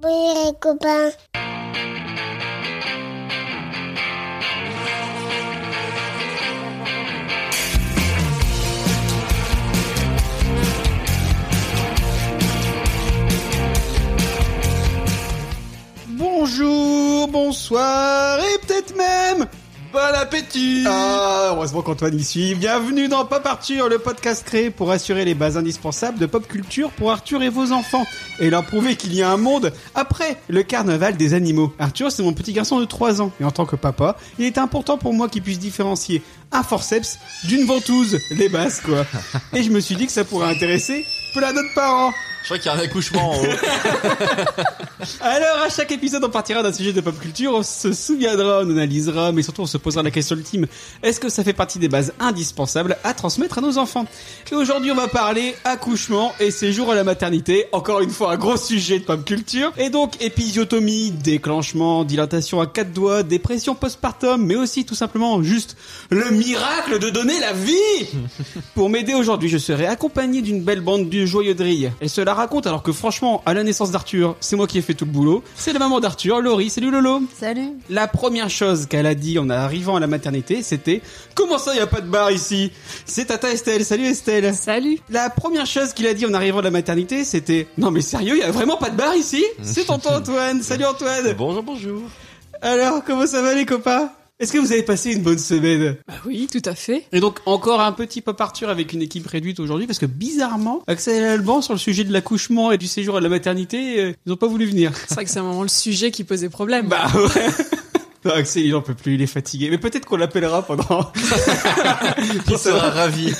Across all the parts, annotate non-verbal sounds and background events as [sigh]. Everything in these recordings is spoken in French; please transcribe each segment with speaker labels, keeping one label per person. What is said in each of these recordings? Speaker 1: Oui, les copains.
Speaker 2: Bonjour, bonsoir et peut-être même
Speaker 3: Bon appétit
Speaker 2: Ah, heureusement qu'Antoine y suit. Bienvenue dans Pop Arthur, le podcast créé pour assurer les bases indispensables de pop culture pour Arthur et vos enfants et leur prouver qu'il y a un monde après le carnaval des animaux. Arthur, c'est mon petit garçon de 3 ans et en tant que papa, il est important pour moi qu'il puisse différencier un forceps d'une ventouse, les bases [laughs] quoi. Et je me suis dit que ça pourrait intéresser plein d'autres parents.
Speaker 3: Je crois qu'il y a un accouchement en haut.
Speaker 2: [laughs] Alors, à chaque épisode, on partira d'un sujet de pop culture, on se souviendra, on analysera, mais surtout on se posera la question ultime. Est-ce que ça fait partie des bases indispensables à transmettre à nos enfants Et aujourd'hui, on va parler accouchement et séjour à la maternité. Encore une fois, un gros sujet de pop culture. Et donc, épisiotomie, déclenchement, dilatation à quatre doigts, dépression postpartum, mais aussi tout simplement juste le miracle de donner la vie pour m'aider aujourd'hui, je serai accompagné d'une belle bande du joyeux drille. Elle se la raconte alors que franchement, à la naissance d'Arthur, c'est moi qui ai fait tout le boulot. C'est la maman d'Arthur, Laurie, salut Lolo.
Speaker 4: Salut.
Speaker 2: La première chose qu'elle a dit en arrivant à la maternité, c'était Comment ça, y a pas de bar ici C'est Tata Estelle, salut Estelle.
Speaker 4: Salut.
Speaker 2: La première chose qu'il a dit en arrivant à la maternité, c'était Non mais sérieux, y a vraiment pas de bar ici C'est tonton Antoine, salut Antoine.
Speaker 3: bonjour, bonjour.
Speaker 2: Alors, comment ça va les copains Est-ce que vous avez passé une bonne semaine
Speaker 4: Bah oui, tout à fait.
Speaker 2: Et donc encore un petit pop Arthur avec une équipe réduite aujourd'hui parce que bizarrement, Axel Alban sur le sujet de l'accouchement et du séjour à la maternité, euh, ils ont pas voulu venir.
Speaker 4: C'est vrai que c'est un moment le sujet qui posait
Speaker 2: [laughs]
Speaker 4: problème.
Speaker 2: Bah ouais. Non, Axel, il en peut plus, il est fatigué. Mais peut-être qu'on l'appellera pendant [laughs]
Speaker 3: Il sera ravi.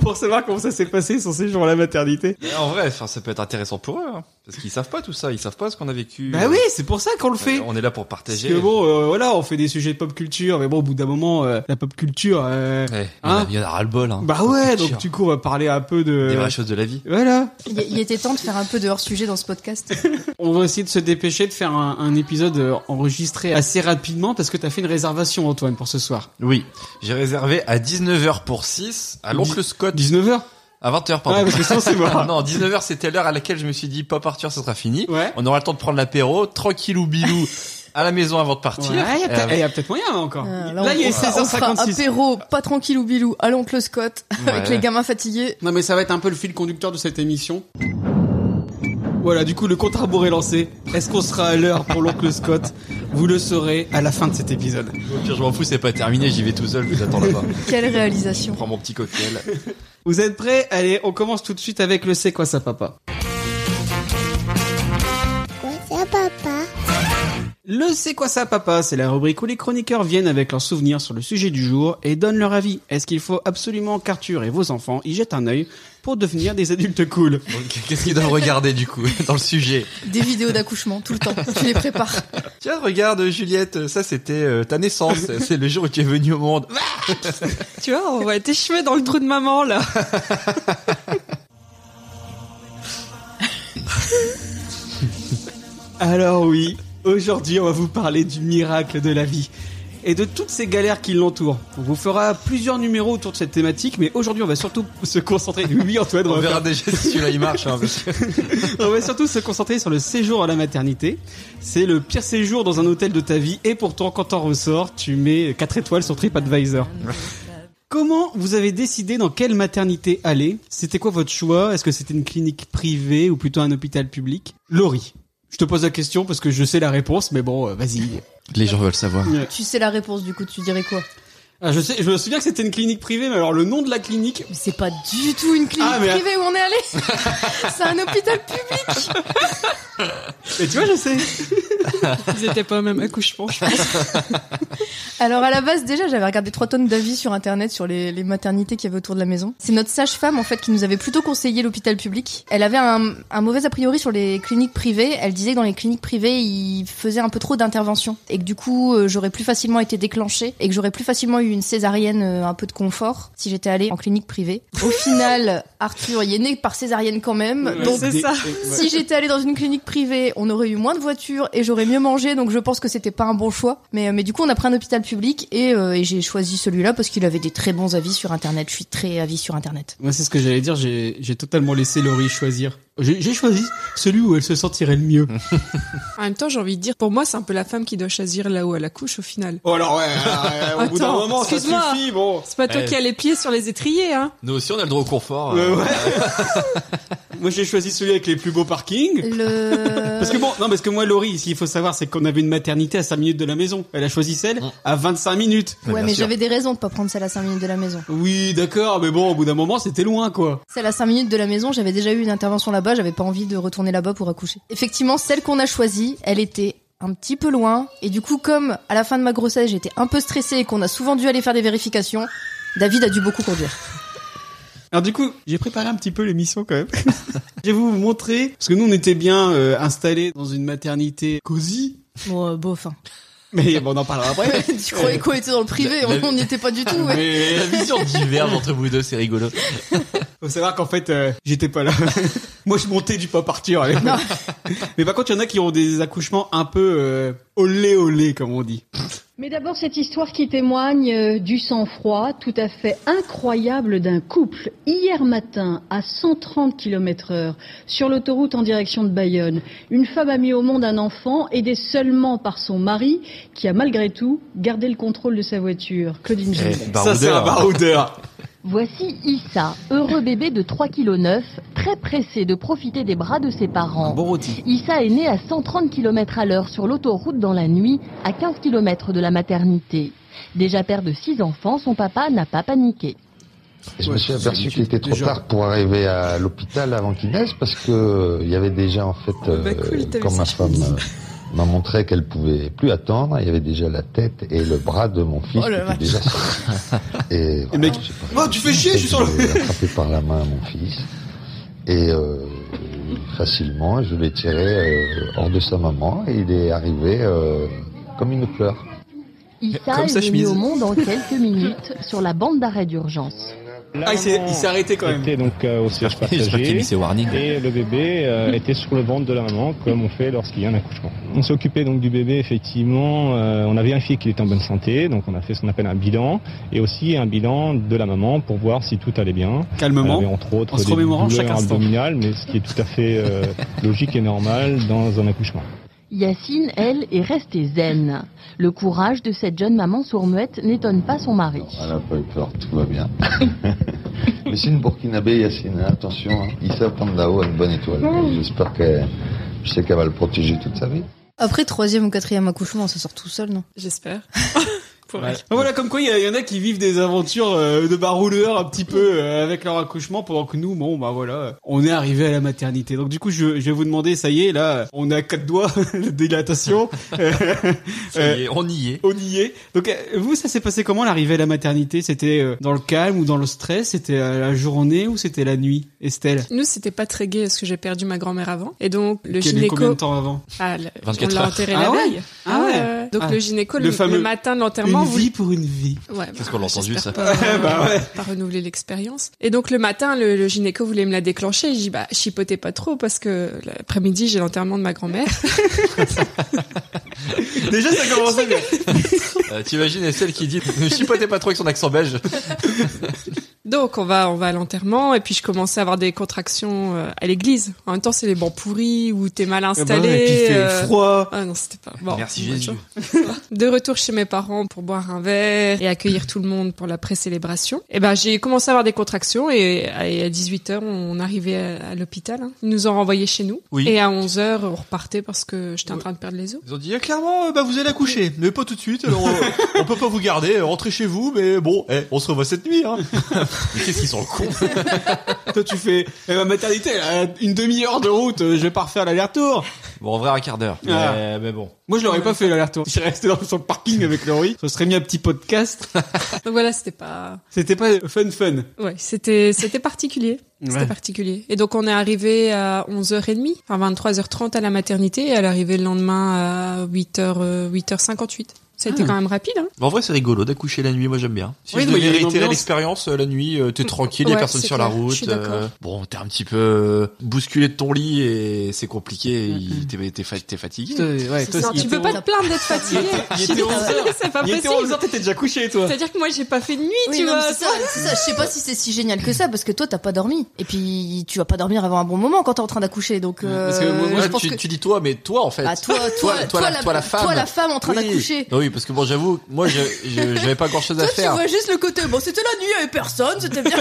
Speaker 2: pour savoir comment ça s'est passé son séjour à la maternité.
Speaker 3: Et en vrai, enfin, ça peut être intéressant pour eux, hein, parce qu'ils savent pas tout ça, ils savent pas ce qu'on a vécu.
Speaker 2: Bah oui, c'est pour ça qu'on le fait.
Speaker 3: Euh, On est là pour
Speaker 2: Parce
Speaker 3: partager.
Speaker 2: que bon, euh, voilà, on fait des sujets de pop culture, mais bon, au bout d'un moment, euh, la pop culture. euh,
Speaker 3: Eh,
Speaker 2: Hein
Speaker 3: il y en a ras-le-bol. Hein,
Speaker 2: bah ouais,
Speaker 3: Culture.
Speaker 2: donc euh, du coup, on va parler un peu
Speaker 3: Des vraies
Speaker 2: de.
Speaker 3: choses de la vie.
Speaker 2: Voilà.
Speaker 5: Il, il était temps de faire un peu de hors-sujet dans ce podcast.
Speaker 2: On va essayer de se dépêcher de faire un, un épisode euh, enregistré assez rapidement parce que t'as fait une réservation Antoine pour ce soir.
Speaker 3: Oui, j'ai réservé à 19h pour 6 à l'oncle
Speaker 2: Dix-
Speaker 3: Scott.
Speaker 2: 19h
Speaker 3: À 20h, pardon.
Speaker 2: Ouais, Ah, parce que sinon c'est
Speaker 3: [laughs]
Speaker 2: mort.
Speaker 3: non, 19h c'était l'heure à laquelle je me suis dit Pop Arthur, ça sera fini.
Speaker 2: [laughs] Ouais.
Speaker 3: On aura le temps de prendre l'apéro, tranquillou bilou, à la maison avant de
Speaker 2: Ouais,
Speaker 3: partir.
Speaker 2: il y a
Speaker 3: Et, euh,
Speaker 2: peut-être- eh, il y a peut-être moyen hein, encore.
Speaker 5: Euh,
Speaker 2: là, il y a
Speaker 5: on fera- on fera
Speaker 2: 16h56.
Speaker 5: apéro, pas tranquille ou bilou, à l'oncle Scott, avec
Speaker 3: Ouais.
Speaker 5: les gamins fatigués.
Speaker 2: Non, mais ça va être un peu le fil conducteur de cette émission. Voilà, du coup, le compte à rebours est lancé. Est-ce qu'on sera à l'heure pour l'oncle Scott Vous le saurez à la fin de cet épisode.
Speaker 3: Au pire, je m'en fous, c'est pas terminé, j'y vais tout seul, je vous attends là-bas.
Speaker 5: Quelle
Speaker 3: Je
Speaker 5: réalisation.
Speaker 3: prends mon petit cocktail.
Speaker 2: Vous êtes prêts Allez, on commence tout de suite avec le C'est quoi ça, papa
Speaker 1: Quoi ça, papa
Speaker 2: Le C'est quoi ça papa C'est la rubrique où les chroniqueurs viennent avec leurs souvenirs sur le sujet du jour et donnent leur avis. Est-ce qu'il faut absolument qu'Arthur et vos enfants y jettent un œil pour devenir des adultes cool
Speaker 3: Donc, Qu'est-ce qu'ils doivent regarder du coup [laughs] dans le sujet
Speaker 5: Des vidéos d'accouchement, tout le temps. Tu les prépares.
Speaker 3: Tiens, regarde Juliette, ça c'était euh, ta naissance, [laughs] c'est le jour où tu es venue au monde.
Speaker 4: Tu vois, on va être échoué dans le trou de maman là.
Speaker 2: Alors oui, aujourd'hui on va vous parler du miracle de la vie et de toutes ces galères qui l'entourent. On vous fera plusieurs numéros autour de cette thématique, mais aujourd'hui on va surtout se concentrer... [laughs] Oui Antoine,
Speaker 3: On
Speaker 2: va
Speaker 3: verra
Speaker 2: faire-
Speaker 3: déjà si celui-là il marche. hein, parce que-
Speaker 2: On va surtout se concentrer sur le séjour à la maternité. C'est le pire séjour dans un hôtel de ta vie et pourtant quand t'en ressors, tu mets 4 étoiles sur TripAdvisor. Comment vous avez décidé dans quelle maternité aller C'était quoi votre choix Est-ce que c'était une clinique privée ou plutôt un hôpital public Laurie, je te pose la question parce que je sais la réponse, mais bon, euh, vas-y.
Speaker 3: Les gens veulent savoir.
Speaker 5: Tu sais la réponse, du coup, tu dirais quoi
Speaker 2: Ah, je sais, je me souviens que c'était une clinique privée, mais alors le nom de la clinique
Speaker 5: Mais c'est pas du tout une clinique
Speaker 2: Ah, mais-
Speaker 5: privée où on
Speaker 2: [laughs]
Speaker 5: est allé. c'est un hôpital public.
Speaker 2: Mais tu vois, je sais.
Speaker 4: Ils étaient pas au même accouchement, je pense.
Speaker 5: Alors à la base déjà j'avais regardé trois tonnes d'avis sur internet sur les, les maternités qu'il y avait autour de la maison. C'est notre sage-femme en fait qui nous avait plutôt conseillé l'hôpital public. Elle avait un, un mauvais a priori sur les cliniques privées. Elle disait que dans les cliniques privées ils faisaient un peu trop d'interventions et que du coup euh, j'aurais plus facilement été déclenchée et que j'aurais plus facilement eu une césarienne euh, un peu de confort si j'étais allée en clinique privée. Au final Arthur y est né par césarienne quand même.
Speaker 2: Ouais,
Speaker 5: Donc
Speaker 4: c'est ça.
Speaker 5: si j'étais allée dans une clinique privée, on aurait eu moins de voitures et j'aurais mieux mangé, donc je pense que c'était pas un bon choix. euh, Mais, mais du coup, on a pris un hôpital public et, euh, et j'ai choisi celui-là parce qu'il avait des très bons avis sur internet. Je suis très avis sur internet.
Speaker 2: Moi, c'est ce que j'allais dire. J'ai j'ai totalement laissé Laurie choisir. J'ai j'ai choisi celui où elle se sentirait le mieux.
Speaker 4: En même temps, j'ai envie de dire, pour moi, c'est un peu la femme qui doit choisir là où elle accouche au final.
Speaker 2: Oh, alors ouais, alors, ouais, au bout d'un
Speaker 4: Attends,
Speaker 2: moment, ça
Speaker 4: excuse-moi.
Speaker 2: suffit, bon.
Speaker 4: C'est pas toi
Speaker 3: Eh.
Speaker 4: qui as les pieds sur les étriers, hein
Speaker 3: Nous aussi, on a le droit au
Speaker 6: Ah.
Speaker 3: confort.
Speaker 2: Euh,
Speaker 3: euh,
Speaker 2: ouais. [laughs] moi, j'ai choisi celui avec les plus beaux parkings. [laughs]
Speaker 5: Le...
Speaker 2: Parce que bon, non, parce que moi, Laurie, ce qu'il faut savoir, c'est qu'on avait une maternité à 5 minutes de la maison. Elle a choisi celle à 25 minutes.
Speaker 3: Ouais,
Speaker 5: Ouais,
Speaker 3: bien
Speaker 5: mais
Speaker 3: sûr.
Speaker 5: j'avais des raisons de pas prendre celle à 5 minutes de la maison.
Speaker 2: Oui, d'accord, mais bon, au bout d'un moment, c'était loin, quoi.
Speaker 5: Celle à 5 minutes de la maison, j'avais déjà eu une intervention là-bas, j'avais pas envie de retourner là-bas pour accoucher. Effectivement, celle qu'on a choisie, elle était un petit peu loin. Et du coup, comme à la fin de ma grossesse, j'étais un peu stressée et qu'on a souvent dû aller faire des vérifications, David a dû beaucoup conduire.
Speaker 2: Alors du coup, j'ai préparé un petit peu l'émission quand même. [laughs] je vais vous montrer, parce que nous, on était bien euh, installés dans une maternité cosy.
Speaker 5: Bon, euh, bof. hein.
Speaker 2: Mais bon, on en parlera après.
Speaker 5: tu croyais qu'on était dans le privé,
Speaker 3: Euh, la-
Speaker 5: on on n'y était pas du tout. ouais.
Speaker 2: Mais
Speaker 3: La vision diverge entre vous deux, c'est rigolo.
Speaker 2: faut savoir qu'en fait, euh, j'étais pas là. Moi, je montais du pas partir. à l'époque.
Speaker 5: Non.
Speaker 2: [laughs] Mais par contre, il y en a qui ont des accouchements un peu euh, olé olé, comme on dit.
Speaker 7: Mais d'abord cette histoire qui témoigne euh, du sang-froid tout à fait incroyable d'un couple. Hier matin, à 130 km heure, sur l'autoroute en direction de Bayonne, une femme a mis au monde un enfant, aidée seulement par son mari, qui a malgré tout gardé le contrôle de sa voiture. Claudine
Speaker 6: Eh.
Speaker 3: Eh,
Speaker 7: Gilles.
Speaker 2: Ça, c'est un baroudeur.
Speaker 8: Voici Issa, heureux bébé de 3,9 kg, très pressé de profiter des bras de ses parents.
Speaker 2: Bon rôti.
Speaker 8: Issa est né à 130 km à l'heure sur l'autoroute dans la nuit, à 15 km de la maternité. Déjà père de six enfants, son papa n'a pas paniqué.
Speaker 9: Je me suis aperçu
Speaker 2: d'habitude,
Speaker 9: qu'il était trop
Speaker 2: déjà.
Speaker 9: tard pour arriver à l'hôpital avant qu'il naisse parce que euh, il y avait déjà en fait, euh,
Speaker 4: bah cool, t'avais
Speaker 9: quand
Speaker 4: ça
Speaker 9: ma
Speaker 4: chez
Speaker 9: femme
Speaker 4: lui.
Speaker 9: euh, m'a montré qu'elle pouvait plus attendre, il y avait déjà la tête et le bras de mon fils
Speaker 5: Oh
Speaker 9: qui
Speaker 5: la
Speaker 9: était
Speaker 5: vache.
Speaker 9: déjà sorti.
Speaker 2: [laughs]
Speaker 9: Et voilà,
Speaker 2: mec,
Speaker 9: j'ai pas
Speaker 2: oh, tu fais chier, je suis sur le-
Speaker 9: J'ai
Speaker 2: [laughs]
Speaker 9: attrapé par la main mon fils et euh, facilement je l'ai tiré euh, hors de sa maman et il est arrivé euh, comme une fleur.
Speaker 8: Issa
Speaker 3: Comme sa
Speaker 8: est venu
Speaker 3: chemise.
Speaker 8: au monde en quelques minutes sur la bande d'arrêt d'urgence.
Speaker 2: Ah, il s'est il s'est arrêté quand même.
Speaker 10: était donc euh, au siège
Speaker 3: J'espère j'espère qu'il a mis
Speaker 10: passager
Speaker 3: ses warnings.
Speaker 10: et le bébé euh, était sur le ventre de la maman comme on fait lorsqu'il y a un accouchement. On s'est occupé donc du bébé effectivement, euh, on a vérifié qu'il était en bonne santé, donc on a fait ce qu'on appelle un bilan et aussi un bilan de la maman pour voir si tout allait bien. Elle
Speaker 2: Calmement.
Speaker 10: avait entre autres
Speaker 2: en se
Speaker 10: des
Speaker 2: remémorant chaque
Speaker 10: douleurs
Speaker 2: instant.
Speaker 10: abdominales, mais ce qui est tout à fait euh, logique et normal dans un accouchement.
Speaker 8: Yacine, elle, est restée zen. Le courage de cette jeune maman sourmuette n'étonne pas son mari.
Speaker 9: Elle n'a pas eu peur, tout va bien. [laughs] Mais c'est une Burkinabé, Yacine, hein, attention, hein. ils savent prendre là-haut une bonne étoile. J'espère que je sais qu'elle va le protéger toute sa vie.
Speaker 5: Après troisième ou quatrième accouchement, ça sort tout seul, non
Speaker 4: J'espère. pour
Speaker 2: Ouais.
Speaker 4: elle.
Speaker 2: Ah, Voilà, comme quoi il y, a- il y en a qui vivent des aventures euh, de baroudeur un petit peu euh, avec leur accouchement, pendant que nous, bon, bah voilà, on est arrivé à la maternité. Donc du coup, je, je vais vous demander, ça y est, là, on a quatre doigts [laughs] de dilatation, Euh,
Speaker 3: Ça y est, on y est.
Speaker 2: on y est. Donc euh, vous, ça s'est passé comment l'arrivée à la maternité C'était euh, dans le calme ou dans le stress C'était à la journée ou c'était la nuit, Estelle
Speaker 4: Nous, c'était pas très gai parce que j'ai perdu ma grand-mère avant. Et donc, le
Speaker 2: Quel est combien de
Speaker 4: gynéco.
Speaker 2: temps avant
Speaker 4: Ah, le-
Speaker 3: 24
Speaker 4: on l'a
Speaker 3: heures.
Speaker 4: enterré
Speaker 2: Ah
Speaker 4: la
Speaker 2: ouais
Speaker 4: veille.
Speaker 2: Ah ouais.
Speaker 4: Donc,
Speaker 2: Ah.
Speaker 4: le gynéco,
Speaker 2: Le
Speaker 4: le,
Speaker 2: fameux-
Speaker 4: le matin de
Speaker 2: Une
Speaker 4: l'enterrement, vous-
Speaker 2: vie pour une vie.
Speaker 4: Ouais,
Speaker 3: Qu'est-ce qu'on l'a entendu, ça
Speaker 4: j'espère
Speaker 2: [laughs]
Speaker 4: pas,
Speaker 2: Bah
Speaker 4: [laughs]
Speaker 2: ouais.
Speaker 4: pas renouveler l'expérience. Et donc le matin, le, le gynéco voulait me la déclencher. Je dis bah chipotez pas trop parce que l'après-midi j'ai l'enterrement de ma grand-mère.
Speaker 2: Déjà, ça commençait bien.
Speaker 3: Euh, T'imagines celle qui dit ne chipotez pas trop avec son accent belge.
Speaker 4: Donc on va on va à l'enterrement et puis je commençais à avoir des contractions euh, à l'église. En même temps c'est les bancs pourris où t'es mal
Speaker 2: Ah bah ouais,
Speaker 4: installé.
Speaker 2: et puis il fait
Speaker 4: euh,
Speaker 2: froid.
Speaker 4: Ah non c'était pas bon.
Speaker 3: Merci
Speaker 4: bonne
Speaker 3: Jésus.
Speaker 4: chance. De retour chez mes parents pour boire un verre et accueillir tout le monde pour la pré-célébration. Et ben j'ai commencé à avoir des contractions et à et à 18h on arrivait à, à l'hôpital. hein. Ils nous ont renvoyés chez nous.
Speaker 3: Oui.
Speaker 4: Et à 11h on repartait parce que j'étais en train de perdre les os.
Speaker 3: Ils ont dit eh, clairement, euh, bah vous allez accoucher, mais pas tout de suite. Alors, euh, on peut pas vous garder, euh, rentrez chez vous, mais bon, eh, on se revoit cette nuit. Hein. [laughs] Mais qu'est-ce qu'ils sont cons
Speaker 2: Toi, tu fais eh, ma maternité, elle a une demi-heure de route, euh, je vais pas refaire l'aller-retour.
Speaker 3: Bon, en vrai, un quart d'heure. Mais,
Speaker 2: Ah.
Speaker 3: mais bon.
Speaker 2: Moi, je l'aurais pas fait l'aller-retour. J'ai resté dans son parking avec Laurie. Ce serait mis un petit podcast.
Speaker 4: Donc voilà, c'était pas.
Speaker 2: C'était pas fun fun.
Speaker 4: Ouais, c'était c'était particulier.
Speaker 2: Ouais.
Speaker 4: C'était particulier. Et donc on est arrivé à 11h30, euh, enfin 23h30 à la maternité et à l'arrivée le lendemain à 8h 8h58. Ça a été
Speaker 2: Ah.
Speaker 4: quand même rapide. Hein.
Speaker 3: Mais en vrai, c'est rigolo d'accoucher la nuit. Moi, j'aime bien. Si
Speaker 2: Oui,
Speaker 3: je
Speaker 2: non, mais
Speaker 3: devais
Speaker 2: il y a une
Speaker 3: réitérer
Speaker 2: ambiance.
Speaker 3: l'expérience euh, la nuit, euh,
Speaker 5: Mm.
Speaker 3: t'es tranquille, y a
Speaker 4: Ouais,
Speaker 3: personne
Speaker 4: c'est
Speaker 3: sur la
Speaker 4: clair, je
Speaker 3: route.
Speaker 4: suis d'accord.
Speaker 3: euh, bon, t'es un petit peu euh, bousculé de ton lit et c'est compliqué.
Speaker 5: Mm,
Speaker 3: il- T'es t'es fa- t'es fatigué.
Speaker 2: Ouais,
Speaker 5: toi,
Speaker 4: Non,
Speaker 5: il
Speaker 4: tu peux pas te plaindre d'être fatigué.
Speaker 2: il était
Speaker 4: Je suis
Speaker 2: 11 heures.
Speaker 4: désolée, C'est pas
Speaker 2: Il était 11
Speaker 4: possible.
Speaker 2: h t'étais déjà couché, toi.
Speaker 4: C'est-à-dire que moi, j'ai pas fait de nuit,
Speaker 5: Oui,
Speaker 4: tu
Speaker 5: non,
Speaker 4: vois.
Speaker 5: mais c'est ça, c'est ça. Je sais pas si c'est si génial que ça parce que toi t'as pas dormi et puis tu vas pas dormir avant un bon moment quand t'es en train d'accoucher donc euh,
Speaker 3: Parce que moi, moi,
Speaker 5: je pense
Speaker 3: tu,
Speaker 5: que
Speaker 3: tu dis toi, mais toi en fait. [laughs]
Speaker 5: Bah, toi, toi, toi, la, toi la femme en train
Speaker 3: Oui.
Speaker 5: d'accoucher.
Speaker 3: Non, oui, parce que bon, j'avoue, moi, je- je- j'avais pas grand chose à
Speaker 5: Toi, tu
Speaker 3: faire.
Speaker 5: vois juste le côté. Bon, c'était la nuit, il y avait personne, c'était bien.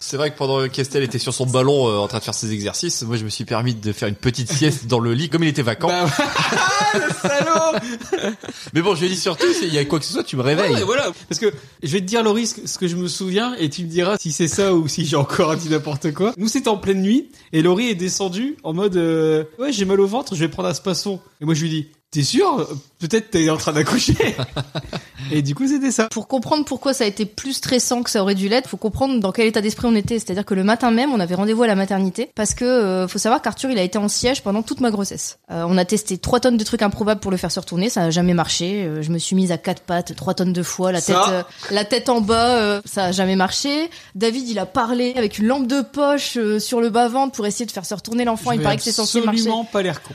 Speaker 3: C'est vrai que pendant qu'Estelle était sur son ballon euh, en train de faire ses exercices, moi, je me suis permis de faire une petite sieste dans le lit, comme il était vacant.
Speaker 2: Bah,
Speaker 4: Ah,
Speaker 2: le salaud
Speaker 3: Mais bon, je lui ai dit surtout, s'il y a quoi que ce soit, tu me réveilles.
Speaker 2: Ouais, voilà. Parce que je vais te dire, Laurie, ce que- ce que je me souviens, et tu me diras si c'est ça ou si j'ai encore dit n'importe quoi. Nous, c'était en pleine nuit, et Laurie est descendue en mode euh, Ouais, j'ai mal au ventre, je vais prendre un spasson. Et moi, je lui dis T'es sûr Peut-être t'es en train d'accoucher. [laughs] et du coup, c'était ça.
Speaker 5: Pour comprendre pourquoi ça a été plus stressant que ça aurait dû l'être, faut comprendre dans quel état d'esprit on était. C'est-à-dire que le matin même, on avait rendez-vous à la maternité parce que euh, faut savoir qu'Arthur, il a été en siège pendant toute ma grossesse. Euh, on a testé trois tonnes de trucs improbables pour le faire se retourner, ça a jamais marché. Euh, je me suis mise à quatre pattes trois tonnes de fois, la
Speaker 2: Ça.
Speaker 5: tête, euh, la tête en bas, euh, ça a jamais marché. David, il a parlé avec une lampe de poche euh, sur le bas-ventre pour essayer de faire se retourner l'enfant. Il
Speaker 2: J'avais
Speaker 5: paraît que c'est censé marcher.
Speaker 2: Absolument pas l'air con.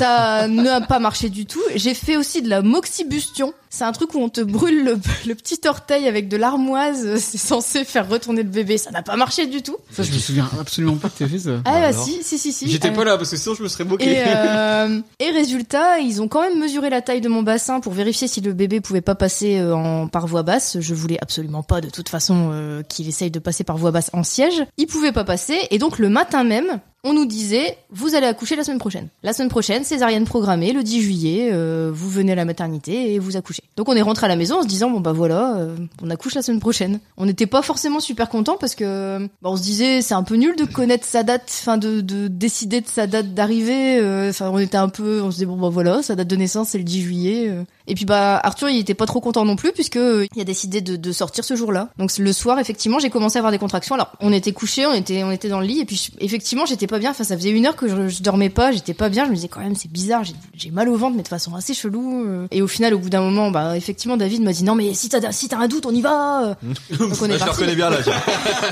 Speaker 5: Ça n'a pas marché du tout. J'ai fait aussi de la moxibustion. C'est un truc où on te brûle le, le petit orteil avec de l'armoise. [laughs] C'est censé faire retourner le bébé. Ça n'a pas marché du tout.
Speaker 2: Ça, je me souviens absolument pas que t'as fait ça.
Speaker 5: Ah bah
Speaker 3: alors
Speaker 5: si, si, si, si.
Speaker 2: J'étais
Speaker 5: Euh,
Speaker 2: pas là parce que sinon je me serais moqué.
Speaker 5: et,
Speaker 2: [laughs]
Speaker 5: euh, et résultat, ils ont quand même mesuré la taille de mon bassin pour vérifier si le bébé pouvait pas passer euh, en, par voie basse. Je voulais absolument pas, de toute façon, euh, qu'il essaye de passer par voie basse en siège. Il pouvait pas passer, et donc le matin même, on nous disait vous allez accoucher la semaine prochaine. La semaine prochaine, césarienne programmée, le 10 juillet, euh, vous venez à la maternité et vous accouchez. Donc on est rentré à la maison en se disant bon bah voilà, euh, on accouche la semaine prochaine. On n'était pas forcément super contents parce que bah, on se disait c'est un peu nul de connaître sa date, enfin de, de décider de sa date d'arrivée. euh, Enfin on était un peu, on se disait bon bah voilà, sa date de naissance c'est le 10 juillet. euh. Et puis bah Arthur il était pas trop content non plus puisque euh, il a décidé de, de sortir ce jour-là. Donc le soir effectivement j'ai commencé à avoir des contractions. Alors on était couchés, on était on était dans le lit et puis je- effectivement j'étais pas bien. Enfin ça faisait une heure que je, je dormais pas, j'étais pas bien. Je me disais quand même c'est bizarre, j'ai- j'ai mal au ventre mais de façon assez chelou. euh. Et au final au bout d'un moment bah effectivement David m'a dit non mais si t'as si t'as un doute on y va. euh.
Speaker 3: [laughs]
Speaker 5: Donc on
Speaker 3: Ah,
Speaker 5: est
Speaker 3: je le
Speaker 5: parti.
Speaker 3: reconnais bien là. j'ai-
Speaker 2: [laughs]
Speaker 5: [laughs]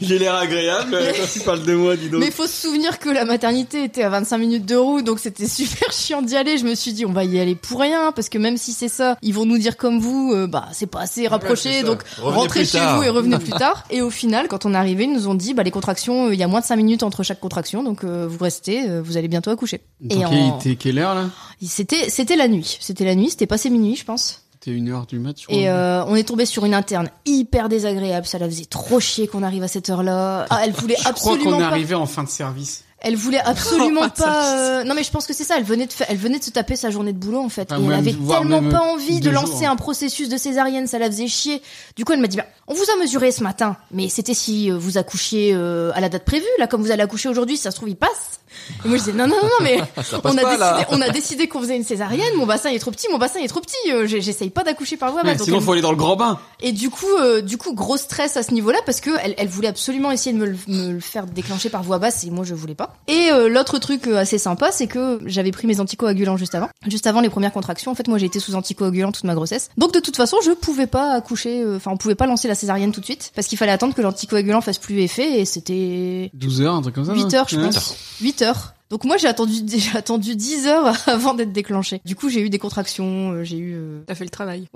Speaker 2: J'ai l'air agréable euh, quand tu parles de moi, dis donc.
Speaker 5: Mais faut se souvenir que la maternité était à 25 minutes de route, donc c'était [laughs] super chiant d'y aller. Je me suis dit, on va y aller pour rien, parce que même si c'est ça, ils vont nous dire comme vous, euh, bah c'est pas assez
Speaker 3: c'est
Speaker 5: rapproché,
Speaker 3: ça.
Speaker 5: donc
Speaker 3: Revenez
Speaker 5: rentrez
Speaker 3: plus
Speaker 5: chez
Speaker 3: tard.
Speaker 5: vous et
Speaker 2: [laughs]
Speaker 5: revenez plus tard. Et au final, quand on est arrivé, ils nous ont dit, bah les contractions, euh, il y a moins de 5 minutes entre chaque contraction, donc euh, vous restez, euh, vous allez bientôt accoucher. Et
Speaker 2: Donc,
Speaker 5: en-
Speaker 2: t'es- quelle heure là
Speaker 5: C'était c'était la nuit, c'était la nuit, c'était passé minuit, je pense.
Speaker 2: T'es une heure du match.
Speaker 5: Et euh, on est tombé sur une interne hyper désagréable, ça la faisait trop chier qu'on arrive à cette heure-là. Ah, elle voulait
Speaker 2: je crois qu'on
Speaker 5: absolument
Speaker 2: est
Speaker 5: pas.
Speaker 2: arrivé en fin de service.
Speaker 5: Elle voulait absolument
Speaker 2: Oh,
Speaker 5: pas. euh, Non mais je pense que c'est ça. Elle venait de, fa- elle venait de se taper sa journée de boulot en fait.
Speaker 2: Ah,
Speaker 5: Et elle
Speaker 2: même-
Speaker 5: avait
Speaker 2: voire
Speaker 5: tellement
Speaker 2: même
Speaker 5: pas envie de
Speaker 2: deux
Speaker 5: lancer
Speaker 2: jours.
Speaker 5: un processus de césarienne, ça la faisait chier. Du coup, elle m'a dit bah, on vous a mesuré ce matin, mais c'était si euh, vous accouchiez euh, à la date prévue. Là, comme vous allez accoucher aujourd'hui, si ça se trouve il passe. Et moi je disais non non non, non
Speaker 2: [laughs]
Speaker 5: mais
Speaker 3: Ça passe
Speaker 5: on a
Speaker 3: pas, là.
Speaker 5: décidé, on a décidé qu'on faisait une césarienne. Mon bassin il est trop petit, mon bassin il est trop petit. euh, j'ai- J'essaye pas d'accoucher par voie
Speaker 2: Ouais,
Speaker 5: basse. Ah bah, Donc,
Speaker 2: sinon,
Speaker 5: elle-
Speaker 2: faut aller dans le grand bain.
Speaker 5: et du coup, euh, du coup, gros stress à ce niveau-là parce que elle, elle voulait absolument essayer de me le, me le faire déclencher par voix basse et moi je voulais pas. Et euh, l'autre truc euh, assez sympa, c'est que j'avais pris mes anticoagulants juste avant, juste avant les premières contractions. En fait, moi j'ai été sous anticoagulants toute ma grossesse, donc de toute façon je pouvais pas accoucher, euh, enfin on pouvait pas lancer la césarienne tout de suite parce qu'il fallait attendre que l'anticoagulant fasse plus effet et c'était
Speaker 2: 12 heures, un truc comme ça.
Speaker 5: 8
Speaker 2: hein
Speaker 5: heures, je
Speaker 2: Ouais.
Speaker 5: pense. 8 heures. Donc moi j'ai attendu, [laughs] j'ai attendu 10 heures [laughs] avant d'être déclenchée. Du coup j'ai eu des contractions, euh, j'ai eu. euh,
Speaker 4: T'as fait le travail.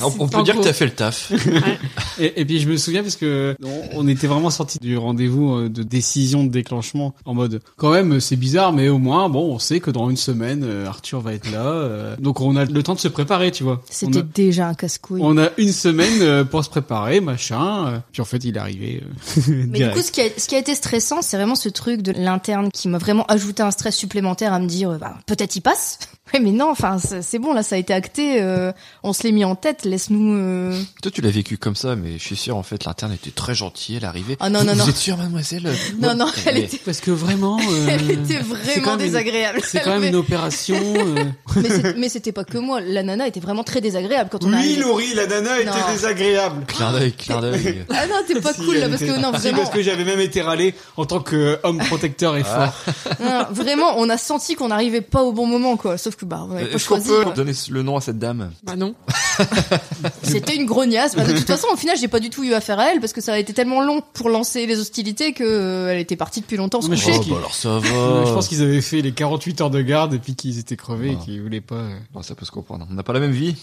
Speaker 3: On, on peut
Speaker 4: en
Speaker 3: dire que
Speaker 4: gros.
Speaker 3: t'as fait le taf.
Speaker 2: Et, et puis je me souviens parce que on, on était vraiment sorti du rendez-vous euh, de décision de déclenchement en mode quand même euh, c'est bizarre mais au moins bon on sait que dans une semaine euh, Arthur va être là euh, donc on a le temps de se préparer tu vois. On
Speaker 5: C'était
Speaker 2: a-
Speaker 5: déjà un casse-couille.
Speaker 2: On a une semaine euh, pour se préparer, machin. euh, Puis en fait, il est arrivé. euh,
Speaker 5: [laughs] Mais
Speaker 2: direct.
Speaker 5: du coup, ce qui, a, ce qui a été stressant, c'est vraiment ce truc de l'interne qui m'a vraiment ajouté un stress supplémentaire à me dire, euh, bah, peut-être il passe. [laughs] Ouais, mais non, enfin, c'est c'est bon, là, ça a été acté. euh, on se l'est mis en tête. Laisse-nous. euh, [laughs]
Speaker 3: Toi, tu l'as vécu comme ça, mais je suis sûr, en fait, l'interne était très gentille, elle arrivait.
Speaker 5: Ah non,
Speaker 3: Vous-
Speaker 5: non,
Speaker 3: vous
Speaker 5: non.
Speaker 3: êtes sûre, mademoiselle
Speaker 5: [laughs] Non, non,
Speaker 6: Eh,
Speaker 5: elle
Speaker 3: Mais-
Speaker 5: était.
Speaker 2: [laughs] Parce que vraiment, euh,
Speaker 5: [laughs] Elle était
Speaker 2: c'est quand
Speaker 5: vraiment
Speaker 2: même une-
Speaker 5: désagréable.
Speaker 2: C'est quand même
Speaker 5: [laughs] Elle
Speaker 2: une opération.
Speaker 5: [laughs]
Speaker 2: euh,
Speaker 5: avait- Mais c'est- Mais c'était pas que moi. La nana était vraiment très désagréable quand on a.
Speaker 2: Laurie, la nana
Speaker 5: était Non.
Speaker 2: désagréable.
Speaker 3: Clin d'œil, clin d'œil.
Speaker 5: Ah non, t'es
Speaker 2: [laughs]
Speaker 5: pas
Speaker 2: Si,
Speaker 5: cool là
Speaker 2: elle
Speaker 5: parce
Speaker 2: était-
Speaker 5: que non,
Speaker 2: Si,
Speaker 5: vraiment.
Speaker 2: parce que j'avais même été râlé en
Speaker 5: [laughs]
Speaker 2: tant qu'homme protecteur et fort.
Speaker 5: hein, Non, vraiment, on a senti qu'on n'arrivait pas au bon moment, quoi. Sauf que bah, vous n'avez
Speaker 2: Euh,
Speaker 5: pas
Speaker 6: Est-ce qu'on
Speaker 5: choisi.
Speaker 6: peut
Speaker 5: quoi.
Speaker 6: donner le nom à cette dame
Speaker 4: Bah non.
Speaker 5: C'était une grognasse. Bah,
Speaker 6: [laughs]
Speaker 5: de toute façon, au final, j'ai pas du tout eu affaire à elle parce que ça a été tellement long pour lancer les hostilités que euh, elle était partie depuis longtemps se
Speaker 2: Mais je
Speaker 5: coucher.
Speaker 2: pense qu'il-
Speaker 6: Oh, bah, alors ça va.
Speaker 2: Je pense qu'ils avaient fait les 48 heures de garde et puis qu'ils étaient crevés
Speaker 6: Voilà.
Speaker 2: et qu'ils voulaient pas. euh.
Speaker 6: Non, ça peut se comprendre. On n'a pas la même vie.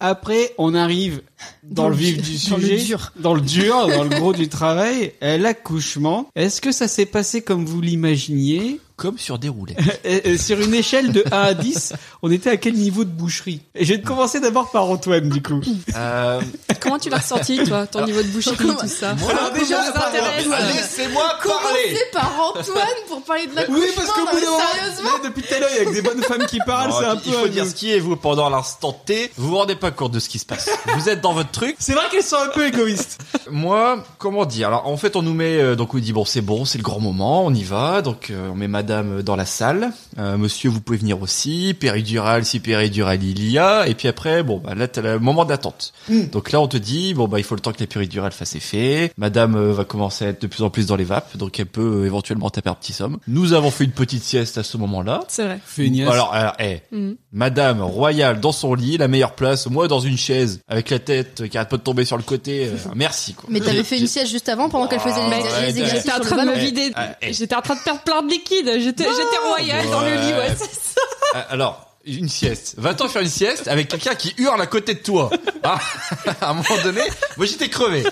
Speaker 2: Après, on arrive dans,
Speaker 5: Dans
Speaker 2: le
Speaker 5: le
Speaker 2: vif
Speaker 5: dur-
Speaker 2: du
Speaker 5: dans le
Speaker 2: sujet,
Speaker 5: dur.
Speaker 2: dans le dur, dans le gros du travail, euh, l'accouchement. Est-ce que ça s'est passé comme vous l'imaginiez
Speaker 6: Comme sur des
Speaker 5: [laughs]
Speaker 6: roulettes.
Speaker 2: Euh, euh, Sur une échelle de 1 à 10, on était à quel niveau de boucherie Et je vais commencer d'abord par Antoine, du
Speaker 5: [laughs]
Speaker 2: coup.
Speaker 6: Euh,
Speaker 4: Comment tu l'as ressenti, toi,
Speaker 6: Ah.
Speaker 4: ton niveau de boucherie, tout ça
Speaker 6: voilà,
Speaker 4: Ça nous intéresse.
Speaker 6: laissez-moi parler.
Speaker 5: Commencer par Antoine pour parler de la
Speaker 2: Oui, parce qu'au bout d'un moment,
Speaker 5: sérieusement.
Speaker 2: là, depuis tout à l'heure, il y a que des bonnes femmes qui
Speaker 5: Ah,
Speaker 2: parlent,
Speaker 6: Oh,
Speaker 2: c'est un
Speaker 6: il
Speaker 2: peu...
Speaker 6: faut dire ce qui est vous pendant l'instant T. Vous vous rendez pas compte de ce qui se passe. vous êtes dans votre truc.
Speaker 2: C'est vrai qu'elles sont un peu égoïstes.
Speaker 6: Moi, comment dire Alors, en fait, on nous met euh, donc on dit bon, c'est bon, c'est le grand moment, on y va. Donc, euh, on met Madame dans la salle. Euh, monsieur, vous pouvez venir aussi. Péridurale, si péridurale il y a. Et puis après, bon, bah, là, t'as le moment d'attente. Donc là, on te dit bon, bah, il faut le temps que la péridurale fasse effet. Madame euh, va commencer à être de plus en plus dans les vapes, donc elle peut euh, éventuellement taper un petit somme. Nous avons fait une petite sieste à ce moment-là.
Speaker 4: C'est vrai.
Speaker 2: Feignasse.
Speaker 6: Alors, alors, eh,
Speaker 4: Mhm.
Speaker 6: Madame Royale dans son lit, la meilleure place, moi dans une chaise, avec la tête qui arrête pas de tomber sur le côté, euh, merci quoi.
Speaker 5: Mais
Speaker 6: J'ai-
Speaker 5: t'avais fait une
Speaker 6: j'ai-
Speaker 5: sieste juste avant pendant qu'elle faisait
Speaker 6: Ah,
Speaker 5: les,
Speaker 6: ouais,
Speaker 5: les
Speaker 6: t'as-
Speaker 5: exercices
Speaker 4: J'étais en
Speaker 5: sur le
Speaker 4: train de me
Speaker 5: ballon.
Speaker 4: vider.
Speaker 6: Eh, eh, eh.
Speaker 4: J'étais en train de perdre plein de liquide. J'étais j'étais royale dans le lit. Ouais, c'est ça.
Speaker 6: Euh, Alors, une sieste. Va-t'en faire une sieste avec quelqu'un qui hurle à côté de toi. Ah, [laughs] à un moment donné, moi j'étais crevé.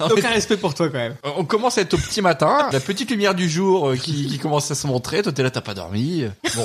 Speaker 6: Non, mais
Speaker 2: Aucun respect pour toi, quand même.
Speaker 6: Euh, On commence à être au petit matin, la petite lumière du jour euh, qui, qui commence à se montrer, toi t'es là, t'as pas dormi. Bon,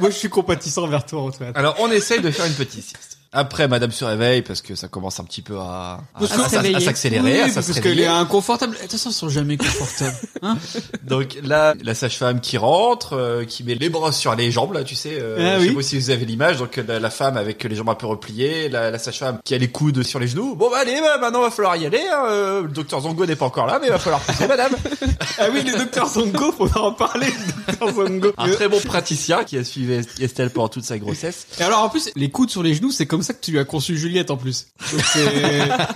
Speaker 2: Moi, je suis compatissant vers toi, Antoine.
Speaker 6: alors on essaye de faire une petite sieste. Après, madame se réveille parce que ça commence un petit peu à, à,
Speaker 2: Parce que-
Speaker 6: à- à s'accélérer,
Speaker 2: Oui,
Speaker 6: à- à se
Speaker 2: parce qu'elle
Speaker 6: réveiller.
Speaker 2: est inconfortable. De toute façon, ils sont jamais confortables. Hein
Speaker 6: Donc là, la sage-femme qui rentre, euh, qui met les bras sur les jambes, là, tu sais, euh,
Speaker 2: Ah
Speaker 6: je sais
Speaker 2: oui.
Speaker 6: pas si vous avez l'image, donc euh, la, la femme avec les jambes un peu repliées, la, la sage-femme qui a les coudes sur les genoux. Bon bah allez, bah, maintenant va falloir y aller. hein, euh, le docteur Zongo n'est pas encore là, mais va falloir pousser, madame.
Speaker 2: [laughs] ah oui, le docteur Zongo, faut en parler, le docteur Zongo.
Speaker 6: Un très bon praticien qui a suivi Est- Estelle pendant toute sa grossesse.
Speaker 2: Et alors, en plus, les coudes sur les genoux, c'est comme ça que tu as conçu Juliette, en plus. Donc, c'est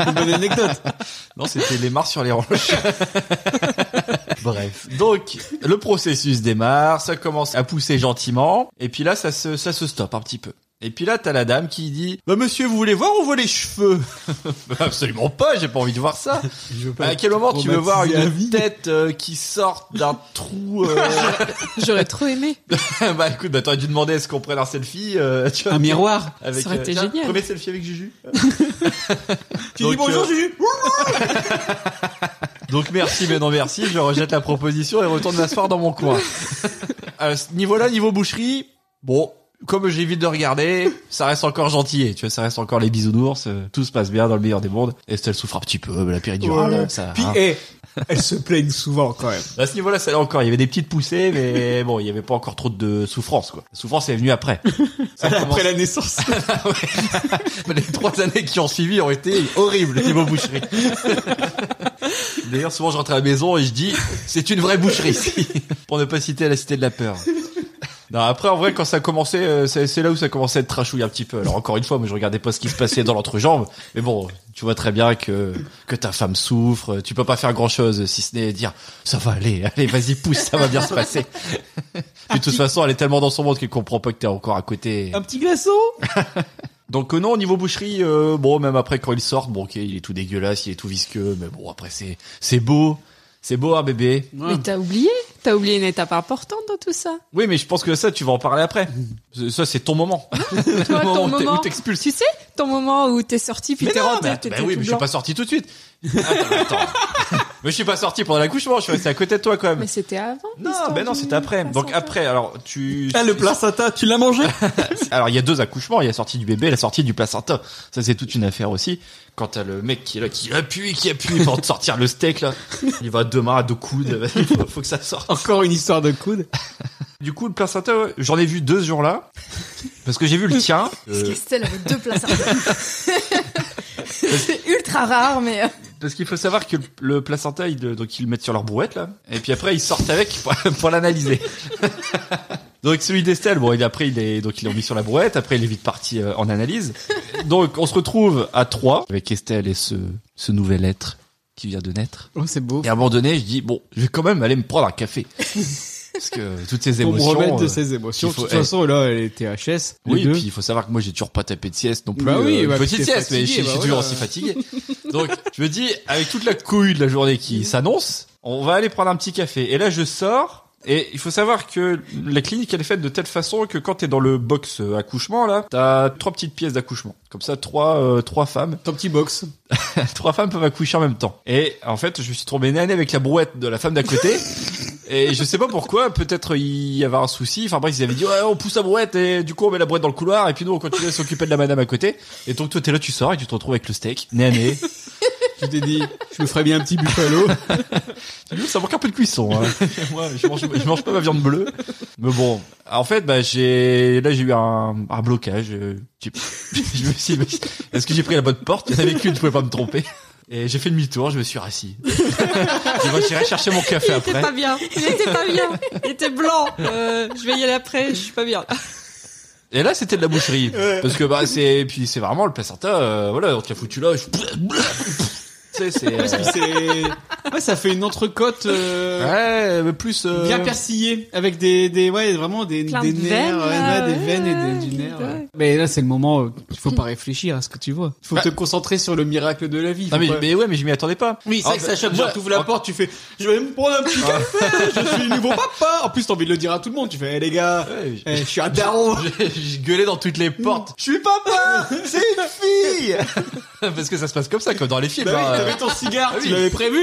Speaker 2: une bonne anecdote.
Speaker 6: Non, c'était les mars sur les roches. Bref. Donc, le processus démarre, ça commence à pousser gentiment, et puis là, ça se, ça se stoppe un petit peu. Et puis là, t'as la dame qui dit, bah monsieur, vous voulez voir ou on voit les cheveux? [laughs] Bah, Absolument pas, j'ai pas envie de voir ça.
Speaker 2: Je veux pas
Speaker 6: À quel moment tu veux voir
Speaker 2: traumatiser à vie.
Speaker 6: une tête euh, qui sort d'un trou? euh,
Speaker 4: J'aurais trop aimé.
Speaker 6: bah écoute, bah t'aurais dû demander est-ce qu'on prenne un selfie, euh, tu vois,
Speaker 2: Un miroir.
Speaker 6: avec, euh,
Speaker 4: Ça aurait été
Speaker 6: tiens,
Speaker 4: génial.
Speaker 6: Premier selfie avec Juju.
Speaker 2: Tu
Speaker 6: Donc,
Speaker 2: dis bonjour,
Speaker 6: euh,
Speaker 2: Juju.
Speaker 6: Donc merci, mais non merci, je rejette la proposition et retourne m'asseoir dans mon coin. À ce niveau-là, niveau boucherie, bon, comme j'évite de regarder, ça reste encore gentil, tu vois, ça reste encore les bisounours, euh, tout se passe bien dans le meilleur des mondes. Estelle souffre un petit peu, mais la péridurale,
Speaker 2: Voilà.
Speaker 6: ça...
Speaker 2: Puis,
Speaker 6: hein.
Speaker 2: eh, elles se plaignent souvent, quand même.
Speaker 6: À ce niveau-là, ça allait encore, il y avait des petites poussées, mais bon, il y avait pas encore trop de souffrance, quoi. La souffrance est venue après. Ça commence-
Speaker 2: Après la naissance.
Speaker 6: les trois années qui ont suivi ont été horribles niveau boucherie. D'ailleurs, souvent, je rentre à la maison et je dis, c'est une vraie boucherie ici, pour ne pas citer la cité de la peur. Non, après, en vrai, quand ça a commencé, euh, c'est c'est là où ça commençait à être trashouille un petit peu. Alors, encore une fois, moi, je regardais pas ce qui se passait dans l'entrejambe. Mais bon, tu vois très bien que, que ta femme souffre. Tu peux pas faire grand chose, si ce n'est dire, ça va aller, allez, vas-y, pousse, ça va bien se passer. Puis, de toute façon, elle est tellement dans son monde qu'elle comprend pas que t'es encore à côté.
Speaker 2: Un petit glaçon.
Speaker 6: Donc euh, non, au niveau boucherie, euh, bon, même après quand ils sortent, bon, ok, il est tout dégueulasse, il est tout visqueux, mais bon, après c'est c'est beau, c'est beau un bébé.
Speaker 4: Mais t'as oublié. T'as oublié une étape importante dans tout ça.
Speaker 6: Oui, mais je pense que ça, tu vas en parler
Speaker 4: [laughs]
Speaker 6: après. C'est- Ça, c'est ton moment. Le [laughs]
Speaker 4: Toi, ton
Speaker 6: où t'es- où
Speaker 4: moment.
Speaker 6: t'expulses.
Speaker 4: Tu sais, ton moment où t'es sorti puis
Speaker 6: Mais
Speaker 4: t'es
Speaker 6: non,
Speaker 4: rentré,
Speaker 6: mais-
Speaker 4: t'étais
Speaker 6: bah
Speaker 4: tout
Speaker 6: oui, mais je suis
Speaker 4: blanc.
Speaker 6: pas sorti tout de suite. Attends, attends.
Speaker 4: [laughs]
Speaker 6: mais je suis pas sorti pendant l'accouchement, je suis resté à côté de toi quand même.
Speaker 4: Mais c'était avant.
Speaker 6: Non,
Speaker 4: l'histoire
Speaker 6: ben non,
Speaker 4: du
Speaker 6: c'était après. Donc
Speaker 4: placenta.
Speaker 6: après, alors tu.
Speaker 2: Ah, le placenta, tu l'as mangé
Speaker 6: Alors il y a deux accouchements, il y a la sortie du bébé et la sortie du placenta. Ça c'est toute une affaire aussi. Quand t'as le mec qui est là, qui appuie, qui appuie pour te [laughs] sortir le steak là, il va à deux mains, à deux coudes, [laughs] il faut, faut que ça sorte.
Speaker 2: Encore une histoire de coude.
Speaker 6: Du coup le placenta, ouais, j'en ai vu deux ce jour-là, parce que j'ai vu le tien.
Speaker 5: Parce
Speaker 6: Euh,
Speaker 5: qu'Estelle avait deux places.
Speaker 2: [laughs]
Speaker 5: C'est ultra rare, mais euh,
Speaker 6: parce qu'il faut savoir que le, le placenta, ils, le- donc ils le mettent sur leur brouette là, et puis après ils sortent avec pour, [laughs] pour l'analyser. Donc celui d'Estelle, bon, il, après il est donc ils l'ont mis sur la brouette, après il est vite parti euh, en analyse. Donc on se retrouve à trois avec Estelle et ce ce nouvel être qui vient de naître.
Speaker 2: Oh, c'est beau.
Speaker 6: Et à un moment donné, je dis bon, je vais quand même aller me prendre un café. [laughs] Parce que toutes ces
Speaker 2: Pour me
Speaker 6: émotions.
Speaker 2: remettre de
Speaker 6: euh,
Speaker 2: ses émotions.
Speaker 6: il
Speaker 2: De
Speaker 6: faut-
Speaker 2: toute façon, là, elle est THS. les
Speaker 6: Oui, et
Speaker 2: deux.
Speaker 6: puis il faut savoir que moi j'ai toujours pas tapé de sieste non plus.
Speaker 2: Bah oui,
Speaker 6: euh,
Speaker 2: bah,
Speaker 6: petite
Speaker 2: puis t'es
Speaker 6: sieste, mais je
Speaker 2: fatigué,
Speaker 6: suis je suis
Speaker 2: bah
Speaker 6: toujours
Speaker 2: voilà.
Speaker 6: aussi fatigué. Donc je me dis, avec toute la couille de la
Speaker 2: [laughs]
Speaker 6: journée qui s'annonce, on va aller prendre un petit café. Et là je sors. Et il faut savoir que la clinique elle est faite de telle façon que quand t'es dans le box euh, accouchement là, t'as trois petites pièces d'accouchement. Comme ça, trois euh, trois femmes,
Speaker 2: ton petit box.
Speaker 6: [laughs] trois femmes peuvent accoucher en même temps. Et en fait, je me suis tombé nez à nez avec la brouette de la femme d'à côté. Et je sais pas pourquoi, peut-être il y avait un souci. Enfin bref, ils avaient dit ouais, on pousse la brouette et du coup on met la brouette dans le couloir et puis nous on continue à s'occuper de la madame à côté. Et donc toi t'es là, tu sors et tu te retrouves avec le steak, nez à nez.
Speaker 2: Je t'ai dit, je me ferais bien un petit
Speaker 6: [laughs]
Speaker 2: buffalo.
Speaker 6: Nous, ça manque un peu de cuisson. [laughs] hein. Moi, je mange, je mange pas ma viande bleue. Mais bon, en fait, bah, j'ai là j'ai eu un, un blocage. euh, j'ai- [laughs] je me suis dit, mais est-ce que j'ai pris la bonne porte Il y en avait qu'une, je pouvais pas me tromper. Et j'ai fait demi-tour, je me suis rassis. [laughs] Je vais- J'irai chercher mon café
Speaker 4: Il était
Speaker 6: après.
Speaker 4: pas bien. Il était pas bien. Il était blanc. Euh, je vais y aller après. Je suis pas bien.
Speaker 6: Et là, c'était de la boucherie. Parce que bah c'est puis c'est vraiment le placenta. euh, voilà, on te l'a foutu là. je- [laughs] Tu sais, c'est
Speaker 2: Parce que
Speaker 6: euh,
Speaker 2: c'est, ouais, ça fait une entrecôte, euh,
Speaker 6: ouais, mais plus euh,
Speaker 2: bien persillée, avec des, des, ouais, vraiment des,
Speaker 4: Plein
Speaker 2: des
Speaker 4: de
Speaker 2: nerfs,
Speaker 4: veines,
Speaker 2: ouais,
Speaker 4: là,
Speaker 2: des veines et
Speaker 4: ouais,
Speaker 2: des, du nerf.
Speaker 4: ouais.
Speaker 2: ouais. Mais là, c'est le moment où il faut pas réfléchir à ce que tu vois. Il faut
Speaker 6: Bah.
Speaker 2: te concentrer sur le miracle de la vie.
Speaker 6: Non mais, Ah, bah,
Speaker 2: Faut pas-
Speaker 6: mais ouais, mais je m'y attendais pas.
Speaker 2: Oui, c'est vrai que ça choque. Genre, t'ouvres la porte, tu fais, je vais me prendre un
Speaker 6: Ah.
Speaker 2: petit café, je suis le nouveau papa. En plus, t'as envie de le dire à tout le monde. Tu fais, hé les gars,
Speaker 6: Ouais, je-
Speaker 2: eh, je suis un daron.
Speaker 6: J'ai [laughs] j'ai gueulé dans toutes les portes. [laughs]
Speaker 2: Je suis papa! C'est une fille!
Speaker 6: Parce que ça se passe comme ça, comme dans les films.
Speaker 2: Bah oui, Eh
Speaker 6: hein.
Speaker 2: t'avais ton cigare,
Speaker 6: Ah
Speaker 2: tu
Speaker 6: oui.
Speaker 2: l'avais prévu!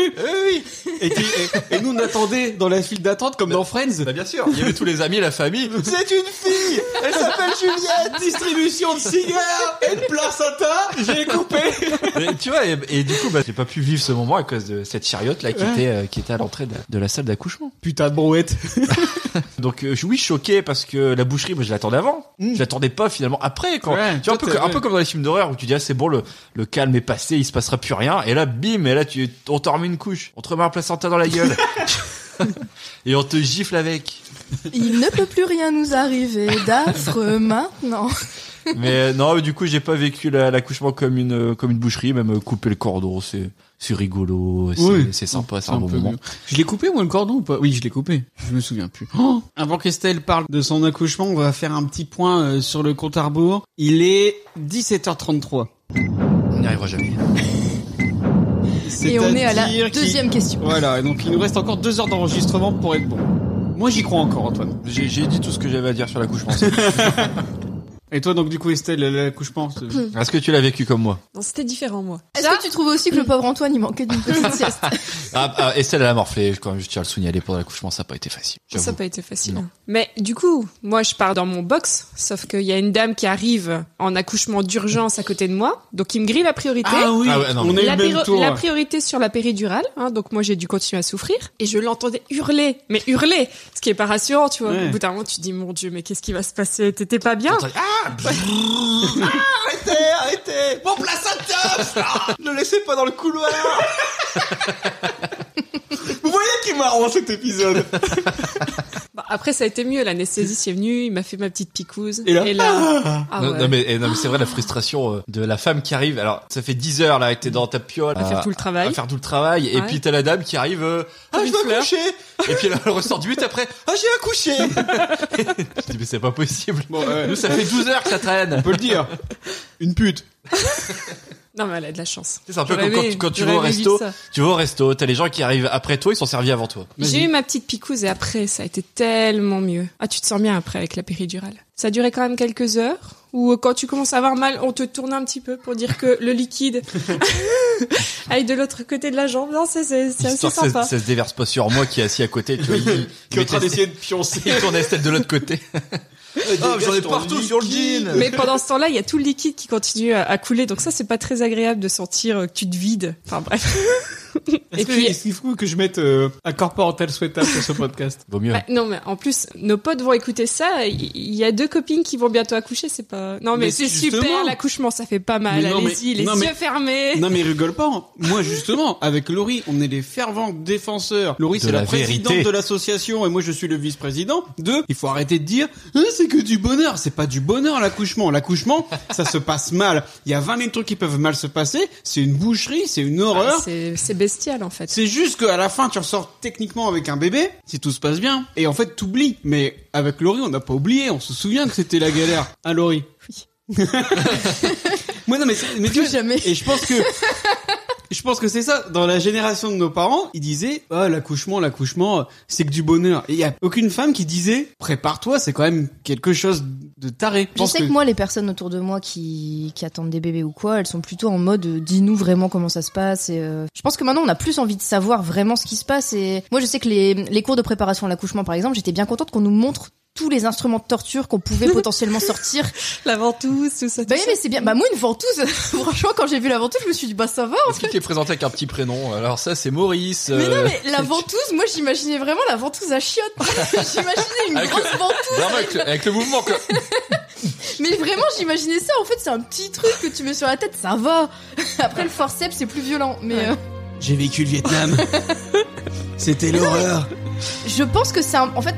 Speaker 6: oui,
Speaker 2: Et, tu- et- et nous, on attendait dans la file d'attente comme dans Friends.
Speaker 6: Bah bien sûr, il y avait tous les amis, la famille.
Speaker 2: [laughs] C'est une fille Elle s'appelle Juliette Distribution de cigares et de placenta J'ai coupé
Speaker 6: Et, tu vois, et, et du coup, bah, j'ai pas pu vivre ce moment à cause de cette chariote là qui
Speaker 2: Ouais.
Speaker 6: était euh, qui était à l'entrée de, de la salle d'accouchement.
Speaker 2: Putain de brouette
Speaker 6: Donc euh, je- oui, choqué parce que la boucherie, moi je l'attendais avant.
Speaker 2: Mm.
Speaker 6: Je l'attendais pas finalement après quand.
Speaker 2: Ouais,
Speaker 6: tu vois, un peu,
Speaker 2: toi, t'es-
Speaker 6: un peu
Speaker 2: ouais.
Speaker 6: comme dans les films d'horreur où tu dis ah, c'est bon le le calme est passé, il se passera plus rien. Et là, bim, et là tu on te remet une couche, on te remet un placenta dans la [laughs] gueule. Et on te gifle avec.
Speaker 5: Il ne peut plus rien nous arriver d'affreux maintenant.
Speaker 6: Mais euh, non, mais du coup, j'ai pas vécu la- l'accouchement comme une comme une boucherie, même euh, couper le cordon, c'est c'est rigolo, c'est
Speaker 2: Oui.
Speaker 6: c'est sympa, c'est
Speaker 2: C'est
Speaker 6: un
Speaker 2: un
Speaker 6: bon
Speaker 2: peu
Speaker 6: moment.
Speaker 2: mieux. Je l'ai coupé moi le cordon ou pas Oui, je l'ai coupé. Je me souviens plus. Oh Avant qu'Estelle parle de son accouchement, on va faire un petit point euh, sur le compte à rebours. Il est 17h33.
Speaker 6: On n'y arrivera jamais.
Speaker 5: Et on est à
Speaker 2: C'est-à-dire
Speaker 5: la
Speaker 2: qu'il-
Speaker 5: deuxième question.
Speaker 2: Voilà, et donc il nous reste encore deux heures d'enregistrement pour être bon. Moi j'y crois encore Antoine.
Speaker 6: J'ai j'ai dit tout ce que j'avais à dire sur [laughs] l'accouchement.
Speaker 2: Et toi donc du coup Estelle, l'accouchement c'est-
Speaker 6: Est-ce que tu l'as vécu comme moi
Speaker 4: Non, c'était différent, moi.
Speaker 5: Est-ce que tu trouves aussi que le pauvre Antoine il manquait d'une petite sieste
Speaker 6: ah, ah, Estelle elle a morflé, quand même, je tiens à le signaler pendant l'accouchement, ça n'a pas été facile. j'avoue.
Speaker 4: Ça n'a pas été facile. hein.
Speaker 6: Non.
Speaker 4: Mais du coup, moi, je pars dans mon box, sauf qu'il y a une dame qui arrive en accouchement d'urgence à côté de moi, donc il me grille la priorité.
Speaker 2: Ah oui,
Speaker 6: Ah ouais, non,
Speaker 2: on a eu
Speaker 4: la,
Speaker 2: le même
Speaker 4: péri-
Speaker 2: tour.
Speaker 4: la
Speaker 2: ouais.
Speaker 4: priorité sur la péridurale, hein, donc moi j'ai dû continuer à souffrir et je l'entendais hurler, mais hurler, ce qui est pas rassurant, tu vois.
Speaker 2: Ouais.
Speaker 4: Au bout d'un moment, tu te dis mon Dieu, mais qu'est-ce qui va se passer T'étais pas bien
Speaker 6: T'entends- Ah
Speaker 2: Arrêtez, arrêtez Mon placenta
Speaker 4: [laughs]
Speaker 2: Ne laissez pas dans le couloir Vous voyez qui est marrant cet épisode
Speaker 4: Bah, Après, ça a été mieux. L'anesthésiste est venu, il m'a fait ma petite picouse.
Speaker 2: Et là,
Speaker 4: ah
Speaker 6: non,
Speaker 4: ouais.
Speaker 6: non, mais, eh, non, mais c'est vrai la frustration euh, de la femme qui arrive. Alors ça fait 10 heures là que t'es dans ta piole
Speaker 4: À faire tout le travail.
Speaker 6: bah, à faire tout le travail et
Speaker 4: Ouais.
Speaker 6: puis t'as la dame qui arrive euh, ah
Speaker 4: Comme
Speaker 6: je
Speaker 4: une
Speaker 6: dois
Speaker 4: fleur.
Speaker 6: accoucher et puis là, elle ressort 10 minutes après ah j'ai accouché. je dis mais c'est pas possible.
Speaker 2: Bon, ouais.
Speaker 6: Nous ça fait 12 heures que ça traîne.
Speaker 2: On peut le dire. Une pute.
Speaker 4: Non, mais elle a de la chance.
Speaker 6: C'est un peu
Speaker 4: J'aurais
Speaker 6: comme quand,
Speaker 4: aimé-
Speaker 6: tu- quand tu
Speaker 4: j'aurais
Speaker 6: vas au
Speaker 4: aimé
Speaker 6: resto,
Speaker 4: vivre ça.
Speaker 6: tu vas au resto, t'as les gens qui arrivent après toi, ils sont servis avant toi.
Speaker 4: J'ai eu ma petite picouse et après, ça a été tellement mieux. Ah, tu te sens bien après avec la péridurale. Ça a duré quand même quelques heures. Ou euh, quand tu commences à avoir mal, on te tourne un petit peu pour dire que
Speaker 2: [laughs]
Speaker 4: le liquide aille de l'autre côté de la jambe. Non, c'est c'est- c'est assez
Speaker 6: Histoire que ça,
Speaker 4: sympa.
Speaker 6: ça se déverse pas sur moi qui est assis à côté, tu vois, il,
Speaker 4: [laughs]
Speaker 6: il
Speaker 2: Qui est en
Speaker 6: met
Speaker 2: train
Speaker 6: tes-
Speaker 2: d'essayer de [laughs] pioncer.
Speaker 6: [laughs] il tourne Estelle de l'autre côté. Ah, j'en ai partout sur le jean.
Speaker 4: Mais pendant ce temps-là, il y a tout le liquide qui continue à, à couler. Donc ça, c'est pas très agréable de sentir euh, que tu te vides. Enfin bref.
Speaker 2: Est-ce que- est-ce qu'il faut que je mette euh, un corps parental souhaitable sur ce podcast
Speaker 6: Vaut mieux.
Speaker 4: Ouais, Bah, non mais en plus nos potes vont écouter ça. Il il y a deux copines qui vont bientôt accoucher. C'est pas. Non mais,
Speaker 2: Mais
Speaker 4: c'est
Speaker 2: justement.
Speaker 4: super l'accouchement, ça fait pas mal.
Speaker 2: Mais non, mais-
Speaker 4: Allez-y, les
Speaker 2: non, mais-
Speaker 4: yeux fermés.
Speaker 2: Non mais rigole pas. hein. Moi justement, avec Laurie, on est les fervents défenseurs. Laurie
Speaker 6: De
Speaker 2: c'est la,
Speaker 6: la vérité.
Speaker 2: présidente de l'association et moi je suis le vice-président. Deux, il faut arrêter de dire Hein, c'est que du bonheur. C'est pas du bonheur l'accouchement. L'accouchement, ça se passe mal. Il y a 20 000 trucs qui peuvent mal se passer. C'est une boucherie, c'est une
Speaker 4: Ah,
Speaker 2: horreur.
Speaker 4: c'est c'est bestial en fait. [laughs]
Speaker 2: C'est juste qu'à la fin, tu ressors techniquement avec un bébé, si tout se passe bien. Et en fait, t'oublies. Mais avec Laurie, on n'a pas oublié. On se souvient que c'était la galère. Hein, Laurie
Speaker 5: Oui.
Speaker 2: [laughs] Moi, non, mais, c'est- mais tu vois,
Speaker 5: Plus jamais.
Speaker 2: Et je pense que... Je pense que c'est ça. Dans la génération de nos parents, ils disaient ah l'accouchement, l'accouchement, c'est que du bonheur. Et il y a aucune femme qui disait prépare-toi, c'est quand même quelque chose de taré.
Speaker 5: Je sais que... moi, les personnes autour de moi qui, qui attendent des bébés ou quoi, elles sont plutôt en mode euh, dis-nous vraiment comment ça se passe. Et, euh, je pense que maintenant, on a plus envie de savoir vraiment ce qui se passe. Et moi, je sais que les, les cours de préparation à l'accouchement, par exemple, j'étais bien contente qu'on nous montre tous les instruments de torture qu'on pouvait potentiellement sortir.
Speaker 4: La ventouse, tout ça. tout
Speaker 5: bah oui,
Speaker 4: ça.
Speaker 5: mais c'est bien. Bah moi, une ventouse. [laughs] Franchement, quand j'ai vu la ventouse, je me suis dit bah ça va.
Speaker 6: Est-ce qu'il t'est présenté avec un petit prénom Alors ça, c'est Maurice.
Speaker 5: Mais
Speaker 6: euh,
Speaker 5: non, mais la ventouse, moi, j'imaginais vraiment la ventouse à chiottes. [laughs] j'imaginais une
Speaker 6: Avec
Speaker 5: grosse ventouse.
Speaker 6: vraiment avec, le- avec le mouvement que...
Speaker 5: Mais vraiment, j'imaginais ça. En fait, c'est un petit truc que tu mets sur la tête, ça va. [laughs] Après, le forceps, c'est plus violent. Mais
Speaker 4: Ouais.
Speaker 5: euh,
Speaker 2: J'ai vécu le
Speaker 5: [laughs]
Speaker 2: Vietnam. c'était l'horreur.
Speaker 5: je pense que c'est un... En fait,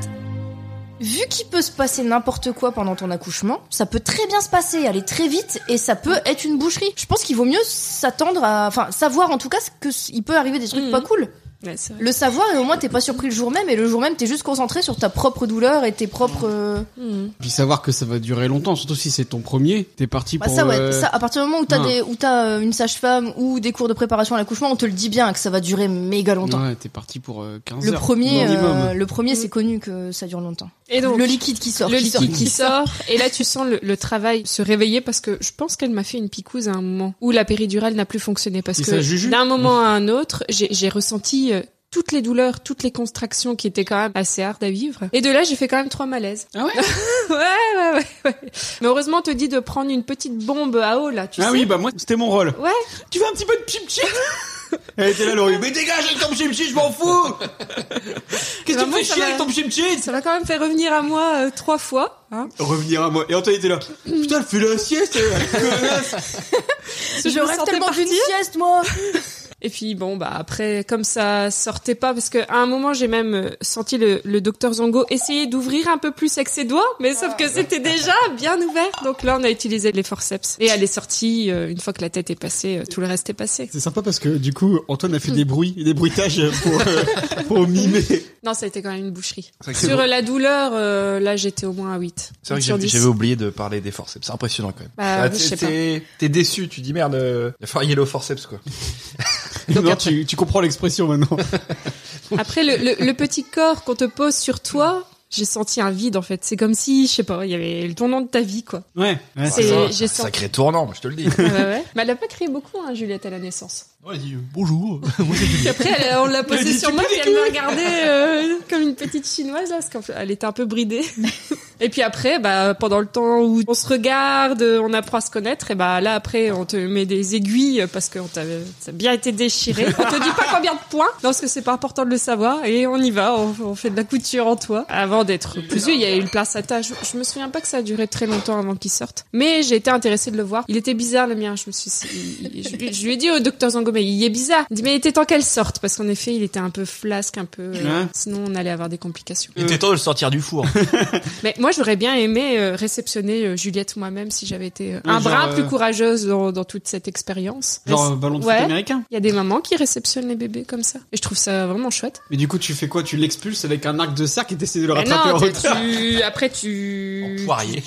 Speaker 5: vu qu'il peut se passer n'importe quoi pendant ton accouchement, ça peut très bien se passer, aller très vite, et ça peut être une boucherie. Je pense qu'il vaut mieux s'attendre à... Enfin, savoir en tout cas qu'il peut arriver des trucs
Speaker 4: Mhm.
Speaker 5: pas cool.
Speaker 4: Ouais, c'est vrai.
Speaker 5: Le savoir, et au moins, t'es pas surpris le jour même, et le jour même, t'es juste concentré sur ta propre douleur et tes propres... euh,
Speaker 4: Mhm.
Speaker 2: Puis savoir que ça va durer longtemps, surtout si c'est ton premier, t'es parti
Speaker 5: Bah
Speaker 2: pour.
Speaker 5: ça ouais,
Speaker 2: euh,
Speaker 5: ça à partir du moment où t'as
Speaker 2: non.
Speaker 5: des où t'as euh, une sage-femme ou des cours de préparation à l'accouchement, on te le dit bien que ça va durer méga longtemps.
Speaker 2: Ouais, t'es parti pour euh, 15
Speaker 5: le
Speaker 2: heures
Speaker 5: premier
Speaker 2: minimum.
Speaker 5: euh, le premier c'est connu que ça dure longtemps.
Speaker 4: Mm. Et donc,
Speaker 5: le liquide qui sort.
Speaker 4: le
Speaker 5: qui
Speaker 4: liquide qui sort. Et là, tu sens le, le travail se réveiller parce que je pense qu'elle m'a fait une picouse à un moment où la péridurale n'a plus fonctionné parce
Speaker 2: Et ça
Speaker 4: que
Speaker 2: juju
Speaker 4: d'un moment à un autre, j'ai j'ai ressenti euh, toutes les douleurs, toutes les contractions qui étaient quand même assez hard à vivre. Et de là, j'ai fait quand même trois malaises.
Speaker 2: Ah ouais
Speaker 4: [laughs] ouais, ouais, ouais, ouais. Mais heureusement, on te dit de prendre une petite bombe à eau là, tu
Speaker 2: Ah
Speaker 4: sais.
Speaker 2: oui, bah moi, c'était mon rôle.
Speaker 4: Ouais.
Speaker 2: Tu veux un petit peu de chip chip Elle était là, Laurie. Mais dégage avec ton chip chip, je m'en
Speaker 5: [laughs]
Speaker 2: fous
Speaker 5: Bah,
Speaker 2: Qu'est-ce que tu
Speaker 4: Vraiment,
Speaker 2: me fais
Speaker 4: ça
Speaker 2: chier
Speaker 4: m'a-
Speaker 2: avec ton chip chip
Speaker 4: Ça m'a quand même fait revenir à moi euh, trois fois. Hein.
Speaker 2: Revenir à moi. Et Antoine était là. Putain, elle fait la sieste, elle, connasse.
Speaker 4: Parce que je me
Speaker 5: J'aurais
Speaker 4: sentais
Speaker 5: tellement
Speaker 4: partir.
Speaker 5: d'une sieste moi.
Speaker 4: Et puis bon bah après comme ça sortait pas parce que à un moment j'ai même euh, senti le, le docteur Zongo essayer d'ouvrir un peu plus avec ses doigts mais sauf que c'était déjà bien ouvert donc là on a utilisé les forceps et elle est sortie euh, une fois que la tête est passée euh, tout le reste est passé.
Speaker 2: [laughs] C'est sympa parce que du coup, Antoine a fait des bruits, des bruitages pour,
Speaker 5: [laughs]
Speaker 2: euh, pour mimer.
Speaker 4: Non ça a été quand même une boucherie.
Speaker 6: C'est vrai que Ah, c'est
Speaker 4: Sur
Speaker 6: beau.
Speaker 4: euh, la douleur euh, là j'étais au moins à 8.
Speaker 6: C'est vrai que
Speaker 4: Sur
Speaker 6: j'ai-
Speaker 4: 10.
Speaker 6: j'avais oublié de parler des forceps. C'est impressionnant quand même.
Speaker 4: Bah,
Speaker 6: Ah,
Speaker 4: oui, je
Speaker 6: t'es-
Speaker 4: sais pas.
Speaker 6: t'es t'es déçu, tu dis merde, euh, il va falloir y aller aux forceps quoi.
Speaker 2: non, tu, tu comprends l'expression maintenant.
Speaker 4: Après, le, le- le petit corps qu'on te pose sur toi, j'ai senti un vide, en fait. C'est comme si, je sais pas, il y avait le tournant de ta
Speaker 6: [laughs]
Speaker 4: vie, quoi.
Speaker 2: Ouais. ouais.
Speaker 4: C'est-
Speaker 6: Ça,
Speaker 4: j'ai
Speaker 6: Ah, un
Speaker 4: senti-
Speaker 6: Sacré tournant, moi, je te le dis.
Speaker 4: Ouais, ouais, ouais. Mais elle a pas crié beaucoup, hein, Juliette, à la naissance.
Speaker 3: Ouais, dis, euh, bonjour.
Speaker 4: Puis après,
Speaker 2: [laughs]
Speaker 4: elle- on l'a
Speaker 2: Elle dit,
Speaker 4: posée sur
Speaker 2: tu
Speaker 4: moi,
Speaker 2: peux
Speaker 4: puis elle m'a regardée euh, comme une petite chinoise, là, parce qu'elle était un peu bridée. Et puis après, bah, pendant le temps où on se regarde, on apprend à se connaître, et bah là, après, on te met des aiguilles, parce que on t'avait- ça a bien été déchiré. On te dit pas combien de points, non, parce que c'est pas important de le savoir, et on y va, on, on fait de la couture en toi. Avant d'être plus vieux, il y a eu le placenta. Je, je me souviens pas que ça a duré très longtemps avant qu'il sorte. Mais j'ai été intéressée de le voir. Il était bizarre, le mien. Je me suis, il- il- je, lui- je lui ai dit au docteur Zangomé, il est bizarre. Il dit, mais il était temps qu'elle sorte, parce qu'en effet, il était un peu flasque, un peu, euh,
Speaker 2: Ouais.
Speaker 4: sinon on allait avoir des complications.
Speaker 6: Il était temps de le sortir du [laughs] four.
Speaker 4: Mais moi, j'aurais bien aimé euh, réceptionner euh, Juliette moi-même si j'avais été euh, un
Speaker 2: genre,
Speaker 4: brin
Speaker 2: euh,
Speaker 4: plus courageuse dans, dans toute cette expérience.
Speaker 2: Genre
Speaker 4: Mais-
Speaker 2: euh, ballon de
Speaker 4: Ouais.
Speaker 2: foot américain.
Speaker 4: Il y a des mamans qui réceptionnent les bébés comme ça. Et je trouve ça vraiment chouette.
Speaker 2: Mais du coup, tu fais quoi Tu l'expulses avec un arc de cercle et t'essaies de le
Speaker 4: Mais
Speaker 2: rattraper en
Speaker 4: non, t'es-
Speaker 2: hauteur.
Speaker 4: tu, après, tu...
Speaker 6: En poirier.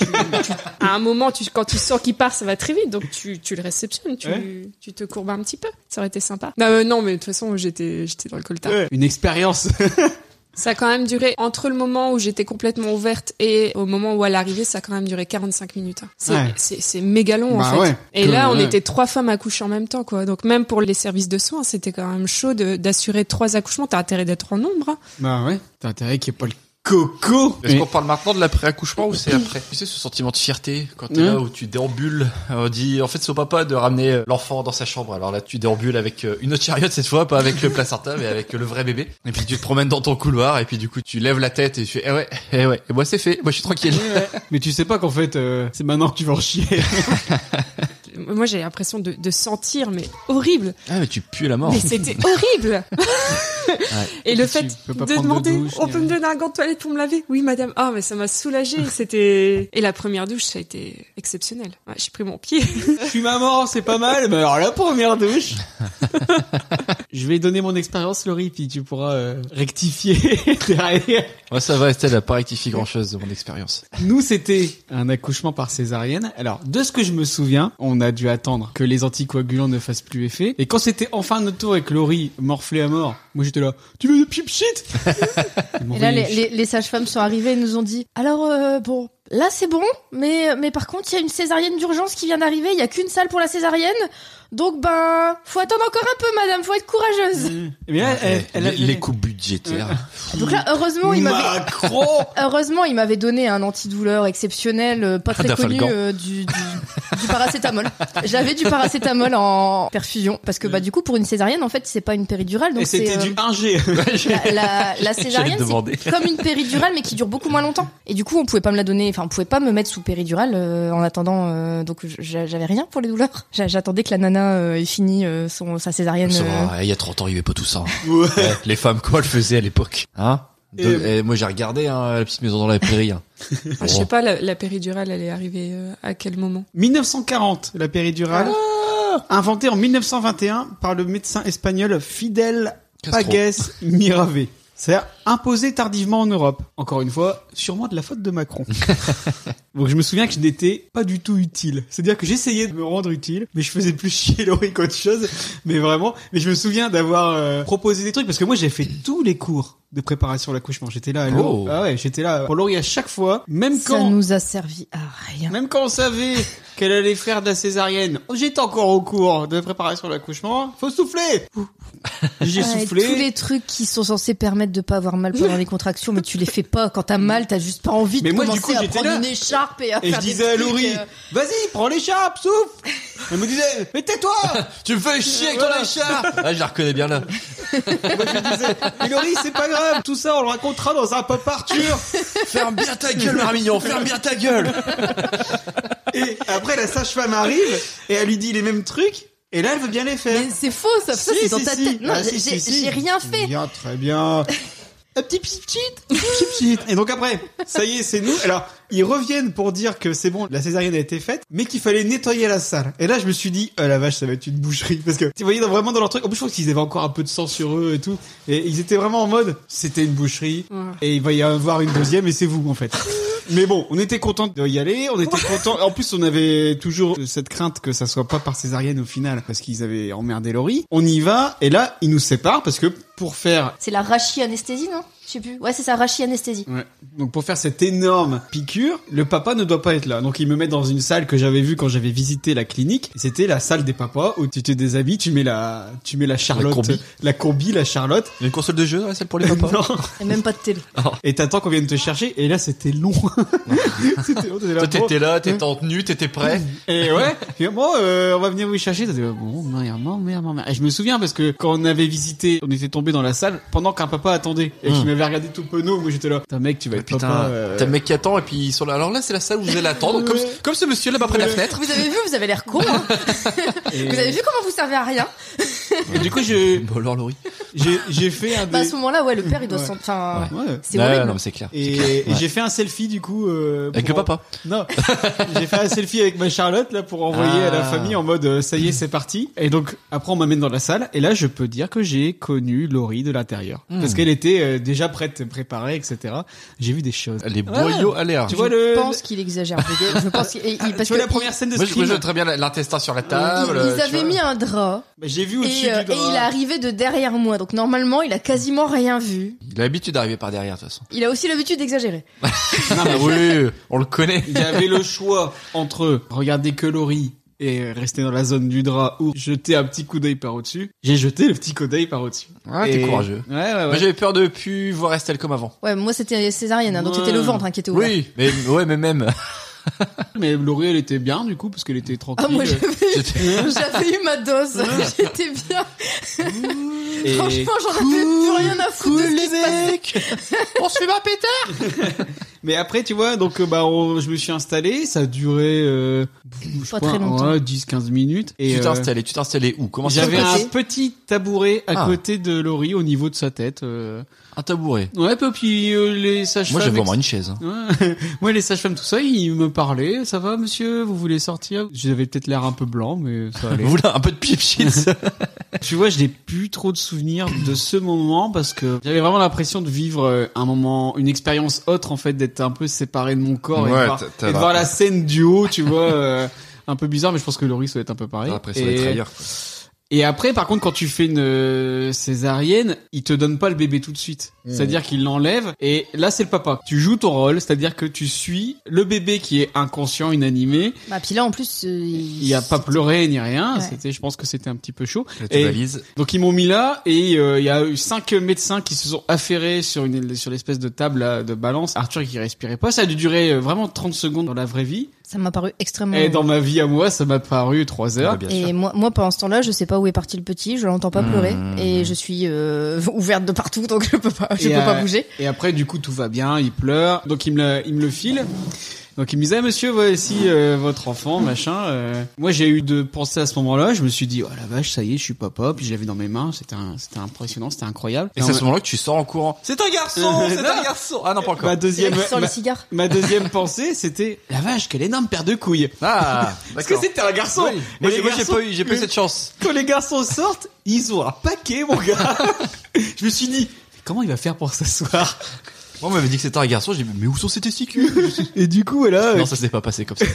Speaker 4: À un moment, tu, quand tu sens qu'il part, ça va très vite. Donc, tu, tu le réceptionnes. Tu,
Speaker 2: Ouais.
Speaker 4: tu te courbes un petit peu. Ça aurait été sympa. Non, euh, non mais de toute façon, j'étais j'étais dans le coltard.
Speaker 2: Ouais. Une expérience.
Speaker 4: Ça a quand même duré, entre le moment où j'étais complètement ouverte et au moment où elle arrivait, ça a quand même duré 45 minutes. hein. C'est
Speaker 2: Ouais.
Speaker 4: c'est- c'est méga long,
Speaker 2: Bah
Speaker 4: en fait.
Speaker 2: ouais.
Speaker 4: et
Speaker 2: Que-
Speaker 4: là, on
Speaker 2: ouais.
Speaker 4: était trois femmes accouchées en même temps, quoi. Donc même pour les services de soins, c'était quand même chaud de- d'assurer trois accouchements. T'as intérêt d'être en nombre. hein.
Speaker 2: Bah ouais. T'as intérêt qu'il n'y ait pas le coco.
Speaker 6: Est-ce qu'on parle maintenant de l'après-accouchement ou c'est après Tu sais, ce sentiment de fierté quand t'es
Speaker 2: Ouais.
Speaker 6: là où tu déambules. euh, On dit, en fait, c'est au papa de ramener euh, l'enfant dans sa chambre. Alors là, tu déambules avec euh, une autre chariote cette fois, pas avec le placenta, mais avec euh, le vrai bébé. Et puis tu te promènes dans ton couloir et puis du coup, tu lèves la tête et tu fais, eh ouais, eh ouais. Et moi, c'est fait. Moi, je suis tranquille.
Speaker 2: [laughs] Mais tu sais pas qu'en fait, euh, c'est maintenant que tu vas en
Speaker 4: [laughs]
Speaker 2: chier.
Speaker 4: Moi, j'ai l'impression de, de sentir, mais horrible.
Speaker 6: Ah, mais tu pues
Speaker 2: Oh.
Speaker 6: la mort.
Speaker 4: Mais c'était horrible.
Speaker 2: [laughs]
Speaker 4: Et le
Speaker 2: Tu
Speaker 4: fait
Speaker 2: peux pas
Speaker 4: de
Speaker 2: prendre de
Speaker 4: demander,
Speaker 2: douche,
Speaker 4: on
Speaker 2: ni
Speaker 4: peut me
Speaker 2: rien.
Speaker 4: donner un gant de toilette pour me laver Oui, madame. Ah, mais ça m'a soulagée.
Speaker 2: [laughs]
Speaker 4: C'était et la première douche, ça a été exceptionnel. Ouais, j'ai pris mon pied. [laughs]
Speaker 2: Je suis maman, c'est pas mal. Mais alors la première douche. Je vais donner mon expérience, Laurie, puis tu pourras euh, rectifier [laughs] derrière.
Speaker 6: Moi, ça va, Estelle a pas rectifié grand chose de mon expérience.
Speaker 2: Nous, c'était un accouchement par césarienne. Alors, de ce que je me souviens, on a dû attendre que les anticoagulants ne fassent plus effet. Et quand c'était enfin notre tour et que Laurie morflait à mort, moi j'étais là, tu veux du pip shit
Speaker 5: [laughs]
Speaker 2: Ils m'ont
Speaker 5: Et là,
Speaker 2: envoyé
Speaker 5: les, les- les sages-femmes sont arrivées et nous ont dit Alors, euh, bon, là c'est bon, mais, mais par contre, il y a une césarienne d'urgence qui vient d'arriver, il y a qu'une salle pour la césarienne, donc ben, faut attendre encore un peu, madame, faut être courageuse.
Speaker 2: Mais là, elle,
Speaker 6: Eh,
Speaker 2: elle,
Speaker 6: les,
Speaker 2: elle- [laughs]
Speaker 6: les coûts budgétaires.
Speaker 5: Donc là, heureusement, il [laughs] m'avait.
Speaker 2: Macron
Speaker 5: Heureusement, il m'avait donné un antidouleur exceptionnel, euh, pas très connu,
Speaker 6: D'Afalgan.
Speaker 5: euh, du, du- du paracétamol. J'avais du paracétamol en perfusion, parce que bah du coup, pour une césarienne, en fait, c'est pas une péridurale, donc
Speaker 2: Mm. Et
Speaker 5: c'est
Speaker 2: c'était
Speaker 5: euh,
Speaker 2: du 1G. [laughs]
Speaker 5: la, la- la
Speaker 6: J'allais
Speaker 5: césarienne,
Speaker 6: te demander.
Speaker 5: c'est comme une péridurale, mais qui dure beaucoup moins longtemps. Et du coup, on pouvait pas me la donner, enfin, on pouvait pas me mettre sous péridurale euh, en attendant. euh, donc, j- j'avais rien pour les douleurs. [laughs] J'a- J'attendais que la nana euh, ait fini euh, son sa césarienne.
Speaker 6: Ça
Speaker 5: euh,
Speaker 6: va, eh, Il y a 30 ans, il n'y avait pas tout ça. hein.
Speaker 2: [laughs]
Speaker 6: Eh, les femmes, comment elles faisaient à l'époque Hein De- eh, Moi, j'ai regardé hein, la petite maison dans la prairie. hein.
Speaker 4: Enfin, Ah, je sais pas, la, la péridurale, elle est arrivée euh, à quel moment
Speaker 2: 1940, la péridurale.
Speaker 5: Ah.
Speaker 2: Inventée en 1921 par le médecin espagnol Fidel
Speaker 6: Castro.
Speaker 2: Pages Mirave. C'est-à-dire imposée tardivement en Europe. Encore une fois, sûrement de la faute de
Speaker 6: [laughs]
Speaker 2: Macron. Donc je me souviens que je n'étais pas du tout utile. C'est-à-dire que j'essayais de me rendre utile, mais je faisais plus chier Laurie qu'autre chose. Mais vraiment, mais je me souviens d'avoir euh, proposé des trucs parce que moi j'ai fait tous les cours de préparation à l'accouchement. J'étais là à l'eau.
Speaker 6: Oh.
Speaker 2: Ah ouais, j'étais là pour Laurie à chaque fois, même
Speaker 5: euh. Ça
Speaker 2: quand
Speaker 5: nous a servi à rien.
Speaker 2: même quand on savait qu'elle allait faire de la césarienne, j'étais encore au cours de préparation de l'accouchement. Faut souffler. J'ai
Speaker 5: Ouais,
Speaker 2: soufflé.
Speaker 5: Tous les trucs qui sont censés permettre de pas avoir mal pendant les contractions, mais tu les fais pas. Quand t'as mal, t'as juste pas envie
Speaker 2: Mais
Speaker 5: de
Speaker 2: moi, du
Speaker 5: commencer
Speaker 2: coup,
Speaker 5: à
Speaker 2: j'étais
Speaker 5: prendre
Speaker 2: là.
Speaker 5: une écharpe et à
Speaker 2: Et
Speaker 5: faire
Speaker 2: je
Speaker 5: des
Speaker 2: disais à
Speaker 5: trucs,
Speaker 2: Laurie,
Speaker 5: euh,
Speaker 2: vas-y, prends l'écharpe, souffle. Elle me disait, mais tais-toi.
Speaker 6: Tu me fais chier avec ton
Speaker 2: Voilà.
Speaker 6: écharpe Ah, je la reconnais bien là.
Speaker 2: Moi, je lui disais, mais Laurie, c'est pas grave. Tout ça, on le racontera dans un pop Arthur.
Speaker 6: Ferme bien ta gueule, Marmignon, ferme bien ta gueule
Speaker 2: Et après, la sage-femme arrive et elle lui dit les mêmes trucs. Et là, elle veut bien les faire.
Speaker 5: Mais c'est faux, ça, ça
Speaker 2: Si,
Speaker 5: c'est
Speaker 2: si,
Speaker 5: dans ta
Speaker 2: si.
Speaker 5: tête. Non,
Speaker 2: Ah, si, si,
Speaker 5: j'ai
Speaker 2: si.
Speaker 5: j'ai rien fait.
Speaker 2: Bien, très bien. Un petit pchit pchit, pchit pchit. Et donc après, ça y est, c'est nous. Alors, ils reviennent pour dire que c'est bon, la césarienne a été faite, mais qu'il fallait nettoyer la salle. Et là, je me suis dit, oh la vache, ça va être une boucherie. Parce que, tu voyais dans- vraiment dans leur truc, en plus, je crois qu'ils avaient encore un peu de sang sur eux et tout. Et ils étaient vraiment en mode, c'était une boucherie.
Speaker 4: Ouais.
Speaker 2: Et il va y avoir une deuxième, et c'est vous, en fait. Mais bon, on était content de y aller, on était content. En plus, on avait toujours cette crainte que ça soit pas par césarienne au final, parce qu'ils avaient emmerdé Laurie. On y va, et là, ils nous séparent parce que pour faire,
Speaker 5: C'est la rachi-anesthésie, non Je sais plus. Ouais, c'est ça, rachi-anesthésie.
Speaker 2: ouais. donc pour faire cette énorme piqûre, le papa ne doit pas être là. Donc ils me mettent dans une salle que j'avais vue quand j'avais visité la clinique. C'était la salle des papas où tu te déshabilles, tu mets la, tu mets la Charlotte,
Speaker 6: combi.
Speaker 2: la combi, la Charlotte.
Speaker 6: Une console de jeu, ouais, celle pour les
Speaker 2: [laughs]
Speaker 6: papas
Speaker 2: Non.
Speaker 5: Et même pas de télé.
Speaker 2: Et t'attends qu'on vienne te chercher. Et là, c'était long. [laughs] c'était long. t'étais là, bon.
Speaker 6: Toi, t'étais là, t'étais en tenue, t'étais prêt.
Speaker 2: [laughs] Et ouais, et bon, euh, on va venir vous chercher. T'as dit, bon, merde, merde, merde, merde. Et je me souviens parce que quand on avait visité, on était tombé dans la salle pendant qu'un papa attendait et qu'il m'avait regardé tout penaud. Moi j'étais là, putain mec, tu vas être
Speaker 6: Hmm. Ah, Putain,
Speaker 2: papa. euh.
Speaker 6: t'as le mec qui attend et puis ils sont là. Alors là, c'est la salle où vous allez attendre, comme, comme ce monsieur là-bas près de la fenêtre.
Speaker 5: Vous avez vu, vous avez l'air con. hein.
Speaker 2: Et-
Speaker 5: Vous avez vu comment vous servez à rien
Speaker 2: et Du coup, je-
Speaker 6: Bon, alors, Laurie.
Speaker 2: j'ai j'ai fait un
Speaker 5: Bah, à
Speaker 2: des.
Speaker 5: ce moment-là, ouais, le père, il doit
Speaker 2: Ouais.
Speaker 5: s'en. Enfin,
Speaker 2: Ouais.
Speaker 5: c'est
Speaker 6: Ouais,
Speaker 5: horrible.
Speaker 6: non, mais c'est clair.
Speaker 2: Et, et j'ai fait un selfie du coup. euh,
Speaker 6: Avec le
Speaker 2: pour-
Speaker 6: papa.
Speaker 2: Non, [laughs] j'ai fait un selfie avec ma Charlotte là pour envoyer
Speaker 6: Ah.
Speaker 2: à la famille en mode euh, ça y est c'est parti. Et donc après on m'amène dans la salle et là je peux dire que j'ai connu Laurie de l'intérieur
Speaker 6: Hmm.
Speaker 2: parce qu'elle était euh, déjà prête, préparée, etc. J'ai vu des choses.
Speaker 5: Ah.
Speaker 6: Les boyaux à l'air.
Speaker 2: Tu vois le.
Speaker 5: Je pense qu'il exagère.
Speaker 2: [laughs]
Speaker 5: Je pense qu'il- il- il-
Speaker 2: tu
Speaker 5: parce
Speaker 2: vois
Speaker 5: que
Speaker 2: la première scène de
Speaker 6: Moi,
Speaker 2: ce
Speaker 6: je, moi,
Speaker 2: film
Speaker 6: je vois très bien l'intestin sur la
Speaker 5: il-
Speaker 6: table.
Speaker 5: ils
Speaker 6: tu
Speaker 5: avaient
Speaker 6: vois.
Speaker 5: mis un drap
Speaker 2: Bah, J'ai vu au-dessus
Speaker 5: et, euh,
Speaker 2: du drap.
Speaker 5: et il est arrivé de derrière moi. Donc normalement, il a quasiment rien vu.
Speaker 6: Il a l'habitude d'arriver par derrière, de toute façon.
Speaker 5: Il a aussi l'habitude d'exagérer.
Speaker 6: Ah oui, on le connaît.
Speaker 2: Il y avait le choix entre regarder que Laurie et rester dans la zone du drap ou jeter un petit coup d'œil par au-dessus. J'ai jeté le petit coup d'œil par au-dessus.
Speaker 6: Ah,
Speaker 2: Et-
Speaker 6: t'es courageux.
Speaker 2: Ouais, ouais, ouais.
Speaker 6: Moi, j'avais peur de plus voir Estelle comme avant.
Speaker 5: Ouais, moi c'était césarienne, hein, donc c'était le
Speaker 2: Ouais.
Speaker 5: ventre hein, qui était ouvert.
Speaker 6: Oui, mais ouais,
Speaker 2: [laughs]
Speaker 6: mais même.
Speaker 2: Mais Laurie, elle était bien du coup parce qu'elle était tranquille.
Speaker 5: Ah
Speaker 2: [laughs]
Speaker 5: moi j'avais
Speaker 6: J'étais-
Speaker 5: j'avais eu ma dose, [laughs] j'étais bien.
Speaker 2: Et-
Speaker 6: [laughs]
Speaker 5: Franchement j'en avais plus rien à foutre de ce qui se passait.
Speaker 6: On se fait ma péter
Speaker 2: Mais après, tu vois, donc euh, bah, on- je me suis installé, ça a duré euh, je
Speaker 5: Pas
Speaker 2: sais
Speaker 5: très longtemps.
Speaker 2: ouais, 10-15 minutes. Et
Speaker 6: tu t'es
Speaker 2: euh,
Speaker 6: installé, tu t'es installé où Comment ça
Speaker 2: j'avais
Speaker 6: s'est passé
Speaker 2: un petit tabouret à
Speaker 6: Ah.
Speaker 2: côté de Laurie au niveau de sa tête. euh.
Speaker 6: Un tabouret.
Speaker 2: Ouais, puis euh, les
Speaker 6: Moi,
Speaker 2: sages-femmes...
Speaker 6: j'avais
Speaker 2: ex-
Speaker 6: vraiment une chaise. hein.
Speaker 2: [laughs] Ouais. Ouais, les sages-femmes, tout ça, ils me parlaient. Ça va, monsieur Vous voulez sortir J'avais peut-être l'air un peu blanc, mais ça allait.
Speaker 6: [laughs] Vous là, un peu de
Speaker 2: [laughs]
Speaker 6: pip shit.
Speaker 2: tu vois, je n'ai plus trop de souvenirs de ce moment parce que j'avais vraiment l'impression de vivre euh, un moment, une expérience autre en fait, d'être un peu séparé de mon corps et de
Speaker 3: Ouais,
Speaker 2: voir,
Speaker 3: t'as- t'as
Speaker 2: et de
Speaker 3: la-
Speaker 2: voir la scène du haut, tu vois. euh, Un peu bizarre, mais je pense que Laurie, ça doit être un peu pareil.
Speaker 6: Ah, Après, ça va être
Speaker 2: et,
Speaker 6: ailleurs. quoi.
Speaker 2: et après, par contre, quand tu fais une euh, césarienne, il te donne pas le bébé tout de suite. C'est-à-dire qu'il l'enlève, et là, c'est le papa. Tu joues ton rôle, c'est-à-dire que tu suis le bébé qui est inconscient, inanimé.
Speaker 5: Bah, puis là, en plus, euh,
Speaker 2: Il a pas pleuré ni rien.
Speaker 5: Ouais.
Speaker 2: C'était, je pense que c'était un petit peu chaud.
Speaker 6: Là,
Speaker 2: Et-
Speaker 6: tu valises.
Speaker 2: donc ils m'ont mis là et euh, il y a eu cinq médecins qui se sont affairés sur une sur l'espèce de table là, de balance. Arthur qui respirait pas, ça a dû durer euh, vraiment 30 secondes dans la vraie vie
Speaker 5: ça m'a paru extrêmement.
Speaker 2: et Eh, dans ma vie à moi, ça m'a paru 3
Speaker 6: Ah,
Speaker 2: heures.
Speaker 6: bien sûr.
Speaker 5: Et moi, moi, pendant ce temps-là, je sais pas où est parti le petit, je l'entends pas
Speaker 6: Mmh.
Speaker 5: pleurer, et je suis euh, [laughs] ouverte de partout, donc je peux pas, je
Speaker 2: Et,
Speaker 5: peux pas
Speaker 2: euh,
Speaker 5: bouger.
Speaker 2: Et après du coup tout va bien, il pleure. Donc il me la- il me le file. Donc il me disait Ah, monsieur voici euh, votre enfant machin. euh. Moi j'ai eu de penser à ce moment-là, je me suis dit oh la vache ça y est je suis papa puis je l'avais dans mes mains, c'était un- c'était impressionnant, c'était incroyable.
Speaker 6: Et c'est à ce moment-là que tu sors
Speaker 2: [laughs]
Speaker 6: en courant. C'est un [laughs] garçon, c'est un garçon. Ah non, pas encore.
Speaker 2: ma
Speaker 5: C'est
Speaker 2: deuxième
Speaker 5: là qu'il sort
Speaker 2: ma-
Speaker 5: les cigares.
Speaker 2: Ma deuxième pensée, c'était la vache, quelle énorme paire de couilles.
Speaker 6: Ah,
Speaker 2: Bah, [laughs] Parce que
Speaker 6: d'accord.
Speaker 2: c'était un garçon.
Speaker 6: Oui. Moi,
Speaker 2: Et
Speaker 6: j'ai-
Speaker 2: les
Speaker 6: moi, j'ai
Speaker 2: garçons,
Speaker 6: pas eu, j'ai pas eu
Speaker 2: le-
Speaker 6: cette chance.
Speaker 2: Quand les garçons sortent, ils ont un paquet, mon
Speaker 6: [laughs]
Speaker 2: gars. je me suis dit, mais comment il va faire pour s'asseoir
Speaker 6: Moi, on m'avait dit que c'était un garçon, j'ai dit, mais où sont
Speaker 2: [laughs]
Speaker 6: ces testicules
Speaker 2: Et du coup, voilà. euh,
Speaker 6: Non, ça s'est pas passé comme ça.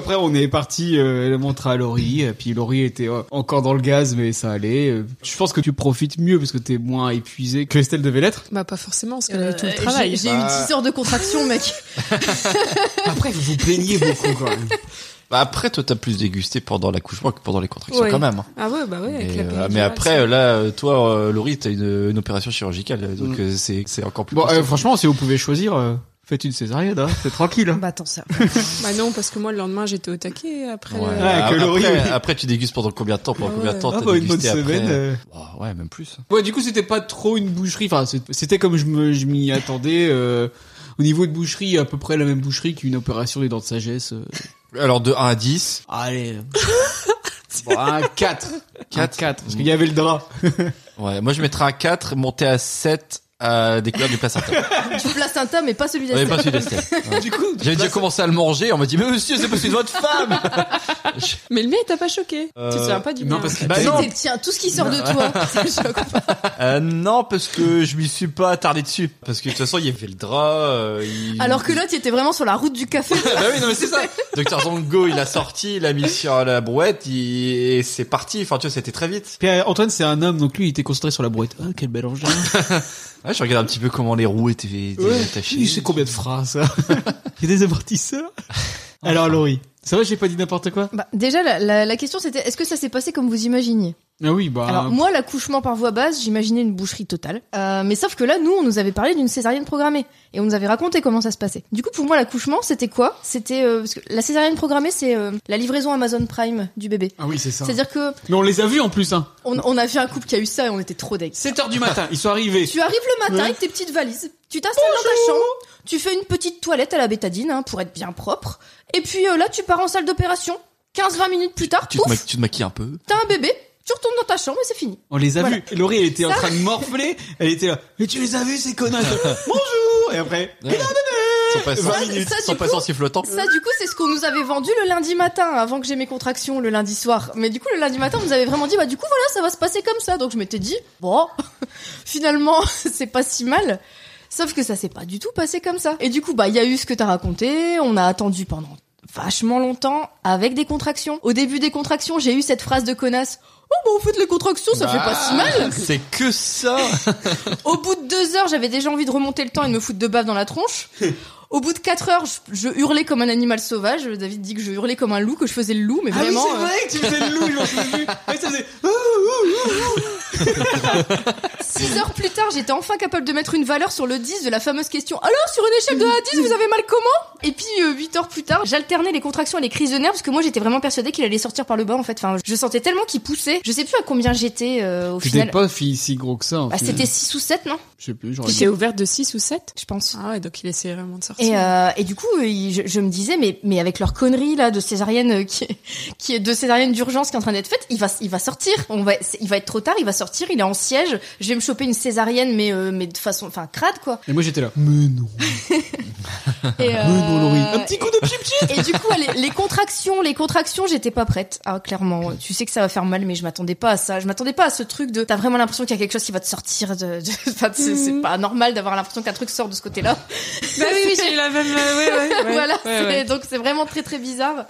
Speaker 2: Après, on est parti euh, le montrer à Laurie. euh, Puis Laurie était euh, encore dans le gaz, mais ça allait. euh. Je pense que tu profites mieux parce que t'es moins épuisé que Estelle devait l'être.
Speaker 4: Bah pas forcément, parce qu'elle a eu tout le
Speaker 5: Euh,
Speaker 4: travail.
Speaker 5: j'ai- J'ai eu
Speaker 2: Bah.
Speaker 5: 10 heures de
Speaker 2: [laughs]
Speaker 5: contraction, mec.
Speaker 2: Après, vous vous plaignez beaucoup quand même.
Speaker 6: Bah, après, toi, t'as plus dégusté pendant l'accouchement que pendant les contractions,
Speaker 4: Ouais.
Speaker 6: quand même. hein.
Speaker 4: Ah ouais, bah ouais,
Speaker 6: Mais,
Speaker 4: avec la
Speaker 6: euh,
Speaker 4: péridurale,
Speaker 6: mais
Speaker 4: ça.
Speaker 6: après, euh, là, euh, toi, euh, Laurie, t'as une, une opération chirurgicale, donc
Speaker 2: Mm.
Speaker 6: euh, c'est c'est encore
Speaker 2: [laughs]
Speaker 6: plus.
Speaker 2: Bon, euh,
Speaker 6: costaud.
Speaker 2: franchement, si vous pouvez choisir, euh, faites une césarienne, hein, c'est tranquille. hein.
Speaker 5: bah attends [laughs] ça.
Speaker 4: Bah non, parce que moi le lendemain j'étais au taquet après.
Speaker 6: euh,
Speaker 4: euh,
Speaker 6: Ouais.
Speaker 2: euh,
Speaker 4: le-
Speaker 2: Ouais, que
Speaker 6: après,
Speaker 2: Laurie, oui.
Speaker 6: après, tu dégustes pendant combien de temps Pendant
Speaker 4: Ah
Speaker 6: combien de
Speaker 4: ouais.
Speaker 6: temps
Speaker 2: Ah,
Speaker 6: t'as
Speaker 2: bah, une bonne
Speaker 6: dégusté après
Speaker 2: semaine. euh.
Speaker 6: Oh, Ouais, même plus.
Speaker 2: Ouais, du coup, c'était pas trop une boucherie. Enfin, c'est- c'était comme je me- je m'y attendais. euh, au niveau de boucherie, à peu près la même boucherie qu'une opération des dents de sagesse. euh.
Speaker 6: Alors, de 1 à 10,
Speaker 2: Allez. bon, un 4.
Speaker 6: Quatre.
Speaker 2: 4. 4. Parce qu'il y avait le drap.
Speaker 6: ouais, moi, je mettrais un 4, monter à 7 à découverte du placenta.
Speaker 4: [laughs]
Speaker 5: du placenta, mais pas celui
Speaker 6: Ouais,
Speaker 5: d'Estelle.
Speaker 6: pas
Speaker 5: [laughs]
Speaker 6: celui d'Estelle. Ouais.
Speaker 2: Du coup,
Speaker 6: J'avais déjà commencé à le manger, on m'a dit, mais monsieur, c'est parce que c'est votre femme!
Speaker 4: Mais le mien il t'a pas choqué.
Speaker 6: Euh,
Speaker 4: Tu te souviens pas du
Speaker 2: non,
Speaker 4: mien.
Speaker 2: parce que-
Speaker 6: Bah
Speaker 5: Tout
Speaker 6: non. Bah,
Speaker 5: est- Tiens, tout ce qui sort de toi,
Speaker 6: [laughs]
Speaker 5: ça me choque.
Speaker 6: Euh, non, parce que je m'y suis pas attardé dessus. Parce que de toute façon, il y avait le drap, euh, il-
Speaker 5: Alors que là, tu étais vraiment sur la route
Speaker 6: [laughs]
Speaker 5: du café.
Speaker 6: bah oui, non, mais c'est ça. Docteur Zango, il a sorti, il l'a mis sur la brouette, il- et c'est parti. Enfin, tu vois, c'était très vite.
Speaker 2: Puis, euh, Antoine, c'est un homme, donc lui, il était concentré sur la brouette. Ah, quel bel engin.
Speaker 6: Ouais, je regarde un petit peu comment les roues étaient, étaient attachées.
Speaker 2: Il sait combien de phrases, ça. [laughs] Il y a
Speaker 11: [laughs]
Speaker 2: des amortisseurs. Alors, Laurie. C'est vrai, j'ai pas dit n'importe quoi.
Speaker 5: Bah, déjà, la, la- la question c'était est-ce que ça s'est passé comme vous imaginiez
Speaker 2: Ah oui, bah.
Speaker 5: Alors, moi, l'accouchement par voie basse, j'imaginais une boucherie totale. Euh, mais sauf que là, nous, on nous avait parlé d'une césarienne programmée. Et on nous avait raconté comment ça se passait. Du coup, pour moi, l'accouchement, c'était quoi C'était. euh, parce que la césarienne programmée, c'est euh, la livraison Amazon Prime du bébé.
Speaker 2: Ah oui, c'est ça.
Speaker 5: C'est-à-dire que
Speaker 2: Mais on les a vus en plus, hein.
Speaker 5: on, on a vu un couple qui a eu ça et on était trop deg.
Speaker 2: 7
Speaker 11: [laughs]
Speaker 2: heures du matin, ils sont arrivés.
Speaker 5: Tu arrives le matin
Speaker 2: Ouais.
Speaker 5: avec tes petites valises, tu t'installes dans ta chambre, tu fais une petite toilette à la bétadine hein, pour être bien propre, et puis euh, là tu pars en salle d'opération, 15-20 minutes plus tard,
Speaker 6: Tu te, ma-
Speaker 5: pouf,
Speaker 6: tu te maquilles un peu.
Speaker 5: t'as un bébé, tu retournes dans ta chambre et c'est fini.
Speaker 2: On les a
Speaker 5: Voilà.
Speaker 2: vus. Laurie, elle était en
Speaker 5: Ça.
Speaker 2: train de morfler. Elle était là. Mais tu les as vus, ces connards.
Speaker 11: [laughs]
Speaker 2: Bonjour. Et après. Ah
Speaker 6: Ouais. Sans passant,
Speaker 5: Ça, ça, du
Speaker 6: sans
Speaker 5: coup-
Speaker 6: passant, si flottant.
Speaker 5: Ça du coup c'est ce qu'on nous avait vendu le lundi matin avant que j'ai mes contractions le lundi soir. Mais du coup le lundi matin on nous avait vraiment dit bah du coup voilà ça va se passer comme ça. Donc je m'étais dit bon [laughs] finalement [laughs] c'est pas si mal. Sauf que ça s'est pas du tout passé comme ça. Et du coup bah il y a eu ce que t'as raconté, on a attendu pendant vachement longtemps avec des contractions. Au début des contractions j'ai eu cette phrase de connasse. Oh bah en fait les contractions ça fait pas si mal.
Speaker 6: Bah, C'est que ça.
Speaker 5: Au bout de deux heures, j'avais déjà envie de remonter le temps et de me foutre de bave dans
Speaker 2: [laughs]
Speaker 5: la tronche. Au bout de quatre heures, je, je hurlais comme un animal sauvage. David dit que je hurlais comme un loup, que je faisais le loup, mais
Speaker 2: Ah oui,
Speaker 5: vraiment. euh,
Speaker 2: c'est vrai que tu faisais le loup, je m'en souviens plus. Ouais, ça faisait. ouh, ouh, ouh, ouh.
Speaker 5: Six heures plus tard, j'étais enfin capable de mettre une valeur sur le 10 de la fameuse question. Alors, sur une échelle de 1 à 10, vous avez mal comment Et puis, euh, huit heures plus tard, j'alternais les contractions et les crises de nerfs parce que moi, j'étais vraiment persuadée qu'il allait sortir par le bas, en fait. Enfin, je sentais tellement qu'il poussait. Je sais plus à combien j'étais euh, au
Speaker 11: J'étais
Speaker 5: final.
Speaker 11: pas fi- si gros que ça. en
Speaker 5: Bah,
Speaker 11: final.
Speaker 5: c'était 6 ou 7, non
Speaker 11: Je sais plus, j'aurais
Speaker 4: Tu
Speaker 11: dit.
Speaker 4: t'es ouverte de 6 ou 7
Speaker 5: Je pense.
Speaker 4: Ah ouais, donc il essayait vraiment de sortir.
Speaker 5: Et, euh, et du coup, euh, il- je, je me disais, mais, mais avec leur connerie là de césarienne euh, qui, [laughs] est- qui est de césarienne d'urgence qui est en train d'être faite, il va, il va sortir. On va, c'est- il va être trop tard. Il va sortir. Il est en siège. Je vais me choper une césarienne, mais euh, mais de façon, enfin crade
Speaker 11: [laughs]
Speaker 5: quoi.
Speaker 11: Et moi j'étais là. Mais non.
Speaker 5: Et, euh,
Speaker 11: Mais non, Laurie. Un
Speaker 5: et-
Speaker 11: petit coup de pchip pchip.
Speaker 5: Et du coup, les, les contractions, les contractions, j'étais pas prête. Ah, clairement, tu sais que ça va faire mal, mais je m'attendais pas à ça. Je m'attendais pas à ce truc de. T'as vraiment l'impression qu'il y a quelque chose qui va te sortir de. [laughs] de- enfin, c'est
Speaker 11: Mm.
Speaker 5: c'est pas normal d'avoir l'impression qu'un truc sort de ce côté-là.
Speaker 4: Bah oui, oui, j'ai eu la même. euh, ouais, [laughs] ouais, ouais,
Speaker 5: [laughs] voilà.
Speaker 4: ouais,
Speaker 5: c'est-
Speaker 4: ouais.
Speaker 5: Donc c'est vraiment très très bizarre.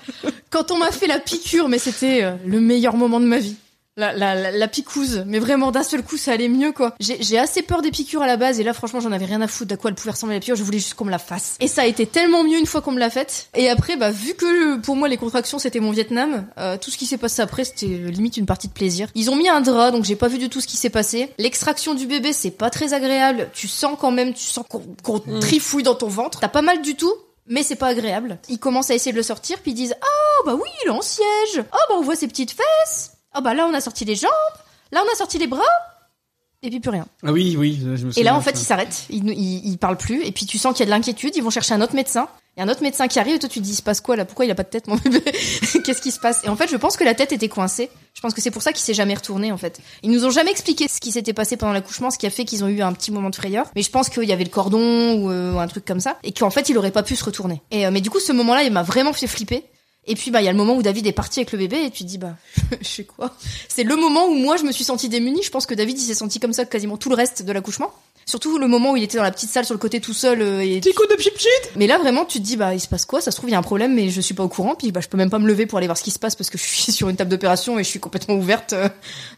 Speaker 5: Quand on m'a fait la piqûre, mais c'était euh, le meilleur moment de ma vie. La, la, la, la picouse, mais vraiment d'un seul coup ça allait mieux quoi. J'ai j'ai assez peur des piqûres à la base et là franchement j'en avais rien à foutre d'à quoi elle pouvait ressembler la piqûre, je voulais juste qu'on me la fasse. Et ça a été tellement mieux une fois qu'on me l'a faite. Et après bah vu que euh, pour moi les contractions c'était mon Vietnam, euh, tout ce qui s'est passé après c'était euh, limite une partie de plaisir. Ils ont mis un drap donc j'ai pas vu du tout ce qui s'est passé. L'extraction du bébé c'est pas très agréable, tu sens quand même, tu sens qu'on qu'on
Speaker 4: Mm.
Speaker 5: trifouille dans ton ventre, t'as pas mal du tout. Mais c'est pas agréable. Ils commencent à essayer de le sortir, puis ils disent Oh bah oui, il est en siège. Oh bah on voit ses petites fesses. Oh bah là on a sorti les jambes. Là on a sorti les bras. Et puis plus rien.
Speaker 2: Ah oui, oui, je me
Speaker 5: Et
Speaker 2: souviens
Speaker 5: là
Speaker 2: de
Speaker 5: en fait
Speaker 2: ça.
Speaker 5: ils s'arrêtent. Ils, ils, ils parlent plus. Et puis tu sens qu'il y a de l'inquiétude. Ils vont chercher un autre médecin. Il y a un autre médecin qui arrive. Et toi tu te dis il se passe quoi là Pourquoi il a pas de tête mon bébé [laughs] Qu'est-ce qui se passe Et en fait je pense que la tête était coincée. Je pense que c'est pour ça qu'il s'est jamais retourné en fait. Ils nous ont jamais expliqué ce qui s'était passé pendant l'accouchement, ce qui a fait qu'ils ont eu un petit moment de frayeur. Mais je pense qu'il y avait le cordon ou euh, un truc comme ça, et qu'en fait il aurait pas pu se retourner. Et euh, mais du coup ce moment-là il m'a vraiment fait flipper. Et puis bah il y a le moment où David est parti avec le bébé et tu te dis bah [laughs] je sais quoi. C'est le moment où moi je me suis sentie démunie. Je pense que David il s'est senti comme ça quasiment tout le reste de l'accouchement. Surtout le moment où il était dans la petite salle sur le côté tout seul
Speaker 11: [laughs]
Speaker 5: euh, et
Speaker 2: Petit coup de pchip pchip.
Speaker 5: mais là vraiment tu te dis bah il se passe quoi ça se trouve il y a un problème mais je suis pas au courant puis bah je peux même pas me lever pour aller voir ce qui se passe parce que je suis sur une table d'opération et je suis complètement ouverte euh,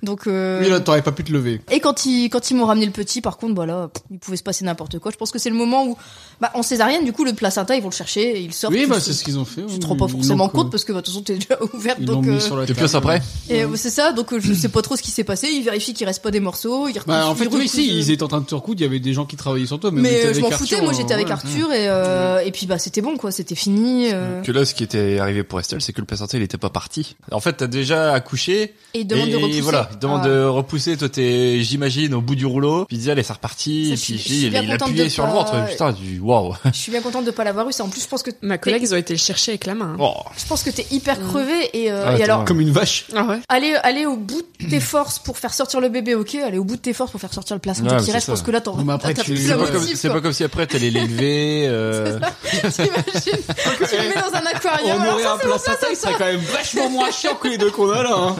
Speaker 5: donc euh,
Speaker 11: Ah Oui, là, t'aurais pas pu te lever.
Speaker 5: et quand ils quand ils m'ont ramené le petit par contre voilà là pff, il pouvait se passer n'importe quoi je pense que c'est le moment où bah en césarienne du coup le placenta ils vont le chercher et ils le sortent
Speaker 11: Oui,
Speaker 5: Tu
Speaker 11: bah
Speaker 5: te-
Speaker 11: c'est ce qu'ils ont fait.
Speaker 5: tu
Speaker 11: oui,
Speaker 5: te rends pas
Speaker 11: ils l'ont
Speaker 5: forcément
Speaker 11: que-
Speaker 5: compte parce que bah, de toute façon t'es déjà [laughs] ouverte
Speaker 11: Ils l'ont
Speaker 5: donc
Speaker 11: mis
Speaker 5: euh,
Speaker 11: sur la
Speaker 6: T'es
Speaker 11: table.
Speaker 6: pioce après
Speaker 5: et euh, c'est ça donc euh, je sais pas trop ce qui s'est passé ils vérifient qu'il reste pas des morceaux ils
Speaker 11: Bah, en
Speaker 5: recousu-
Speaker 11: fait,
Speaker 5: ils
Speaker 11: oui, si,
Speaker 5: recousent-
Speaker 11: ils étaient en train de te recoudre, il y avait des gens qui travaillaient sur toi, mais, on
Speaker 5: mais
Speaker 11: était
Speaker 5: euh, je
Speaker 11: avec
Speaker 5: m'en
Speaker 11: Arthur,
Speaker 5: foutais moi
Speaker 11: hein,
Speaker 5: j'étais avec
Speaker 11: ouais.
Speaker 5: Arthur et euh, et puis bah c'était bon quoi c'était fini euh,
Speaker 6: Que là, ce qui était arrivé pour Estelle, c'est que le placenta, il était pas parti. En fait, t'as déjà accouché.
Speaker 5: et ils demandent de repousser
Speaker 6: voilà, il demande
Speaker 5: Ah.
Speaker 6: de repousser. Toi, t'es, j'imagine, au bout du rouleau. Puis il dit, allez, c'est reparti.
Speaker 5: Ça,
Speaker 6: Et
Speaker 5: je suis-
Speaker 6: puis
Speaker 5: je suis
Speaker 6: il,
Speaker 5: bien
Speaker 6: il
Speaker 5: contente de
Speaker 6: appuyait sur le
Speaker 5: pas-
Speaker 6: ventre. Putain, du
Speaker 5: [laughs]
Speaker 6: waouh.
Speaker 5: Je suis bien contente de pas l'avoir eu. Ça, en plus, je pense que
Speaker 4: Ma collègue, Mm. ils ont été le chercher avec la main. hein.
Speaker 6: Oh.
Speaker 5: je pense que t'es hyper crevé et, euh,
Speaker 6: Ah,
Speaker 5: et
Speaker 6: t'es
Speaker 5: alors
Speaker 6: vraiment-
Speaker 2: Comme une vache.
Speaker 4: Ah ouais.
Speaker 5: aller aller au bout de tes forces pour faire sortir le bébé, ok. Aller au bout de tes forces pour faire sortir le placenta
Speaker 6: Ouais,
Speaker 5: qui
Speaker 6: mais
Speaker 5: reste.
Speaker 6: c'est
Speaker 5: Je pense
Speaker 6: ça.
Speaker 5: que là, t'en
Speaker 11: Non, mais après,
Speaker 5: t'as
Speaker 11: tu-
Speaker 5: plus
Speaker 6: C'est
Speaker 5: la
Speaker 6: pas, comme,
Speaker 5: motive,
Speaker 6: c'est
Speaker 5: quoi.
Speaker 6: pas comme si après t'allais l'élever. Euh...
Speaker 5: [laughs] T'imagines Tu le mets dans un aquarium.
Speaker 11: Oh,
Speaker 2: On
Speaker 5: alors
Speaker 2: aurait
Speaker 5: ça,
Speaker 2: un
Speaker 5: c'est mon
Speaker 2: placenta, il
Speaker 5: placenta.
Speaker 2: serait quand même vachement moins chiant que les deux qu'on a là. hein.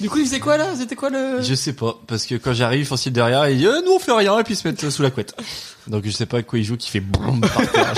Speaker 2: Du coup, il faisait quoi là C'était quoi le
Speaker 6: Je sais pas, parce que quand j'arrive, Francine derrière, il dit euh, nous on fait rien, et puis ils se mettent sous la couette. Donc je sais pas à quoi il joue qui fait boum par
Speaker 5: [laughs]
Speaker 6: terre.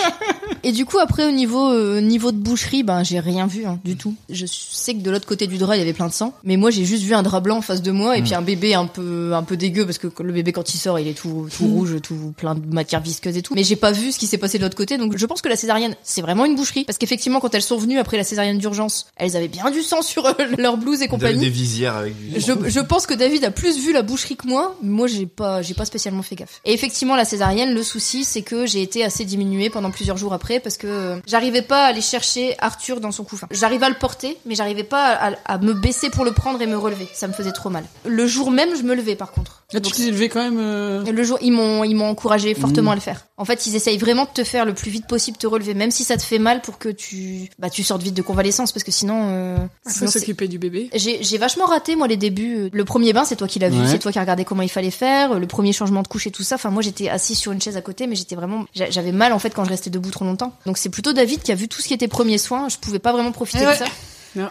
Speaker 5: Et du coup, après, au niveau, euh, niveau de boucherie, ben, j'ai rien vu, hein,
Speaker 6: Mm.
Speaker 5: du tout. Je sais que de l'autre côté du drap, il y avait plein de sang. Mais moi, j'ai juste vu un drap blanc en face de
Speaker 6: Mm.
Speaker 5: moi et puis un bébé un peu, un peu dégueu parce que le bébé, quand il sort, il est tout,
Speaker 6: Mm.
Speaker 5: tout rouge, tout plein de matière visqueuse et tout. Mais j'ai pas vu ce qui s'est passé de l'autre côté. Donc, je pense que la césarienne, c'est vraiment une boucherie. Parce qu'effectivement, quand elles sont venues après la césarienne d'urgence, elles avaient bien du sang sur euh, leur blouse et
Speaker 6: Ils avaient des
Speaker 5: compagnie.
Speaker 6: visières avec du.
Speaker 5: Je, je pense que David a plus vu la boucherie que moi. mais Moi, j'ai pas, j'ai pas spécialement fait gaffe. Et effectivement, la césarienne, le souci, c'est que j'ai été assez diminuée pendant plusieurs jours après parce que euh, j'arrivais pas à aller chercher Arthur dans son couffin. J'arrivais à le porter, mais j'arrivais pas à, à me baisser pour le prendre et me relever. Ça me faisait trop mal. Le jour même, je me levais par contre.
Speaker 4: Ah,
Speaker 11: Là, tu
Speaker 5: Donc,
Speaker 11: t'es élevé quand même. euh,
Speaker 5: le jour, ils m'ont, ils m'ont encouragé fortement à le faire. En fait, ils essayent vraiment de te faire le plus vite possible te relever, même si ça te fait mal pour que tu, bah, tu sortes vite de convalescence parce que sinon, euh,
Speaker 4: Faut
Speaker 5: sinon, c'est-
Speaker 4: s'occuper du bébé.
Speaker 5: j'ai j'ai vachement raté moi les débuts. Le premier bain, c'est toi qui l'as vu,
Speaker 11: Ouais.
Speaker 5: c'est toi qui as regardé comment il fallait faire, le premier changement de couche et tout ça. Enfin moi j'étais assise sur une chaise à côté, mais j'étais vraiment j'a- j'avais mal en fait quand je restais debout trop longtemps. Donc c'est plutôt David qui a vu tout ce qui était premier soin. Je pouvais pas vraiment profiter
Speaker 2: Eh
Speaker 5: de
Speaker 2: ouais.
Speaker 5: ça.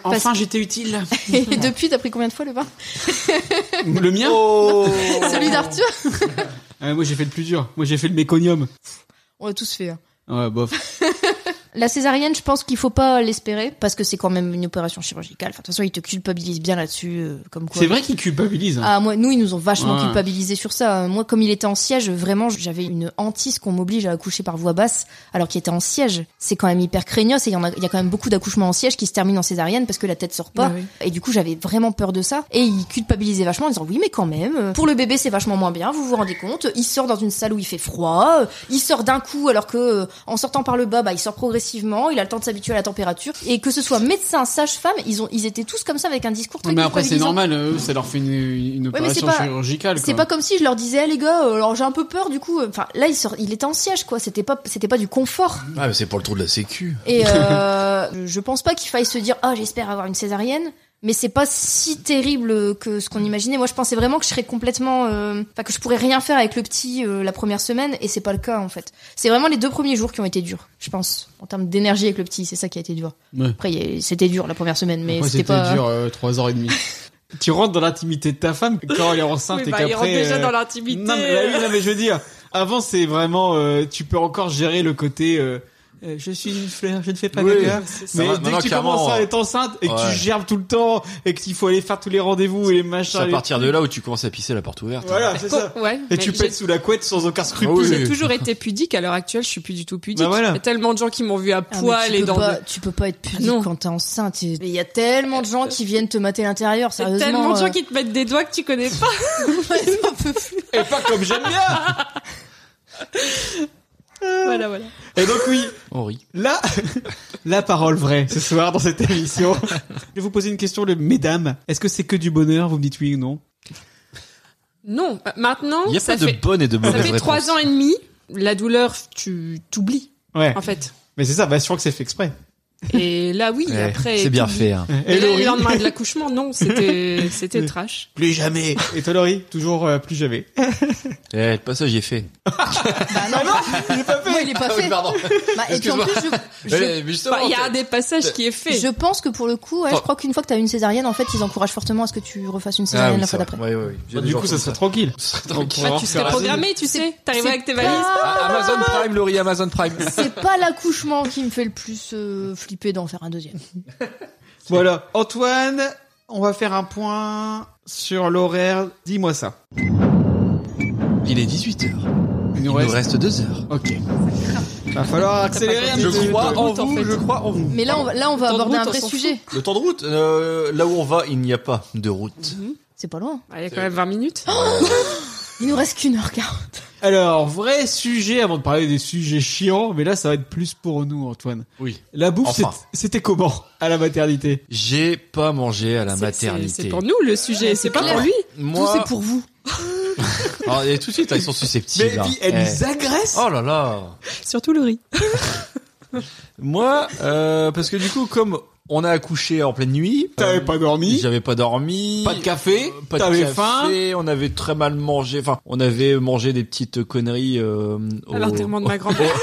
Speaker 2: Enfin, j'étais utile.
Speaker 5: Et depuis t'as pris combien de fois le bain
Speaker 2: Le mien
Speaker 5: [laughs]
Speaker 6: Oh
Speaker 5: Celui d'Arthur
Speaker 2: Ah, Moi, j'ai fait le plus dur. Moi, j'ai fait le méconium.
Speaker 5: On l'a tous fait. hein.
Speaker 2: Ouais, bof.
Speaker 5: La césarienne, je pense qu'il faut pas l'espérer parce que c'est quand même une opération chirurgicale. Enfin, de toute façon, ils te culpabilisent bien là-dessus, euh, comme quoi.
Speaker 2: C'est vrai qu'ils culpabilisent.
Speaker 5: Ah moi, nous ils nous ont vachement
Speaker 2: Ouais.
Speaker 5: culpabilisé sur ça. Moi, comme il était en siège, vraiment j'avais une hantise qu'on m'oblige à accoucher par voie basse alors qu'il était en siège. C'est quand même hyper craignos et il y en a, il y a quand même beaucoup d'accouchements en siège qui se terminent en césarienne parce que la tête sort pas.
Speaker 4: Bah oui.
Speaker 5: Et du coup j'avais vraiment peur de ça. Et ils culpabilisaient vachement en disant oui mais quand même euh, pour le bébé c'est vachement moins bien. Vous vous rendez compte Il sort dans une salle où il fait froid. euh, Il sort d'un coup alors que euh, en sortant par le bas bah il sort progressivement. Il a le temps de s'habituer à la température. Et que ce soit médecin, sage-femme, ils ont ils étaient tous comme ça avec un discours très
Speaker 11: Mais après, c'est
Speaker 5: culpabilisant.
Speaker 11: normal, eux, ça leur fait une, une
Speaker 5: Ouais, mais c'est
Speaker 11: opération
Speaker 5: pas-
Speaker 11: chirurgicale. quoi.
Speaker 5: C'est pas comme si je leur disais, Eh, les gars, euh, alors j'ai un peu peur du coup. euh, Enfin, là, il, sort, il était en siège, quoi. C'était pas, c'était pas du confort.
Speaker 6: Ah, mais c'est pour le trou de la sécu.
Speaker 5: Et
Speaker 11: [laughs]
Speaker 5: euh, je pense pas qu'il faille se dire, oh, j'espère avoir une césarienne. Mais c'est pas si terrible que ce qu'on imaginait. Moi, je pensais vraiment que je serais complètement, euh, enfin que je pourrais rien faire avec le petit euh, la première semaine, et c'est pas le cas en fait. C'est vraiment les deux premiers jours qui ont été durs, je pense, en termes d'énergie avec le petit. C'est ça qui a été dur.
Speaker 11: Ouais.
Speaker 5: Après, il y a- c'était dur la première semaine, mais
Speaker 11: Après,
Speaker 5: c'était pas.
Speaker 11: dur, euh, trois heures et
Speaker 4: [laughs]
Speaker 11: demie.
Speaker 2: Tu rentres dans l'intimité de ta femme quand elle est enceinte
Speaker 4: Oui,
Speaker 2: et
Speaker 4: bah,
Speaker 2: qu'après.
Speaker 4: il rentre déjà
Speaker 2: euh,
Speaker 4: dans l'intimité.
Speaker 2: Non, mais, bah oui, non, mais je veux dire, avant c'est vraiment, euh, tu peux encore gérer le côté. euh, euh, je suis une fleur, je ne fais pas
Speaker 6: Oui.
Speaker 2: de guerre.
Speaker 6: Ça
Speaker 2: Mais
Speaker 6: va,
Speaker 2: dès
Speaker 6: maintenant,
Speaker 2: que tu
Speaker 6: clairement,
Speaker 2: commences à être enceinte et que
Speaker 6: ouais.
Speaker 2: tu gerbes tout le temps et qu'il faut aller faire tous les rendez-vous et les machins.
Speaker 6: C'est à
Speaker 2: les
Speaker 6: partir de
Speaker 2: trucs.
Speaker 6: là où tu commences à pisser la porte ouverte.
Speaker 2: Voilà, c'est ça.
Speaker 4: Ouais,
Speaker 2: Et
Speaker 4: Oh. mais
Speaker 2: tu
Speaker 4: j'ai-
Speaker 2: pètes sous la couette sans aucun
Speaker 6: Ah
Speaker 2: scrupule.
Speaker 6: oui.
Speaker 4: J'ai toujours été pudique, à l'heure actuelle, je suis plus du tout pudique.
Speaker 2: Bah voilà.
Speaker 4: Il y a tellement de gens qui m'ont vu à
Speaker 5: Ah, mais
Speaker 4: poil
Speaker 5: tu
Speaker 4: et
Speaker 5: peux
Speaker 4: dans
Speaker 5: pas,
Speaker 4: des-
Speaker 5: tu peux pas être pudique
Speaker 4: Ah, non. Euh,
Speaker 5: quand t'es enceinte. et- Mais il y a tellement de gens qui viennent te mater l'intérieur,
Speaker 4: Il y
Speaker 5: sérieusement.
Speaker 4: a tellement de
Speaker 5: euh.
Speaker 4: gens qui te mettent des doigts que tu connais
Speaker 5: [laughs]
Speaker 4: pas.
Speaker 2: Et pas comme j'aime bien.
Speaker 4: voilà, voilà.
Speaker 2: Et donc oui,
Speaker 6: On rit.
Speaker 2: Là, [laughs] la parole vraie ce soir dans cette émission. Je vais vous poser une question, les mesdames. Est-ce que c'est que du bonheur Vous me dites oui ou non
Speaker 4: Non, euh, maintenant,
Speaker 6: Il n'y a
Speaker 4: ça
Speaker 6: pas de
Speaker 4: fait,
Speaker 6: bonne et de
Speaker 4: ça
Speaker 6: mauvaise
Speaker 4: fait
Speaker 6: réponse.
Speaker 4: trois ans et demi, la douleur, tu t'oublies,
Speaker 2: Ouais.
Speaker 4: en fait.
Speaker 2: Mais c'est ça, bah, sûr que c'est fait exprès.
Speaker 4: Et là, oui,
Speaker 6: Ouais,
Speaker 4: après.
Speaker 6: Eh, c'est bien
Speaker 4: t'oublies.
Speaker 6: fait. hein.
Speaker 4: Et
Speaker 2: Et
Speaker 4: là,
Speaker 2: Laurie
Speaker 4: le lendemain de l'accouchement, non,
Speaker 6: [laughs]
Speaker 4: c'était, c'était trash.
Speaker 2: Plus jamais. [laughs] Et toi, Laurie Toujours euh, plus jamais.
Speaker 6: Eh, le passage est fait.
Speaker 4: Ah,
Speaker 5: Bah non,
Speaker 2: Il est pas
Speaker 5: moi, il est pas
Speaker 6: Ah oui,
Speaker 5: fait.
Speaker 6: pardon.
Speaker 5: Bah, et puis en
Speaker 6: Excuse-moi.
Speaker 5: plus, je, je,
Speaker 6: Eh, mais justement,
Speaker 4: Enfin, il y a
Speaker 6: t'as-
Speaker 4: des passages qui est fait.
Speaker 5: je pense que pour le coup, ouais, je crois qu'une fois que t'as eu une césarienne, en fait, ils encouragent fortement à ce que tu refasses une
Speaker 6: Ah
Speaker 5: césarienne
Speaker 6: oui,
Speaker 5: la
Speaker 6: c'est
Speaker 5: fois
Speaker 6: vrai.
Speaker 5: d'après.
Speaker 6: Ouais, ouais, ouais. J'ai des
Speaker 2: Du
Speaker 6: gens
Speaker 2: coup,
Speaker 6: qui
Speaker 2: ça
Speaker 6: font
Speaker 2: serait tranquille.
Speaker 6: Bah, Ça serait
Speaker 2: Donc,
Speaker 6: tranquille.
Speaker 2: on va
Speaker 4: Enfin, tu
Speaker 2: refaire
Speaker 4: serais
Speaker 2: la-
Speaker 4: programmé, tu sais. T'arrives
Speaker 5: c'est
Speaker 4: avec tes
Speaker 5: pas-
Speaker 4: valises.
Speaker 6: Ah, Amazon Prime, Laurie, Amazon Prime.
Speaker 5: C'est pas l'accouchement qui me fait le plus euh, flipper d'en faire un deuxième.
Speaker 2: Voilà. Antoine, on va faire un point sur l'horaire. Dis-moi ça.
Speaker 6: Il est 18h.
Speaker 2: Il
Speaker 6: Il
Speaker 2: nous
Speaker 6: nous
Speaker 2: reste-
Speaker 6: reste 2 heures.
Speaker 2: Ok. Va falloir accélérer un
Speaker 6: Je
Speaker 2: petit peu.
Speaker 6: crois en
Speaker 4: route, en
Speaker 6: vous,
Speaker 4: fait.
Speaker 6: je crois en vous.
Speaker 5: Mais là, on va, là, on va
Speaker 4: Tant de
Speaker 5: aborder
Speaker 4: route,
Speaker 5: un
Speaker 4: on
Speaker 5: vrai
Speaker 4: s'en
Speaker 5: sujet.
Speaker 6: Le temps de route, euh, là où on va, il n'y a pas de route.
Speaker 5: C'est pas loin.
Speaker 4: Ah, Il y a quand même 20 minutes.
Speaker 5: Il nous reste qu'une heure quarante.
Speaker 2: Alors, vrai sujet, avant de parler des sujets chiants, mais là, ça va être plus pour nous, Antoine.
Speaker 6: Oui.
Speaker 2: La bouffe,
Speaker 6: Enfin.
Speaker 2: c'est- c'était comment à la maternité
Speaker 6: J'ai pas mangé à la
Speaker 4: C'est-
Speaker 6: maternité.
Speaker 4: C'est c'est pour nous le sujet, c'est pas pour lui.
Speaker 5: Tout
Speaker 6: Moi,
Speaker 5: c'est pour vous.
Speaker 6: Alors, et tout de suite, hein, ils sont susceptibles. hein. Eh.
Speaker 2: agresse
Speaker 6: Oh là là.
Speaker 4: Surtout le riz.
Speaker 6: Moi, euh, parce que du coup, comme on a accouché en pleine nuit,
Speaker 2: T'avais
Speaker 6: euh,
Speaker 2: pas dormi
Speaker 6: j'avais pas dormi,
Speaker 2: Pas de café
Speaker 6: euh, pas de
Speaker 2: T'avais
Speaker 6: café,
Speaker 2: faim
Speaker 6: on avait très mal mangé, enfin, on avait mangé des petites conneries. Euh,
Speaker 4: À l'enterrement de
Speaker 6: [laughs]
Speaker 4: ma grand-mère.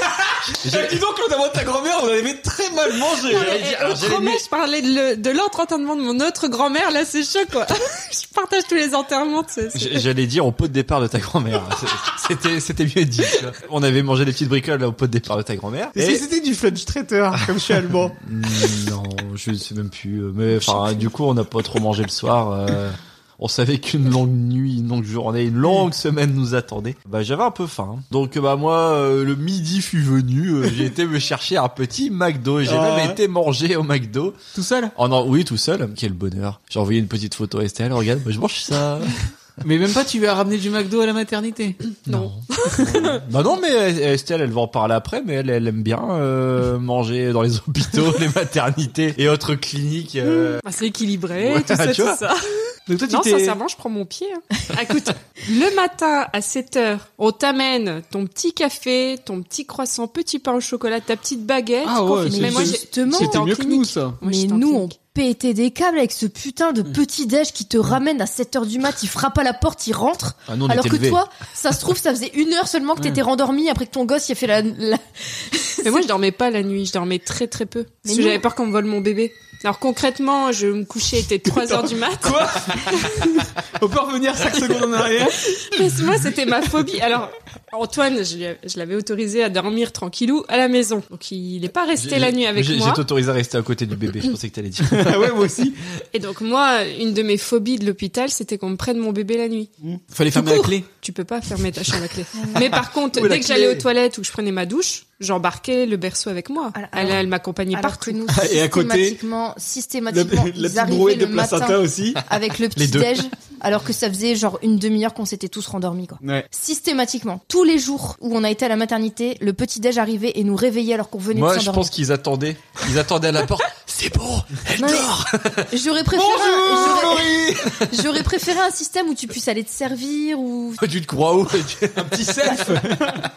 Speaker 2: Eh, Dis donc, l'enterrement de ta grand-mère, on avait très mal mangé
Speaker 4: Non, mais, euh, je promets, je parlais de le- de l'autre enterrement de mon autre grand-mère, là c'est chaud quoi. [laughs] je partage tous les enterrements, tu sais, c'est-
Speaker 6: J- J'allais dire au pot de départ de ta
Speaker 4: [laughs]
Speaker 6: grand-mère. C'était c'était mieux dit. tu vois. On avait mangé des petites bricoles là, au pot de départ de ta grand-mère.
Speaker 2: Est-ce que
Speaker 6: Et
Speaker 2: c'était du French
Speaker 6: [laughs]
Speaker 2: traiteur, comme je suis allemand
Speaker 6: Mm, non, je ne sais même plus. euh, Mais enfin, du coup, on n'a pas trop mangé le soir. euh, On savait qu'une longue nuit, une longue journée, une longue semaine nous attendait. Bah j'avais un peu faim. Donc bah moi, euh, le midi fut venu. euh, J'ai été me chercher un petit McDo. J'ai
Speaker 2: Ah
Speaker 6: même
Speaker 2: ouais.
Speaker 6: été manger au McDo.
Speaker 2: Tout seul
Speaker 6: Oh non, oui, tout seul. Quel bonheur. J'ai envoyé une petite photo à Estelle. Regarde, moi, je mange ça.
Speaker 11: Mais même pas, tu lui as ramené du McDo à la maternité.
Speaker 6: Non. [laughs] bah non, mais Estelle, elle va en parler après, mais elle, elle aime bien euh, manger dans les hôpitaux, [laughs] les maternités et autres cliniques. euh.
Speaker 4: Ah, c'est équilibré,
Speaker 6: Ouais,
Speaker 4: tout ça,
Speaker 6: tu vois.
Speaker 4: tout ça.
Speaker 2: Donc toi, tu
Speaker 4: Non,
Speaker 2: t'es-
Speaker 4: sincèrement, je prends mon pied. hein. Ah, Écoute, le matin à 7h, on t'amène ton petit café, ton petit croissant, petit pain au chocolat, ta petite baguette.
Speaker 11: Ah ouais,
Speaker 4: confiture.
Speaker 11: c'est-
Speaker 4: mais moi,
Speaker 11: c'est-
Speaker 4: j'ai-
Speaker 5: Justement,
Speaker 4: j'étais
Speaker 11: C'était
Speaker 4: en
Speaker 11: mieux que nous,
Speaker 4: clinique.
Speaker 11: ça.
Speaker 4: Moi,
Speaker 5: mais
Speaker 4: j'étais en
Speaker 5: nous, on
Speaker 4: clinique.
Speaker 5: pétait des câbles avec ce putain de petit déj qui te ramène à 7h du mat, il frappe à la porte, il rentre.
Speaker 6: Ah non, on
Speaker 5: Alors
Speaker 6: était
Speaker 5: que
Speaker 6: levés.
Speaker 5: toi, ça se trouve, ça faisait une heure seulement que t'étais rendormi après que ton gosse y a fait la. la-
Speaker 4: Mais moi, je dormais pas la nuit, je dormais très très peu. Parce que
Speaker 5: nous-
Speaker 4: j'avais peur qu'on me vole mon bébé. Alors concrètement, je me couchais, il était 3 heures du mat.
Speaker 2: Quoi On peut revenir [laughs] 5 secondes en arrière
Speaker 4: Parce que moi, c'était ma phobie. Alors, Antoine, je, lui av- je l'avais autorisé à dormir tranquillou à la maison. Donc, il n'est pas resté la nuit avec
Speaker 6: J'ai-
Speaker 4: moi.
Speaker 6: J'ai t'autorisé à rester à côté du bébé, je pensais que t'allais dire.
Speaker 2: Ah ouais, moi aussi.
Speaker 4: Et donc, moi, une de mes phobies de l'hôpital, c'était qu'on me prenne mon bébé la nuit.
Speaker 11: Fallait
Speaker 4: Tout
Speaker 11: fermer la
Speaker 4: court.
Speaker 11: clé.
Speaker 4: Tu peux pas fermer ta chambre à
Speaker 5: [laughs]
Speaker 4: clé. Mais par contre,
Speaker 11: Où est la
Speaker 4: dès que j'allais
Speaker 11: clé
Speaker 4: aux toilettes ou que je prenais ma douche, j'embarquais le berceau avec moi.
Speaker 5: Alors,
Speaker 4: elle
Speaker 5: alors-
Speaker 4: elle m'accompagnait
Speaker 5: Alors
Speaker 4: partout. [laughs]
Speaker 5: que nous,
Speaker 2: Et à côté,
Speaker 5: systématiquement,
Speaker 2: La,
Speaker 5: systématiquement,
Speaker 2: la
Speaker 5: ils
Speaker 2: petite
Speaker 5: arrivaient
Speaker 2: brouette de
Speaker 5: le
Speaker 2: placenta
Speaker 5: matin
Speaker 2: aussi.
Speaker 5: avec le
Speaker 2: Les
Speaker 5: petit
Speaker 2: deux.
Speaker 5: déj, alors que ça faisait genre une demi-heure qu'on s'était tous rendormis, quoi.
Speaker 2: Ouais.
Speaker 5: Systématiquement, tous les jours où on a été à la maternité, le petit déj arrivait et nous réveillait alors qu'on venait
Speaker 6: Moi,
Speaker 5: de
Speaker 6: je
Speaker 5: s'endormir.
Speaker 6: pense qu'ils attendaient. Ils attendaient à la porte. C'est [laughs] bon, elle
Speaker 5: Non, mais-
Speaker 6: dort.
Speaker 5: J'aurais préféré,
Speaker 6: Oh,
Speaker 5: un- j'aurais- j'aurais préféré un système où tu puisses aller te servir ou.
Speaker 6: Tu te crois où
Speaker 2: Un petit self.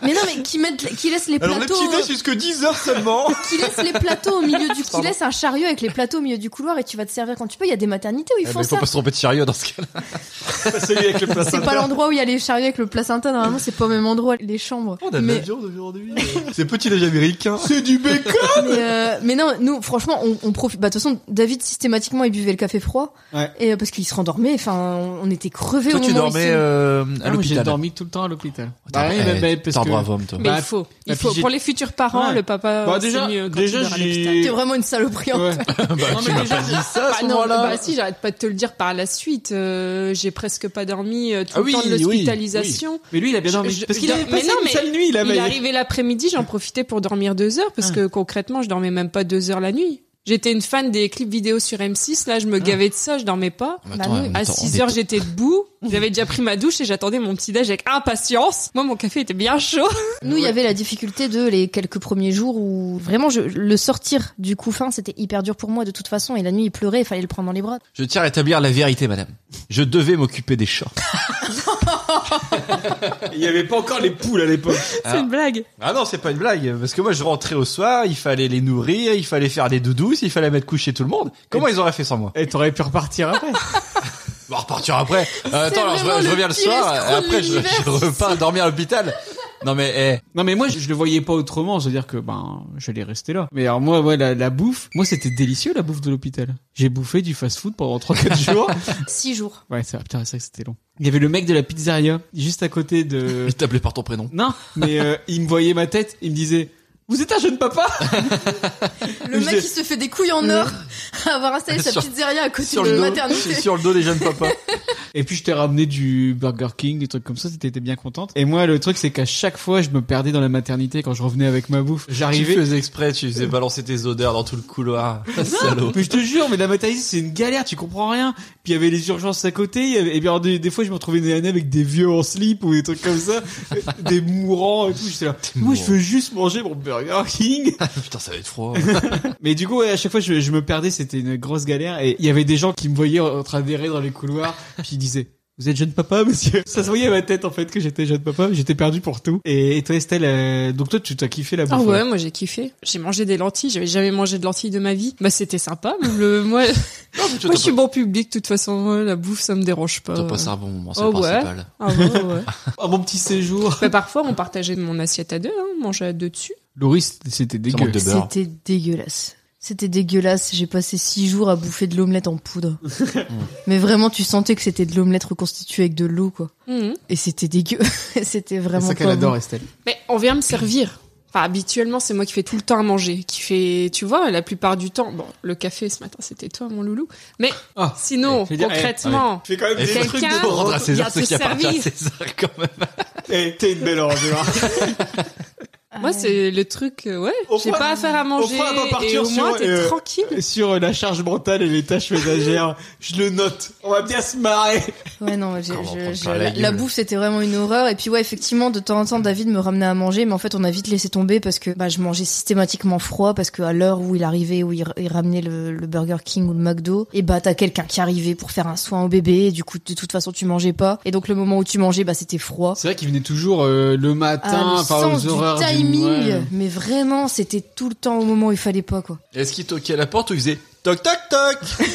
Speaker 5: Mais non, mais qui mettent, qui laisse les
Speaker 3: Alors le
Speaker 5: plateaux.
Speaker 3: petit déj jusque 10 heures seulement.
Speaker 5: qui laisse les plateaux au milieu du, qui laisse un chariot avec les plateaux au milieu du couloir et tu vas te servir quand tu peux. Il y a des maternités où ils
Speaker 6: Eh
Speaker 5: font
Speaker 6: ben, faut
Speaker 5: ça.
Speaker 6: pas se tromper de chariot dans ce cas-là.
Speaker 2: [laughs] Celui avec le placenta.
Speaker 5: C'est pas l'endroit où il y a les chariots avec le placenta. Normalement, c'est pas au même endroit les chambres.
Speaker 3: On a de
Speaker 5: mais,
Speaker 3: l'avion d'aujourd'hui.
Speaker 11: Ah,
Speaker 3: C'est petit déj américain.
Speaker 2: C'est du bacon
Speaker 5: mais, euh, mais non, nous, franchement, on, on profite. Bah, de toute façon, David systématiquement, il buvait le café froid.
Speaker 2: Ouais.
Speaker 5: Et euh, parce qu'il se rendormait. Enfin, on, on était crevés
Speaker 6: Toi,
Speaker 5: au
Speaker 6: tu
Speaker 5: moment où il
Speaker 6: dormais
Speaker 5: se-
Speaker 6: euh,
Speaker 11: Ah,
Speaker 6: à
Speaker 11: moi, J'ai
Speaker 6: l'hôpital.
Speaker 11: dormi tout le temps à l'hôpital.
Speaker 6: T'as-
Speaker 11: Bah oui, bah,
Speaker 6: eh,
Speaker 11: bah, parce
Speaker 6: t'es un
Speaker 11: que-
Speaker 6: brave homme, toi.
Speaker 4: Mais
Speaker 11: Bah,
Speaker 4: il faut,
Speaker 11: la
Speaker 4: il faut.
Speaker 11: pige-
Speaker 4: Pour les futurs parents,
Speaker 2: Ouais.
Speaker 4: le papa,
Speaker 2: Bah,
Speaker 4: c'est
Speaker 2: déjà-
Speaker 4: mieux quand
Speaker 2: déjà,
Speaker 4: il dort à
Speaker 2: j'ai-
Speaker 4: l'hôpital.
Speaker 5: T'es vraiment une saloperie. en fait.
Speaker 6: [laughs] Bah,
Speaker 11: Non,
Speaker 6: tu
Speaker 11: mais
Speaker 6: m'as
Speaker 11: déjà,
Speaker 6: [laughs] pas dit ça à
Speaker 4: Bah
Speaker 6: ce
Speaker 4: non,
Speaker 6: moment-là.
Speaker 4: bah si, j'arrête pas de te le dire par la suite. euh, j'ai presque pas dormi euh, tout
Speaker 6: Ah
Speaker 4: le
Speaker 6: oui,
Speaker 4: temps de
Speaker 6: oui,
Speaker 4: l'hospitalisation.
Speaker 2: Mais lui, il a bien
Speaker 4: Je-
Speaker 2: dormi.
Speaker 4: je-
Speaker 2: parce qu'il
Speaker 4: je-
Speaker 2: avait
Speaker 4: mais
Speaker 2: passé
Speaker 4: non,
Speaker 2: une
Speaker 4: mais
Speaker 2: sale nuit, la
Speaker 4: Il est
Speaker 2: veille.
Speaker 4: arrivé l'après-midi, j'en profitais pour dormir deux heures parce que concrètement, je dormais même pas deux heures la nuit. J'étais une fan des clips vidéo sur M6. Là, je me gavais de ça, je dormais pas.
Speaker 6: Mais attends,
Speaker 5: Bah,
Speaker 6: mais
Speaker 4: À
Speaker 6: attends,
Speaker 4: 6
Speaker 6: on
Speaker 4: heures,
Speaker 6: est-
Speaker 4: j'étais debout. J'avais déjà pris ma douche et j'attendais mon petit déj avec impatience. Moi, mon café était bien chaud.
Speaker 5: Nous, il y avait la difficulté de les quelques premiers jours où vraiment je, le sortir du couffin, c'était hyper dur pour moi de toute façon. Et la nuit, il pleurait, il fallait le prendre dans les bras.
Speaker 6: Je tiens à établir la vérité, madame. Je devais m'occuper des chats.
Speaker 2: Il y avait pas encore les poules à l'époque.
Speaker 4: C'est une blague.
Speaker 6: Ah non, c'est pas une blague, parce que moi je rentrais au soir, il fallait les nourrir, il fallait faire des doudous, il fallait mettre coucher tout le monde. Comment ils auraient fait sans moi
Speaker 2: Et t'aurais pu repartir après.
Speaker 6: On va repartir après. Euh, attends, alors, je,
Speaker 5: vraiment
Speaker 6: je
Speaker 5: le
Speaker 6: reviens le
Speaker 5: pire
Speaker 6: soir,
Speaker 5: escroc
Speaker 6: et
Speaker 5: de
Speaker 6: après je,
Speaker 5: l'univers.
Speaker 6: je repars dormir à l'hôpital. Non mais, eh,
Speaker 2: Non mais moi je, je le voyais pas autrement, c'est-à-dire que ben j'allais rester là. Mais alors moi ouais, la, la bouffe, moi c'était délicieux la bouffe de l'hôpital. J'ai bouffé du fast-food pendant [laughs] 3-4 jours.
Speaker 5: Six jours.
Speaker 2: Ouais ça, putain c'est vrai que c'était long. Il y avait le mec de la pizzeria juste à côté de. [laughs]
Speaker 6: eh, il t'appelait par ton prénom.
Speaker 2: non mais euh, il me voyait ma tête, il me disait vous êtes un jeune papa.
Speaker 5: Le mec qui se fait des couilles en or [laughs] à avoir installé sa
Speaker 6: Sur-
Speaker 5: pizzeria à côté
Speaker 6: Sur
Speaker 5: de
Speaker 6: le,
Speaker 5: la
Speaker 6: dos,
Speaker 5: maternité.
Speaker 6: sur le dos des jeunes [laughs] papas.
Speaker 2: Et puis je t'ai ramené du Burger King, des trucs comme ça, t'étais bien contente. Et moi le truc c'est qu'à chaque fois je me perdais dans la maternité quand je revenais avec ma bouffe.
Speaker 6: Tu
Speaker 2: J'arrivais.
Speaker 6: faisais exprès, tu faisais balancer tes odeurs dans tout le
Speaker 5: [laughs]
Speaker 6: couloir. Ah, Salaud.
Speaker 2: Mais je te jure, mais la maternité c'est une galère, tu comprends rien. Puis il y avait les urgences à côté, il y avait- et bien alors, des, des fois je me retrouvais nez à nez avec des vieux en slip ou des trucs comme ça, [laughs] des mourants et tout. J'étais là, moi je veux juste manger mon Burger King. [laughs]
Speaker 6: Ah, Putain, ça va être
Speaker 5: [laughs]
Speaker 6: froid.
Speaker 2: mais du coup, ouais, à chaque fois je, je me perdais, c'était une grosse galère. Et il y avait des gens qui me voyaient en train d'errer dans les couloirs, puis ils disaient. Vous êtes jeune papa, monsieur. Ça se voyait à ma tête en fait que j'étais jeune papa. J'étais perdu pour tout. Et, et toi, Estelle, euh, donc toi, tu t'as kiffé la bouffe.
Speaker 4: Ah ouais,
Speaker 2: hein.
Speaker 4: moi j'ai kiffé. J'ai mangé des lentilles, j'avais jamais mangé de lentilles de ma vie. Bah c'était sympa. mais Le, [laughs] moi, moi je suis bon public, de toute façon, ouais, la bouffe ça me dérange pas.
Speaker 6: T'as passé un bon moment, c'est
Speaker 4: Oh
Speaker 6: le
Speaker 4: ouais.
Speaker 6: principal.
Speaker 4: Ah ouais, ouais, ouais.
Speaker 2: Ah, mon petit séjour.
Speaker 4: Bah, parfois on partageait de mon assiette à deux, hein, on mangeait à deux dessus.
Speaker 2: Loris, c'était
Speaker 6: Ça manque
Speaker 2: dégueu.
Speaker 6: de beurre.
Speaker 5: C'était dégueulasse. C'était dégueulasse. J'ai passé six jours à bouffer de l'omelette
Speaker 4: [laughs]
Speaker 5: en poudre. Mais vraiment, tu sentais que c'était de l'omelette reconstituée avec de l'eau, quoi.
Speaker 4: Mhm.
Speaker 5: Et c'était dégueu. [laughs] c'était
Speaker 2: C'est
Speaker 5: vraiment
Speaker 2: ça
Speaker 5: pas
Speaker 2: qu'elle
Speaker 5: bon.
Speaker 2: adore, Estelle.
Speaker 4: Mais on vient me servir. Enfin, habituellement, c'est moi qui fais tout le temps à manger, qui fait, tu vois, la plupart du temps. Bon, le café ce matin, c'était toi, mon loulou. Mais
Speaker 2: Ah,
Speaker 4: sinon,
Speaker 2: je veux dire, eh,
Speaker 4: concrètement,
Speaker 2: Je fais quand même
Speaker 6: Eh,
Speaker 4: Quelqu'un
Speaker 6: faut rendre à
Speaker 4: vient
Speaker 6: César ce
Speaker 4: te
Speaker 6: qui appartient à
Speaker 4: servir.
Speaker 6: César quand même.
Speaker 2: Eh, t'es une belle hein. ordure.
Speaker 5: Ah
Speaker 4: moi, c'est le truc, euh, ouais,
Speaker 2: Au
Speaker 4: j'ai
Speaker 2: froid-
Speaker 4: pas affaire à manger
Speaker 2: froid, à pas
Speaker 4: et
Speaker 2: partir
Speaker 4: au moins
Speaker 2: sur,
Speaker 4: t'es
Speaker 2: euh,
Speaker 4: tranquille.
Speaker 2: [laughs] Sur la charge mentale et les tâches ménagères, je le note. On va bien se marrer.
Speaker 5: Ouais, non, j'ai-
Speaker 6: Comment
Speaker 5: je-
Speaker 6: prendre
Speaker 5: je-
Speaker 6: par la
Speaker 5: la,
Speaker 6: gueule.
Speaker 5: la bouffe, c'était vraiment une horreur. Et puis, ouais, effectivement, de temps en temps, David me ramenait à manger, mais en fait, on a vite laissé tomber parce que bah, je mangeais systématiquement froid parce que à l'heure où il arrivait, où il, il ramenait le, le Burger King ou le McDo, et bah, t'as quelqu'un qui arrivait pour faire un soin au bébé, et du coup, de toute façon, tu mangeais pas. Et donc, le moment où tu mangeais, bah, c'était froid.
Speaker 2: C'est vrai qu'il venait toujours euh, le matin,
Speaker 5: Ah, le
Speaker 2: par
Speaker 5: sens
Speaker 2: aux horaires
Speaker 5: du timing,
Speaker 2: ouais.
Speaker 5: mais vraiment, c'était tout le temps au moment où il fallait pas, quoi.
Speaker 6: Est-ce qu'il toquait à la porte ou il faisait toc toc toc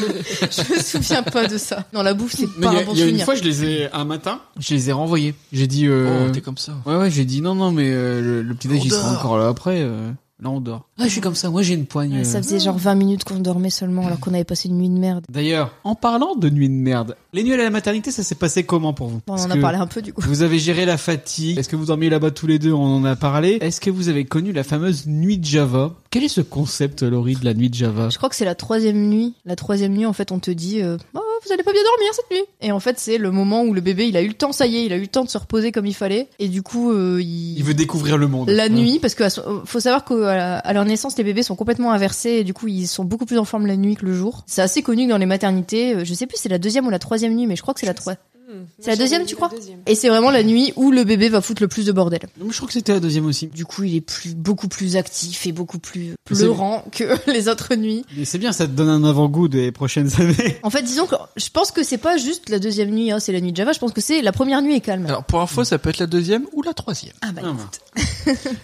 Speaker 5: Je me souviens pas de ça. Non, la bouffe, c'est
Speaker 2: Mais
Speaker 5: pas
Speaker 2: il y a,
Speaker 5: un bon
Speaker 2: il y a une
Speaker 5: souvenir.
Speaker 2: fois, je les ai un matin, je les ai renvoyés. J'ai dit, euh,
Speaker 6: Oh, t'es comme ça.
Speaker 2: ouais ouais, j'ai dit non non, mais euh, le, le petit déj il sera
Speaker 6: Lourdeur.
Speaker 2: encore là après. euh.
Speaker 11: Là, on dort. Ah, je suis comme ça. Moi, j'ai une poigne.
Speaker 5: Ouais, Ça
Speaker 11: euh.
Speaker 5: faisait genre 20 minutes qu'on dormait seulement alors qu'on avait passé une nuit de merde.
Speaker 2: D'ailleurs, en parlant de nuit de merde, les nuits à la maternité, ça s'est passé comment pour vous
Speaker 5: Bon, on
Speaker 2: Parce
Speaker 5: en a
Speaker 2: que
Speaker 5: parlé un peu du coup.
Speaker 2: Vous avez géré la fatigue. Est-ce que vous dormiez là-bas tous les deux On en a parlé. Est-ce que vous avez connu la fameuse nuit de Java Quel est ce concept, Laurie, de la nuit de Java
Speaker 5: Je crois que c'est la troisième nuit. La troisième nuit, en fait, on te dit euh, Oh, vous allez pas bien dormir cette nuit. Et en fait, c'est le moment où le bébé, il a eu le temps, ça y est, il a eu le temps de se reposer comme il fallait. Et du coup, euh, il...
Speaker 2: Il veut découvrir le monde.
Speaker 5: La
Speaker 2: Ouais.
Speaker 5: nuit, parce que à so- faut savoir qu'à la- à leur naissance, les bébés sont complètement inversés et du coup, ils sont beaucoup plus en forme la nuit que le jour. C'est assez connu que dans les maternités, euh, je sais plus, c'est la deuxième ou la troisième nuit, mais je crois que c'est la troisième.
Speaker 2: Hmm.
Speaker 5: C'est la deuxième, tu crois Et c'est vraiment la nuit où le bébé va foutre le plus de bordel.
Speaker 2: Je crois que c'était la deuxième aussi.
Speaker 5: Du coup, il est plus, beaucoup plus actif et beaucoup plus
Speaker 2: C'est-
Speaker 5: pleurant que [laughs] les autres nuits.
Speaker 2: Mais c'est bien, ça te donne un avant-goût des prochaines
Speaker 5: [laughs]
Speaker 2: années.
Speaker 5: En fait, disons que je pense que c'est pas juste la deuxième nuit, hein, c'est la nuit de Java. Je pense que c'est la première nuit est calme.
Speaker 6: Alors, pour info, ça peut être la deuxième ou la troisième.
Speaker 5: Ah bah,
Speaker 2: Ah, bah.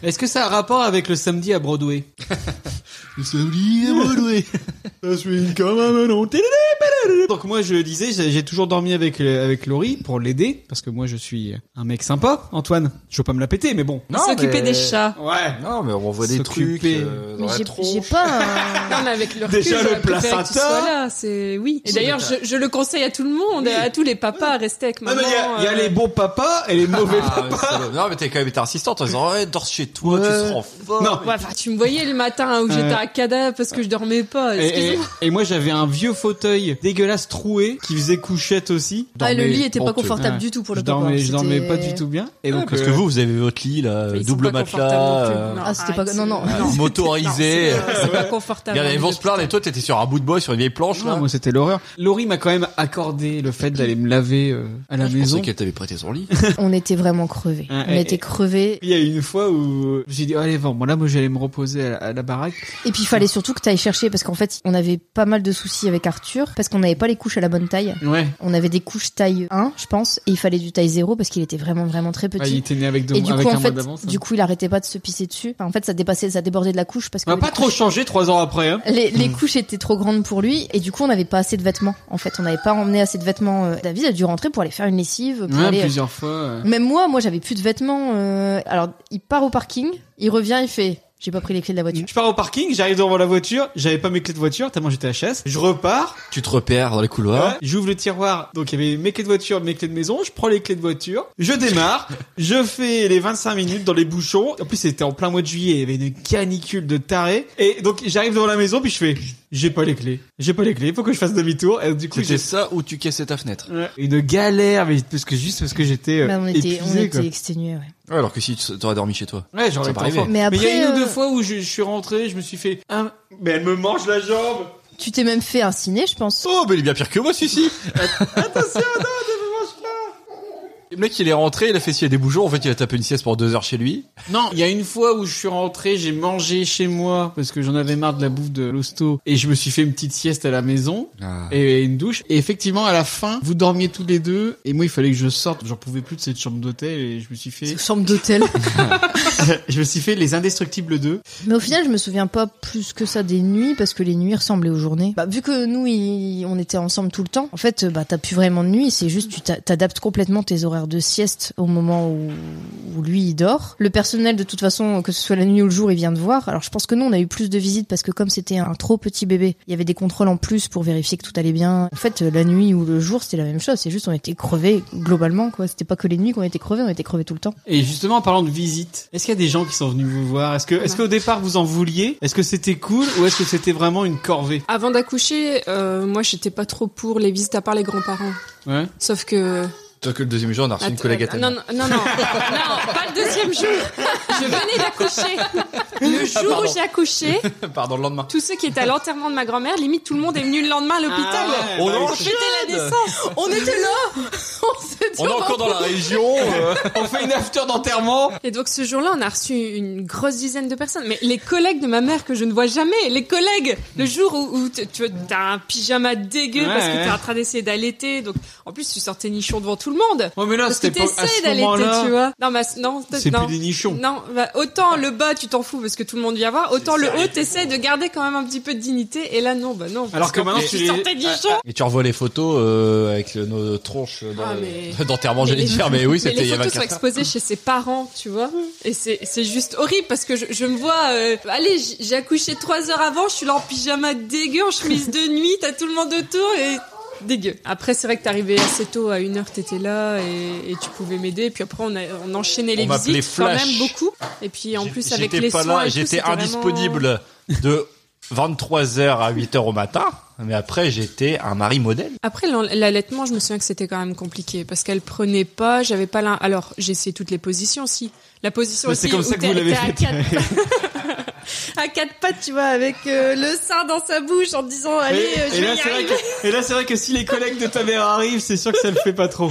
Speaker 2: Est-ce que ça a un rapport avec le samedi à Broadway
Speaker 6: [laughs]
Speaker 2: Donc moi je le disais, j'ai j'ai toujours dormi avec euh, avec Laurie pour l'aider parce que moi je suis un mec sympa, Antoine. Je veux pas me la péter, mais bon.
Speaker 6: Non,
Speaker 4: S'occuper
Speaker 6: mais-
Speaker 4: des chats.
Speaker 2: Ouais.
Speaker 6: Non, mais on voit des
Speaker 2: S'occuper.
Speaker 6: trucs. euh, dans
Speaker 5: mais
Speaker 6: la
Speaker 5: j'ai
Speaker 6: tronche.
Speaker 5: j'ai pas. un-
Speaker 4: Non, mais avec le recul,
Speaker 2: Ah, Déjà,
Speaker 4: j'aurais
Speaker 2: le
Speaker 4: préféré que tu
Speaker 2: placenta.
Speaker 4: sois là, c'est oui. Et d'ailleurs, je, je le conseille à tout le monde,
Speaker 2: Oui.
Speaker 4: à tous les papas, restez avec
Speaker 2: Non,
Speaker 4: maman.
Speaker 2: Ah, mais il y a- il y, a
Speaker 4: euh,
Speaker 2: les bons papas et les [laughs] mauvais
Speaker 6: Ah,
Speaker 2: papas.
Speaker 6: mais c'est- non, mais t'es quand même été insistante en disant, ouais, dors chez toi, tu seras fort.
Speaker 2: Non.
Speaker 4: Ouais, enfin, tu me voyais le matin où
Speaker 2: Ouais.
Speaker 4: j'étais à Cada parce que je dormais pas.
Speaker 2: Et, et-
Speaker 4: Excuse-moi.
Speaker 2: et moi j'avais un vieux fauteuil dégueulasse troué qui faisait couchette aussi.
Speaker 5: Ah, le
Speaker 2: Dormais
Speaker 5: lit était pas
Speaker 2: honteux.
Speaker 5: confortable
Speaker 2: Ouais.
Speaker 5: du tout pour
Speaker 2: je
Speaker 5: le papa.
Speaker 2: dormais, je
Speaker 5: C'était-
Speaker 2: dormais pas du tout bien. Et donc
Speaker 6: Parce
Speaker 2: euh,
Speaker 6: que vous, vous avez votre lit, là,
Speaker 4: Ils sont
Speaker 6: Euh, double
Speaker 4: pas confortables non plus.
Speaker 6: matelas,
Speaker 4: Non,
Speaker 5: Ah, c'était pas-
Speaker 4: arrête,
Speaker 5: non, non.
Speaker 4: c'est-
Speaker 6: euh, motorisé.
Speaker 4: Non, C'est c'est pas confortable.
Speaker 6: Regarde, ils vont
Speaker 4: de-
Speaker 6: se plaindre et toi, t'étais sur un bout de bois, sur une vieille planche,
Speaker 2: non,
Speaker 6: là.
Speaker 2: moi c'était l'horreur. Laurie m'a quand même accordé le fait d'aller me laver euh, à la
Speaker 6: Je pensais
Speaker 2: maison.
Speaker 6: qu'elle t'avait prêté son lit.
Speaker 5: On était vraiment crevés.
Speaker 2: Ah,
Speaker 5: On
Speaker 2: et- et-
Speaker 5: était crevés.
Speaker 2: Il y a eu une fois où euh, j'ai dit oh, allez bon, bon là moi j'allais me reposer à la, à la baraque.
Speaker 5: Et puis il fallait surtout que t'ailles chercher parce qu'en fait on avait pas mal de soucis avec Arthur parce qu'on n'avait pas les couches à la bonne taille.
Speaker 2: Ouais.
Speaker 5: On avait des couches taille 1 je pense et il fallait du taille 0 parce qu'il était vraiment vraiment très
Speaker 2: Bah, il
Speaker 5: petit.
Speaker 2: était né avec deux
Speaker 5: et du
Speaker 2: avec
Speaker 5: coup
Speaker 2: un
Speaker 5: en
Speaker 2: mois
Speaker 5: fait
Speaker 2: d'avance. hein.
Speaker 5: du coup il arrêtait pas de se pisser dessus. Enfin, en fait ça dépassait ça débordait de la couche parce que
Speaker 2: On va Ah, pas
Speaker 5: les
Speaker 2: trop
Speaker 5: couches-
Speaker 2: changer trois ans après. Hein.
Speaker 5: les, les couches étaient trop grandes pour lui et du coup on n'avait pas assez de vêtements. En fait on n'avait pas emmené assez de vêtements. euh, David a dû rentrer pour aller faire une lessive. Pour
Speaker 2: Ouais,
Speaker 5: aller...
Speaker 2: plusieurs fois. euh.
Speaker 5: Même moi moi j'avais plus de vêtements. euh, Alors il part au parking, il revient il fait j'ai pas pris les clés de la voiture.
Speaker 2: Je pars au parking, j'arrive devant la voiture, j'avais pas mes clés de voiture, tellement j'étais HS. Je repars,
Speaker 6: Tu te repères dans les couloirs.
Speaker 2: ouais, j'ouvre le tiroir, donc il y avait mes clés de voiture, mes clés de maison, je prends les clés de voiture, je
Speaker 6: [laughs]
Speaker 2: démarre, je fais les 25 minutes dans les bouchons. En plus c'était en plein mois de juillet, il y avait une canicule de taré. Et donc j'arrive devant la maison, puis je fais, j'ai pas les clés, j'ai pas les clés, faut que je fasse demi-tour. Et du coup j'ai
Speaker 6: C'était ça ou tu cassais ta fenêtre.
Speaker 2: Ouais. Une galère, mais parce que juste parce que j'étais euh,
Speaker 5: Bah, on était, on
Speaker 2: épuisé. quoi.
Speaker 5: était exténués. Ouais.
Speaker 6: Ouais, alors que si tu- t'aurais dormi chez toi.
Speaker 2: Ouais, j'aurais
Speaker 6: Ça
Speaker 2: été
Speaker 6: m'arrivait.
Speaker 2: enfant.
Speaker 5: Mais
Speaker 2: il y a
Speaker 5: après,
Speaker 2: une ou deux
Speaker 5: euh,
Speaker 2: fois où je, je suis rentré, je me suis fait, ah, mais elle me mange la jambe.
Speaker 5: Tu t'es même fait un ciné, je pense.
Speaker 6: Oh, mais il est bien pire que moi, [laughs] celui-ci.
Speaker 2: Attention, non,
Speaker 6: Le mec, il est rentré, il a fait s'il y a des bougeons. En fait, il a tapé une sieste pour deux heures chez lui.
Speaker 2: Non, il y a une fois où je suis rentré, j'ai mangé chez moi parce que j'en avais marre de la bouffe de l'hosto et je me suis fait une petite sieste à la maison et une douche. Et effectivement, à la fin, vous dormiez tous les deux et moi, il fallait que je sorte. J'en pouvais plus de cette chambre d'hôtel et je me suis fait,
Speaker 5: Chambre d'hôtel.
Speaker 2: [laughs] je me suis fait les indestructibles 2.
Speaker 5: Mais au final, je me souviens pas plus que ça des nuits parce que les nuits ressemblaient aux journées. Bah, vu que nous, il- on était ensemble tout le temps, en fait, euh, bah, t'as plus vraiment de nuit. C'est juste, tu t'a- t'adaptes complètement tes horaires de sieste au moment où, où lui, il dort. Le personnel, de toute façon, que ce soit la nuit ou le jour, il vient de voir. Alors, je pense que nous, on a eu plus de visites parce que comme c'était un trop petit bébé, il y avait des contrôles en plus pour vérifier que tout allait bien. En fait, euh, la nuit ou le jour, c'était la même chose. C'est juste, on était crevés globalement, quoi. C'était pas que les nuits qu'on était crevés, on était crevés tout le temps.
Speaker 2: Et justement, en parlant de visite, est-ce qu'il y a des gens qui sont venus vous voir? Est-ce que, est-ce qu'au départ, vous en vouliez? Est-ce que c'était cool ou est-ce que c'était vraiment une corvée?
Speaker 4: Avant d'accoucher, euh, moi, j'étais pas trop pour les visites à part les grands-parents.
Speaker 2: Ouais.
Speaker 4: Sauf que.
Speaker 6: Toi que le deuxième jour, on a reçu une
Speaker 4: Attends,
Speaker 6: collègue à
Speaker 4: attends,
Speaker 6: Athènes.
Speaker 4: non, non, non, non, non, pas le deuxième jour. Je venais d'accoucher. Le jour
Speaker 6: Ah, pardon.
Speaker 4: où j'ai accouché,
Speaker 6: Pardon, le lendemain.
Speaker 4: tous ceux qui étaient à l'enterrement de ma grand-mère, limite tout le monde est venu le lendemain à l'hôpital.
Speaker 2: Ah ouais,
Speaker 6: On
Speaker 2: bah,
Speaker 6: en-
Speaker 4: Pour fêter la naissance. On était là. [laughs] On s'est dit,
Speaker 6: Oh, On est
Speaker 4: va
Speaker 6: encore dans la [laughs] région. euh,
Speaker 2: On fait une after d'enterrement.
Speaker 4: Et donc ce jour-là, on a reçu une grosse dizaine de personnes. Mais les collègues de ma mère que je ne vois jamais, les collègues, le jour où, où t- tu as un pyjama dégueu
Speaker 2: Ouais,
Speaker 4: parce que
Speaker 2: ouais.
Speaker 4: tu es en train d'essayer d'allaiter. Donc en plus, tu sortais nichon devant tout le monde.
Speaker 2: Ouais, Oh, mais là,
Speaker 4: Parce que
Speaker 2: Ah, c'était pas à
Speaker 4: t'essayes
Speaker 2: ce
Speaker 4: d'allaiter,
Speaker 2: moment-là.
Speaker 4: tu vois. Non, mais non, t-
Speaker 2: C'est
Speaker 4: non.
Speaker 2: plus des nichons.
Speaker 4: Non, bah, autant le bas, tu t'en fous parce que tout le monde vient voir. Autant le haut, t'essayes de garder quand même un petit peu de dignité. Et là, non, bah non. parce
Speaker 2: Alors que
Speaker 4: qu'en
Speaker 2: maintenant,
Speaker 4: plus,
Speaker 2: tu Ah,
Speaker 4: tu
Speaker 2: les-
Speaker 4: sortais nichon.
Speaker 6: Et tu revois les photos euh, avec le- nos tronches dans
Speaker 4: Ah,
Speaker 6: le- [laughs]
Speaker 4: mais-
Speaker 6: d'enterrement
Speaker 4: Mais les-
Speaker 6: génitaire, mais oui,
Speaker 4: mais
Speaker 6: c'était il y
Speaker 4: les
Speaker 6: a
Speaker 4: photos sont
Speaker 6: 24 heures.
Speaker 4: exposées chez ses parents, tu vois. Et c'est c'est juste horrible parce que je, je me vois. euh, allez, j- j'ai accouché trois heures avant, je suis là en pyjama dégueu, en chemise de nuit, t'as tout le monde autour et dégueu. Après, c'est vrai que t'arrivais assez tôt, à une heure t'étais là et, et tu pouvais m'aider. Puis après, on, a, on enchaînait les
Speaker 6: On m'appelait
Speaker 4: visites quand
Speaker 6: Flash.
Speaker 4: même beaucoup. Et puis en plus avec
Speaker 6: J'étais
Speaker 4: les
Speaker 6: pas
Speaker 4: soins
Speaker 6: là,
Speaker 4: et tout,
Speaker 6: j'étais
Speaker 4: c'était vraiment- euh,
Speaker 6: indisponible de 23h à 8h au matin, mais après j'étais un mari modèle.
Speaker 4: Après l'en- l'allaitement, je me souviens que c'était quand même compliqué parce qu'elle prenait pas, j'avais pas l'un. Alors j'ai essayé toutes les positions si. La position
Speaker 2: Mais
Speaker 4: aussi
Speaker 2: c'est comme
Speaker 4: où
Speaker 2: ça que
Speaker 4: t'es-
Speaker 2: vous l'avez
Speaker 4: t'es à
Speaker 2: fait. [laughs]
Speaker 4: quatre- [laughs] à quatre pattes, tu vois, avec euh, le sein dans sa bouche en disant allez, euh, je
Speaker 2: et, là,
Speaker 4: vais y
Speaker 2: c'est vrai
Speaker 4: arriver.
Speaker 2: que, et là, c'est vrai que si les collègues de ta mère arrivent, c'est sûr que ça le fait pas trop.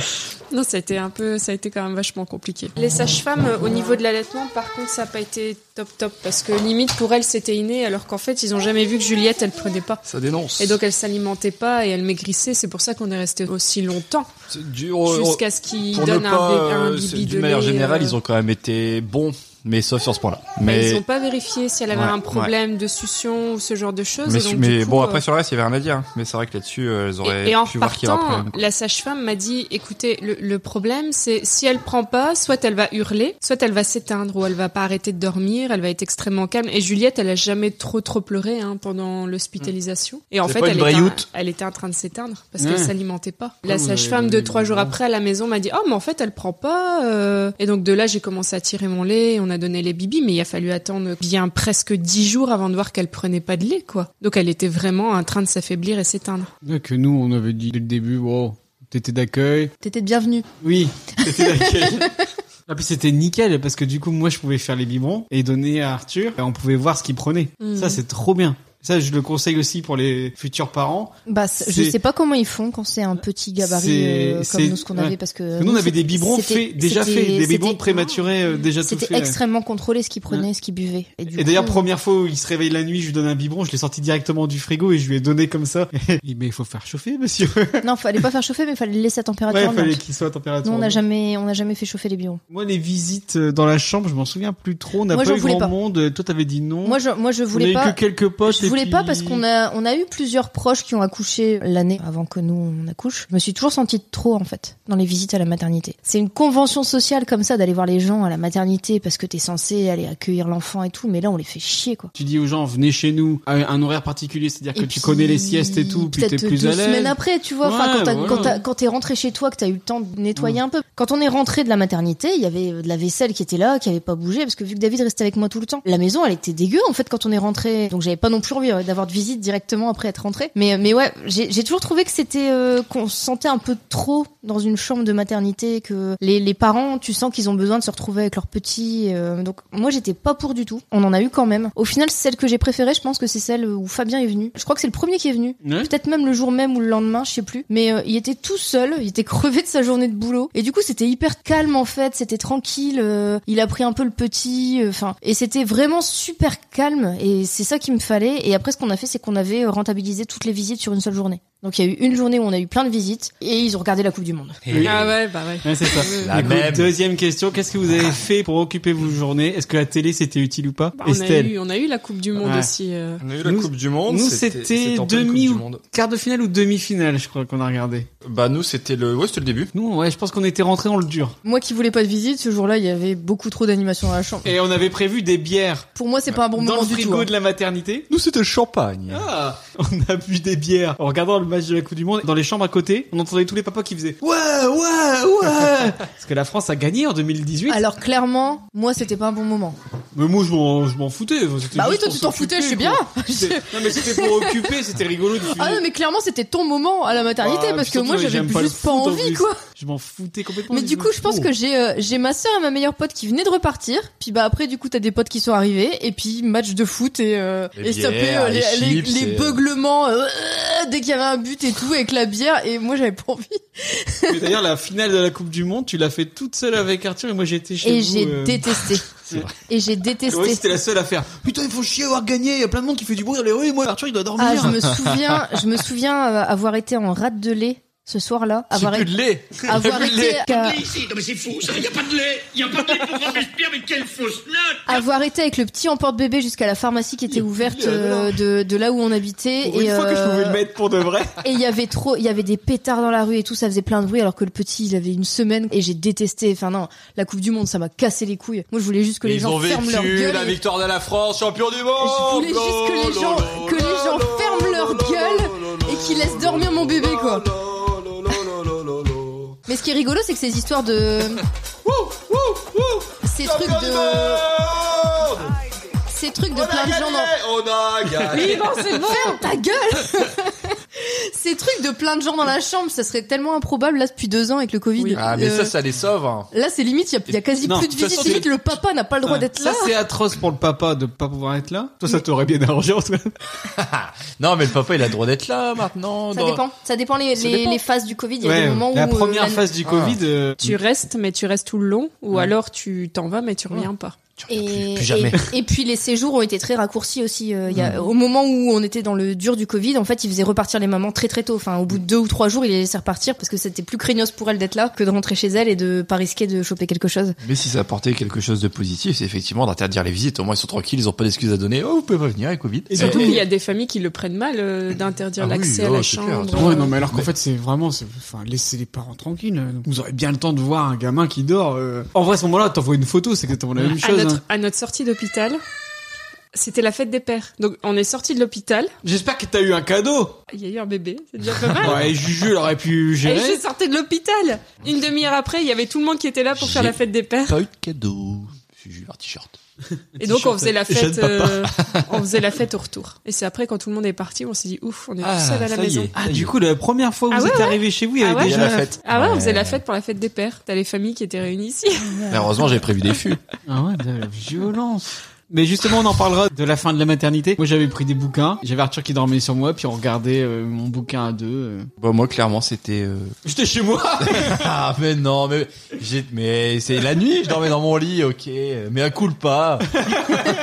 Speaker 4: Non, ça a été un peu, ça a été quand même vachement compliqué. Les sages-femmes, euh, au niveau de l'allaitement, par contre, ça n'a pas été top top parce que limite pour elles c'était inné, alors qu'en fait ils ont jamais vu que Juliette elle prenait pas.
Speaker 6: Ça dénonce.
Speaker 4: Et donc elle s'alimentait pas et elle maigrissait. C'est pour ça qu'on est resté aussi longtemps.
Speaker 6: C'est dur,
Speaker 4: Jusqu'à ce qu'il
Speaker 6: pour
Speaker 4: donne
Speaker 6: ne
Speaker 4: un
Speaker 6: pas,
Speaker 4: bébé- un
Speaker 6: euh,
Speaker 4: bibi
Speaker 6: c'est-
Speaker 4: de
Speaker 6: D'une manière
Speaker 4: lait,
Speaker 6: générale,
Speaker 4: euh.
Speaker 6: ils ont quand même été bons, mais sauf sur ce point-là.
Speaker 4: Mais...
Speaker 6: Mais
Speaker 4: Ils n'ont pas vérifié si elle avait
Speaker 6: Ouais,
Speaker 4: un problème de succion ou ce genre de choses.
Speaker 6: mais,
Speaker 4: et donc,
Speaker 6: mais
Speaker 4: du coup,
Speaker 6: bon,
Speaker 4: euh,
Speaker 6: après sur le reste, il y avait rien à dire. hein. Mais c'est vrai que là-dessus, euh, elles auraient
Speaker 4: et, et en
Speaker 6: pu voir qu'il y avait un
Speaker 4: partant,
Speaker 6: problème. quoi.
Speaker 4: la sage-femme m'a dit écoutez, le, le problème, c'est si elle prend pas, soit elle va hurler, soit elle va s'éteindre, ou elle va pas arrêter de dormir, elle va être extrêmement calme. Et Juliette, elle a jamais trop trop pleuré hein, pendant l'hospitalisation. Et en
Speaker 6: Mm. C'est
Speaker 4: fait,
Speaker 6: pas une
Speaker 4: elle
Speaker 6: vraie
Speaker 4: était, en-
Speaker 6: youte.
Speaker 4: elle était en train de s'éteindre parce
Speaker 6: Ouais.
Speaker 4: qu'elle s'alimentait pas.
Speaker 6: Ouais,
Speaker 4: La
Speaker 6: vous
Speaker 4: sage-femme
Speaker 6: avez
Speaker 4: de
Speaker 6: donné
Speaker 4: trois jours après à la maison m'a dit oh mais en fait elle prend pas. euh. Et donc de là, j'ai commencé à tirer mon lait, et on a donné les bibis, mais il a fallu attendre bien presque dix jours avant de voir qu'elle prenait pas de lait quoi. Donc elle était vraiment en train de s'affaiblir et s'éteindre.
Speaker 2: Que nous, on avait dit dès le début, wow, t'étais d'accueil.
Speaker 5: T'étais bienvenue.
Speaker 2: Oui, t'étais d'accueil. [laughs] Ah, puis c'était nickel parce que du coup moi je pouvais faire les biberons et donner à Arthur et on pouvait voir ce qu'il prenait.
Speaker 5: Mhm.
Speaker 2: Ça c'est trop bien. Ça je le conseille aussi pour les futurs parents.
Speaker 5: Bah, c'est- je
Speaker 2: C'est-
Speaker 5: sais pas comment ils font quand c'est un petit gabarit
Speaker 2: C'est-
Speaker 5: euh,
Speaker 2: c'est-
Speaker 5: comme nous ce qu'on
Speaker 2: ouais.
Speaker 5: avait parce que
Speaker 2: nous on avait des biberons
Speaker 5: c'était-
Speaker 2: faits déjà
Speaker 5: c'était-
Speaker 2: faits, des biberons
Speaker 5: c'était-
Speaker 2: prématurés euh, déjà tout faits.
Speaker 5: C'était extrêmement contrôlé ce qu'ils prenaient, ce qu'ils buvaient. Et, du
Speaker 2: Et d'ailleurs,
Speaker 5: coup,
Speaker 2: première fois où il se réveille la nuit, je lui donne un biberon, je l'ai sorti directement du frigo et je lui ai donné comme ça. [laughs] Il dit, mais il faut faire chauffer, monsieur.
Speaker 5: non, fallait pas faire chauffer, mais fallait le laisser à
Speaker 2: Ouais,
Speaker 5: température.
Speaker 2: il fallait
Speaker 5: ambiante.
Speaker 2: qu'il soit à température.
Speaker 5: Ah, Nous, on n'a
Speaker 2: ambiante.
Speaker 5: jamais, on n'a jamais fait chauffer les biberons.
Speaker 2: Moi, les visites euh, dans la chambre, je m'en souviens plus trop. On n'a
Speaker 5: Moi,
Speaker 2: pas
Speaker 5: j'en
Speaker 2: eu
Speaker 5: voulais
Speaker 2: grand
Speaker 5: pas.
Speaker 2: monde. Euh, Toi, t'avais dit non.
Speaker 5: Moi, je, moi, je voulais
Speaker 2: on a
Speaker 5: pas.
Speaker 2: eu que quelques potes.
Speaker 5: Je
Speaker 2: et
Speaker 5: voulais
Speaker 2: puis-
Speaker 5: pas parce qu'on a, on a eu plusieurs proches qui ont accouché l'année avant que nous on accouche. Je me suis toujours sentie de trop en fait dans les visites à la maternité. C'est une convention sociale comme ça d'aller voir les gens à la maternité parce que t'es censé aller accueillir l'enfant et tout, mais là on les fait chier quoi.
Speaker 2: Tu dis aux gens, venez chez nous à un horaire particulier, c'est-à-dire que
Speaker 5: Et
Speaker 2: tu
Speaker 5: puis,
Speaker 2: connais les siestes et tout, puis t'es
Speaker 5: Peut-être
Speaker 2: plus
Speaker 5: deux
Speaker 2: à l'aise.
Speaker 5: semaines après, tu vois, enfin,
Speaker 2: Ouais,
Speaker 5: quand t'as-
Speaker 2: voilà.
Speaker 5: quand t'as- quand t'es rentré chez toi, que t'as eu le temps de nettoyer un peu. Quand on est rentré de la maternité, il y avait euh, de la vaisselle qui était là, qui avait pas bougé, parce que vu que David restait avec moi tout le temps, la maison, elle était dégueu en fait quand on est rentré. Donc j'avais pas non plus envie euh, d'avoir de visite directement après être rentré. Mais mais ouais, j'ai j'ai toujours trouvé que c'était euh, qu'on se sentait un peu trop dans une chambre de maternité, que les les parents, tu sens qu'ils ont besoin de se retrouver avec leurs petits. euh, donc moi j'étais pas pour du tout. On en a eu quand même. Au final, celle que j'ai préférée, je pense que c'est celle où Fabien est venu. Je crois que c'est le premier qui est venu.
Speaker 2: Ouais.
Speaker 5: Peut-être même le jour même ou le lendemain, je sais plus. Mais euh, il était tout seul, il était [laughs] crevé de sa journée de boulot. Et du coup, c'était hyper calme en fait, c'était tranquille. euh, il a pris un peu le petit, euh, enfin, et c'était vraiment super calme. Et c'est ça qu'il me fallait. Et après, ce qu'on a fait, c'est qu'on avait euh, rentabilisé toutes les visites sur une seule journée. Donc il y a eu une journée où on a eu plein de visites et ils ont regardé la Coupe du Monde.
Speaker 2: Oui.
Speaker 4: Ah ouais, bah ouais.
Speaker 2: Ouais, c'est ça.
Speaker 6: La
Speaker 2: Du coup,
Speaker 6: même.
Speaker 2: Deuxième question, qu'est-ce que vous avez fait pour occuper vos journées Est-ce que la télé c'était utile ou pas
Speaker 4: Bah, on, a
Speaker 2: Estelle
Speaker 4: eu, on a eu la Coupe du Monde
Speaker 2: Ouais.
Speaker 4: aussi. euh.
Speaker 6: On a eu la Coupe du Monde.
Speaker 2: Nous c'était demi ou quart de finale ou demi-finale, je crois qu'on a regardé.
Speaker 6: Bah nous c'était le ouais c'était le début.
Speaker 2: Nous ouais, je pense qu'on était rentrés dans le dur.
Speaker 5: Moi qui voulais pas de visite, ce jour-là, il y avait beaucoup trop d'animation dans la chambre.
Speaker 2: Et on avait prévu des bières
Speaker 5: Pour moi, c'est pas un bon
Speaker 2: dans
Speaker 5: moment
Speaker 2: le
Speaker 5: du
Speaker 2: frigo
Speaker 5: tout. hein.
Speaker 2: de la maternité.
Speaker 6: Nous c'était le champagne.
Speaker 2: Ah, on a bu des bières en regardant le match de la Coupe du Monde. Dans les chambres à côté, on entendait tous les papas qui faisaient ouais ouais ouais [laughs] parce que la France a gagné en 2018.
Speaker 5: Alors clairement, moi c'était pas un bon moment.
Speaker 2: Mais moi, je m'en, je m'en foutais. C'était
Speaker 5: Bah oui,
Speaker 2: juste
Speaker 5: toi
Speaker 2: pour
Speaker 5: tu
Speaker 2: s'occuper,
Speaker 5: t'en foutais, je suis bien.
Speaker 2: quoi. [laughs] C'était- Non, mais c'était pour occuper, c'était rigolo. de
Speaker 5: Ah non, mais clairement, c'était ton moment à la maternité
Speaker 2: Ah,
Speaker 5: parce
Speaker 2: puis
Speaker 5: que
Speaker 2: surtout,
Speaker 5: moi,
Speaker 2: ouais,
Speaker 5: j'avais
Speaker 2: j'aime
Speaker 5: juste
Speaker 2: pas
Speaker 5: pas,
Speaker 2: le foot, en
Speaker 5: envie,
Speaker 2: plus.
Speaker 5: quoi.
Speaker 2: Je m'en foutais complètement.
Speaker 5: Mais du coup, je pense que j'ai euh, j'ai ma sœur et ma meilleure pote qui venaient de repartir. Puis bah après, du coup, t'as des potes qui sont arrivés et puis match de foot et euh,
Speaker 6: Les
Speaker 5: et se taper
Speaker 6: bières,
Speaker 5: euh, les,
Speaker 6: les
Speaker 5: les,
Speaker 6: chips,
Speaker 5: les
Speaker 6: et, euh,
Speaker 5: beuglements euh, dès qu'il y avait un but et tout avec la bière. Et moi, j'avais pas envie.
Speaker 2: Mais d'ailleurs, la finale de la Coupe du Monde, tu l'as fait toute seule avec Arthur et moi j'étais [laughs] chez
Speaker 5: Et
Speaker 2: vous,
Speaker 5: j'ai
Speaker 2: euh,
Speaker 5: détesté. Et j'ai
Speaker 2: Ouais,
Speaker 5: détesté.
Speaker 2: c'était la seule à faire. Putain, il faut chier avoir gagné. Il y a plein de monde qui fait du bruit dans les rues. et Moi, Arthur, il doit dormir.
Speaker 5: Ah, je me souviens, je me souviens euh, avoir été en rate de lait ce soir-là,
Speaker 6: J'ai
Speaker 5: avoir
Speaker 6: plus de lait.
Speaker 5: avoir
Speaker 6: J'ai plus de
Speaker 5: été
Speaker 6: lait.
Speaker 5: qu'à-
Speaker 12: ici Non mais c'est fou ça, y a pas de lait Y a pas de lait pour Robespierre, mais quelle fausse note
Speaker 5: avoir été avec le petit emporte-bébé jusqu'à la pharmacie qui était ouverte euh, de, de là où on habitait
Speaker 2: Pour
Speaker 5: et
Speaker 2: une fois que je pouvais
Speaker 5: euh,
Speaker 2: le mettre pour de vrai.
Speaker 5: et il y avait trop il y avait des pétards dans la rue et tout ça faisait plein de bruit alors que le petit il avait une semaine et j'ai détesté enfin non la coupe du monde ça m'a cassé les couilles moi je voulais juste que les
Speaker 6: Ils
Speaker 5: gens
Speaker 6: ont
Speaker 5: ferment leur
Speaker 6: vécu
Speaker 5: gueule
Speaker 6: la
Speaker 5: et-
Speaker 6: victoire de la France, champion du monde.
Speaker 5: je voulais juste que les gens que les gens ferment leur gueule et qu'ils laissent dormir mon bébé quoi mais ce qui est rigolo c'est que ces histoires de ces trucs de ces trucs de plein de gens dans
Speaker 6: On
Speaker 5: [laughs]
Speaker 6: a gagné.
Speaker 5: Ferme ta gueule [laughs] Ces trucs de plein de gens dans la chambre, ça serait tellement improbable là depuis deux ans avec le Covid.
Speaker 6: Ah mais
Speaker 5: Euh,
Speaker 6: ça, ça les sauve. hein.
Speaker 5: Là, c'est limite, il y, a- il y a quasi
Speaker 2: Non,
Speaker 5: plus de
Speaker 2: de toute
Speaker 5: visites.
Speaker 2: façon,
Speaker 5: Limite,
Speaker 2: c'est-
Speaker 5: le papa n'a pas le droit d'être là.
Speaker 2: Ça, c'est atroce pour le papa de pas pouvoir être là. Toi, ça t'aurait bien arrangé, en tout cas.
Speaker 6: Non mais le papa, il a le droit d'être là maintenant.
Speaker 5: Ça
Speaker 6: dans-
Speaker 5: dépend. Ça dépend les,
Speaker 6: Ça
Speaker 5: les-
Speaker 6: dépend.
Speaker 5: les phases du Covid. Il y a
Speaker 6: Ouais,
Speaker 5: des moments
Speaker 2: la
Speaker 5: où. euh,
Speaker 2: première
Speaker 5: la-
Speaker 2: phase du
Speaker 6: Ah.
Speaker 2: Covid. euh,
Speaker 4: Tu restes, mais tu restes tout le long, ou alors tu t'en vas, mais tu reviens pas.
Speaker 5: Et,
Speaker 6: plus jamais.
Speaker 5: et- et puis les séjours ont été très raccourcis aussi. Euh, il y
Speaker 2: Mm.
Speaker 5: a, Au moment où on était dans le dur du Covid, en fait, ils faisaient repartir les mamans très très tôt. Enfin, au bout de deux ou trois jours, ils les laissaient repartir parce que c'était plus craignos pour elles d'être là que de rentrer chez elles et de pas risquer de choper quelque chose.
Speaker 6: Mais si ça apportait quelque chose de positif, c'est effectivement d'interdire les visites. Au moins, ils sont tranquilles, ils ont pas d'excuses à donner. Oh, vous pouvez pas venir avec Covid.
Speaker 4: Et surtout, il y a des familles qui le prennent mal euh, d'interdire
Speaker 6: Ah oui,
Speaker 4: l'accès à
Speaker 6: oh,
Speaker 4: la
Speaker 6: c'est clair,
Speaker 4: chambre.
Speaker 2: Ouais, non, mais alors qu'en fait, c'est vraiment, c'est- enfin, laissez les parents tranquilles. Vous aurez bien le temps de voir un gamin qui dort. euh. En vrai, à ce moment-là, t'envoies une photo, c'est exactement la même
Speaker 4: à
Speaker 2: chose.
Speaker 4: notre,
Speaker 2: hein.
Speaker 4: à notre sortie d'hôpital, c'était la fête des pères. Donc on est sorti de l'hôpital,
Speaker 2: J'espère que t'as eu un cadeau.
Speaker 4: il y a eu un bébé, c'est déjà pas
Speaker 2: [laughs]
Speaker 5: Ah.
Speaker 4: mal.
Speaker 2: Ouais, Juju, elle aurait pu
Speaker 4: Et
Speaker 5: Eh,
Speaker 4: je
Speaker 2: gérer.
Speaker 4: sortais de l'hôpital. Une demi-heure après, il y avait tout le monde qui était là pour faire
Speaker 6: J'ai
Speaker 4: la fête des pères.
Speaker 6: Pas eu de cadeau. J'ai juste un t-shirt.
Speaker 4: Et donc on faisait la
Speaker 2: Jeune
Speaker 4: fête,
Speaker 2: papa.
Speaker 4: euh, on faisait la fête au retour. Et c'est après quand tout le monde est parti, on s'est dit ouf, on est tout seul à la maison.
Speaker 2: Ah, du coup, la première fois où
Speaker 4: Ah
Speaker 2: vous
Speaker 4: ouais,
Speaker 2: êtes
Speaker 4: ouais.
Speaker 2: arrivé chez vous, il y
Speaker 4: Ah
Speaker 2: avait
Speaker 4: ouais.
Speaker 6: Il y a
Speaker 2: déjà
Speaker 6: la fête.
Speaker 4: Ah ouais, on faisait la fête pour la fête des pères. T'as les familles qui étaient réunies ici.
Speaker 6: Mais heureusement, j'avais prévu des fûts.
Speaker 2: Ah ouais, de la violence. Mais justement, on en parlera de la fin de la maternité. Moi, j'avais pris des bouquins. J'avais Arthur qui dormait sur moi, puis on regardait euh, mon bouquin à deux. euh.
Speaker 6: [laughs] Bon, moi, clairement, c'était, euh,
Speaker 2: J'étais chez moi.
Speaker 6: Ah, mais non, mais j'ai, mais c'est la nuit, je dormais dans mon lit, ok, mais à coup le pas. [laughs]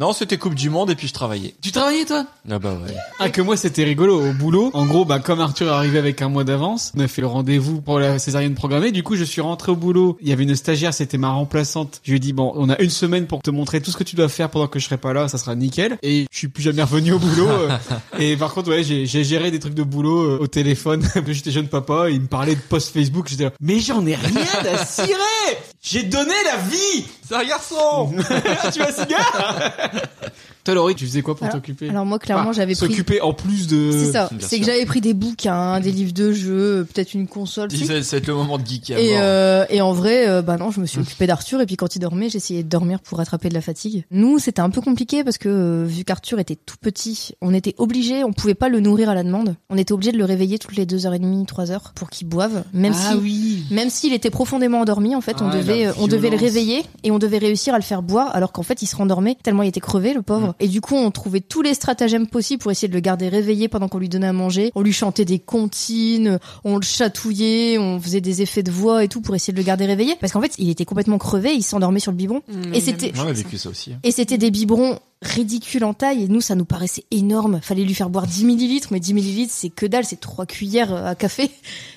Speaker 6: non, c'était Coupe du Monde et puis je travaillais.
Speaker 2: Tu travaillais, toi
Speaker 6: Ah bah ouais.
Speaker 2: Ah que moi c'était rigolo au boulot. En gros, bah comme Arthur est arrivé avec un mois d'avance, on a fait le rendez-vous pour la césarienne programmée. Du coup, je suis rentré au boulot. Il y avait une stagiaire, c'était ma remplaçante. Je lui ai dit bon, on a une semaine pour te montrer tout ce que tu dois faire pendant que je serai pas là, ça sera nickel. Et je suis plus jamais revenu au [laughs] boulot. euh. et par contre, ouais, j'ai j'ai géré des trucs de boulot euh, au téléphone. [laughs] J'étais jeune papa, il me parlait de post Facebook. J'étais là, mais j'en ai rien à cirer. J'ai donné la vie. Oh.
Speaker 6: C'est un garçon!
Speaker 2: [laughs] tu vas cigare. Toi, Laurie, tu faisais quoi pour
Speaker 5: Alors-
Speaker 2: t'occuper
Speaker 5: Alors moi, clairement,
Speaker 2: Ah,
Speaker 5: j'avais pris.
Speaker 2: S'occuper en plus de.
Speaker 5: C'est ça.
Speaker 6: Bien
Speaker 5: C'est que
Speaker 6: sûr.
Speaker 5: j'avais pris des bouquins, des livres de jeux, peut-être une console. si.
Speaker 6: Ça va être le moment de geek à
Speaker 5: Et,
Speaker 6: mort.
Speaker 5: euh, et en vrai, euh, bah non, je me suis occupée d'Arthur et puis quand il dormait, j'essayais de dormir pour rattraper de la fatigue. Nous, c'était un peu compliqué parce que euh, vu qu'Arthur était tout petit, on était obligés, on pouvait pas le nourrir à la demande. On était obligés de le réveiller toutes les deux heures et demie, trois heures pour qu'il boive, même
Speaker 2: Ah
Speaker 5: si
Speaker 2: oui.
Speaker 5: même s'il était profondément endormi, en fait, on
Speaker 2: Ah, la
Speaker 5: devait, euh, on devait le
Speaker 2: violence.
Speaker 5: réveiller et on devait réussir à le faire boire, alors qu'en fait, il se rendormait tellement il était crevé, le pauvre.
Speaker 2: Mm.
Speaker 5: Et du coup, on trouvait tous les stratagèmes possibles pour essayer de le garder réveillé pendant qu'on lui donnait à manger. On lui chantait des comptines, on le chatouillait, on faisait des effets de voix et tout pour essayer de le garder réveillé. Parce qu'en fait, il était complètement crevé, il s'endormait sur le biberon.
Speaker 2: Mm.
Speaker 4: Mmh.
Speaker 5: Et c'était,
Speaker 6: Moi, j'ai vécu ça aussi. hein.
Speaker 5: et c'était des biberons ridicules en taille et nous ça nous paraissait énorme. Fallait lui faire boire 10 millilitres mais 10 millilitres c'est que dalle, c'est trois cuillères à café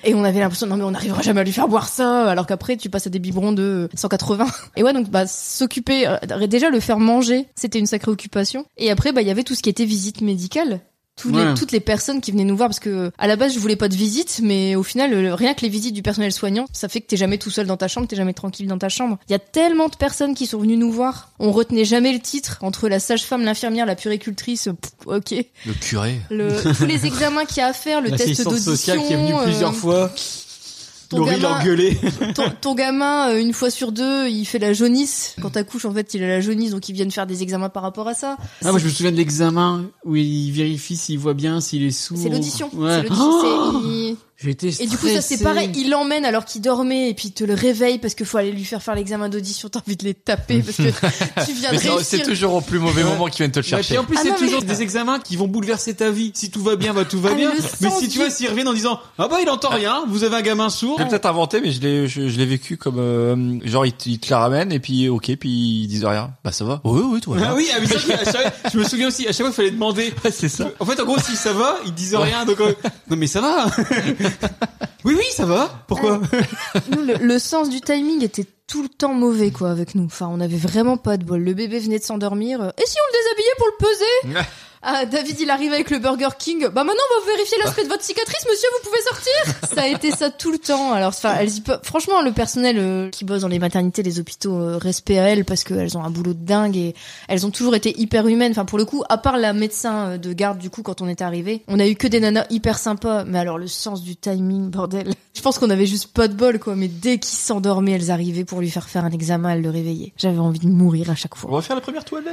Speaker 5: et on avait l'impression non mais on n'arrivera jamais à lui faire boire ça alors qu'après tu passes à des biberons de 180. [laughs] Et ouais donc bah s'occuper euh, déjà le faire manger, c'était une sacrée occupation et après bah il y avait tout ce qui était visite médicale. Tous les-
Speaker 2: Ouais.
Speaker 5: toutes les personnes qui venaient nous voir parce que à la base je voulais pas de visite mais au final euh, rien que les visites du personnel soignant ça fait que t'es jamais tout seul dans ta chambre t'es jamais tranquille dans ta chambre il y a tellement de personnes qui sont venues nous voir on retenait jamais le titre entre la sage-femme l'infirmière la puéricultrice euh, pff, ok
Speaker 6: Le curé.
Speaker 5: le,
Speaker 2: [laughs]
Speaker 5: tous les examens qu'il y a à faire le test
Speaker 2: L'assistante
Speaker 5: d'audition
Speaker 2: sociale qui est venue
Speaker 5: euh,
Speaker 2: plusieurs fois.
Speaker 5: ton
Speaker 2: Laurie
Speaker 5: gamin- [laughs]
Speaker 2: l'engueulait.
Speaker 5: ton, ton gamin, euh, une fois sur deux, il fait la jaunisse. Quand t'accouches, en fait, il a la jaunisse, donc ils viennent faire des examens par rapport à ça.
Speaker 2: Ah, moi, je me souviens de l'examen où il vérifie s'il voit bien, s'il est sourd.
Speaker 5: C'est l'audition.
Speaker 2: Oh, Ouais.
Speaker 5: C'est l'audition.
Speaker 2: Oh
Speaker 5: c'est- il-
Speaker 2: [gasps] J'étais
Speaker 5: Et du coup, ça c'est
Speaker 2: stressé.
Speaker 5: pareil. Il l'emmène alors qu'il dormait et puis il te le réveille parce qu'il faut aller lui faire faire l'examen d'audition. T'as envie de les taper parce que tu viens de
Speaker 6: Mais c'est-
Speaker 5: réussir.
Speaker 6: c'est toujours au plus mauvais moment qu'ils viennent te le
Speaker 2: Ouais,
Speaker 6: chercher.
Speaker 2: puis en plus,
Speaker 5: Ah
Speaker 2: c'est
Speaker 5: non, mais-
Speaker 2: toujours des examens qui vont bouleverser ta vie. Si tout va bien, bah tout va
Speaker 5: Ah, mais
Speaker 2: bien.
Speaker 5: le
Speaker 2: Mais
Speaker 5: sens
Speaker 2: si
Speaker 5: du-
Speaker 2: tu vois, s'ils reviennent en disant Ah bah il entend rien, vous avez un gamin sourd.
Speaker 6: Je l'ai peut-être inventé, mais je l'ai, je, je l'ai vécu comme euh, genre ils, te- ils te la ramènent et puis ok, puis ils disent rien. Bah ça va. Oui, oui, toi.
Speaker 2: Ah oui, ah, mais ça, à chaque- je me souviens aussi, à chaque fois il fallait demander.
Speaker 6: [laughs] c'est ça.
Speaker 2: En fait, en gros, si ça va, ils disent rien. Donc, euh, non mais ça va. Oui, oui, ça va. Pourquoi
Speaker 5: Nous, le, le sens du timing était tout le temps mauvais, quoi, avec nous. Enfin, on avait vraiment pas de bol. Le bébé venait de s'endormir. euh, Et si on le déshabillait pour le peser Ah, David, il arrive avec le Burger King. Bah maintenant, on va vérifier l'aspect de votre cicatrice, monsieur, vous pouvez sortir Ça a été ça tout le temps. Alors, enfin, elles y pe- franchement, le personnel euh, qui bosse dans les maternités, les hôpitaux, euh, respect à elles parce qu'elles ont un boulot de dingue et elles ont toujours été hyper humaines. Enfin, pour le coup, à part la médecin euh, de garde, du coup, quand on est arrivé, on a eu que des nanas hyper sympas. Mais alors, le sens du timing, bordel. [laughs] Je pense qu'on avait juste pas de bol, quoi. Mais dès qu'il s'endormait, elles arrivaient pour lui faire faire un examen, elles le réveillaient. J'avais envie de mourir à chaque fois.
Speaker 6: On va faire la première toilette.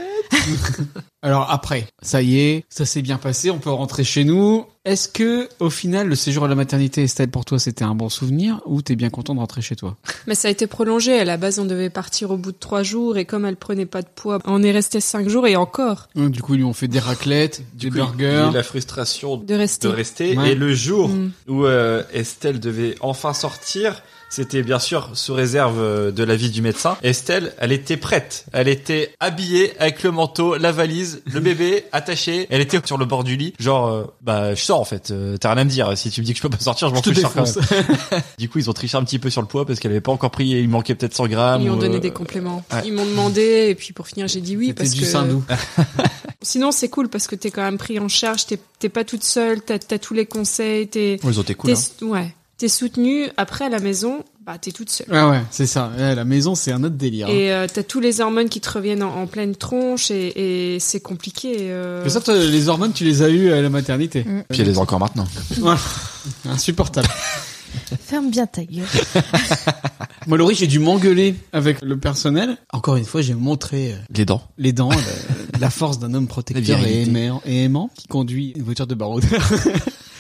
Speaker 2: Alors après, ça y est, ça s'est bien passé, on peut rentrer chez nous. Est-ce que, au final, le séjour à la maternité, Estelle, pour toi, c'était un bon souvenir ou t'es bien content de rentrer chez toi
Speaker 4: Mais ça a été prolongé. À la base, on devait partir au bout de trois jours et comme elle prenait pas de poids, on est resté cinq jours et encore.
Speaker 2: Hum, Du coup, ils lui ont fait des raclettes, des burgers.
Speaker 6: Et la frustration
Speaker 4: De rester.
Speaker 2: Ouais.
Speaker 6: Et le jour
Speaker 4: Mm.
Speaker 6: où euh, Estelle devait enfin sortir, c'était bien sûr sous réserve euh, de l'avis du médecin. Estelle, elle était prête. Elle était habillée avec le manteau, la valise, [laughs] le bébé attaché. Elle était sur le bord du lit. Genre, euh, bah, je sors en fait. Euh, T'as rien à me dire. Si tu me dis que je peux pas sortir, je m'en
Speaker 2: Je te
Speaker 6: fous, je sors quand
Speaker 2: défonce.
Speaker 6: même. [laughs] du coup, ils ont triché un petit peu sur le poids parce qu'elle avait pas encore pris. Il manquait peut-être 100
Speaker 2: Ah,
Speaker 6: grammes.
Speaker 4: Ils lui ont
Speaker 6: ou,
Speaker 4: donné
Speaker 6: euh,
Speaker 4: des compléments.
Speaker 6: ouais.
Speaker 4: Ils m'ont demandé et puis pour finir, j'ai dit oui
Speaker 2: C'était
Speaker 4: parce
Speaker 2: du
Speaker 4: que.
Speaker 2: sein [laughs] doux.
Speaker 4: Sinon, c'est cool parce que t'es quand même pris en charge. T'es t'es pas toute seule. T'as as tous les conseils. T'es.
Speaker 6: Ouais, ils ont hein. été cool,
Speaker 4: t'es- Ouais. T'es soutenue. Après, à la maison, bah t'es toute seule.
Speaker 2: Ah ouais, c'est ça. Eh, La maison, c'est un autre délire. hein.
Speaker 4: Et euh, t'as tous les hormones qui te reviennent en, en pleine tronche et, et c'est compliqué. euh. Mm.
Speaker 2: Mais ça, toi, les hormones, tu les as eues à la maternité.
Speaker 6: Puis elle les a encore maintenant.
Speaker 2: Voilà. Insupportable.
Speaker 5: Ferme bien ta gueule.
Speaker 2: Moi, Laurie, j'ai dû m'engueuler avec le personnel. Encore une fois, j'ai montré euh,
Speaker 6: Les dents.
Speaker 2: les dents, euh, [laughs] la, la force d'un homme protecteur
Speaker 6: La
Speaker 2: et
Speaker 6: virilité.
Speaker 2: aimant, et aimant qui conduit une voiture de baroudeur.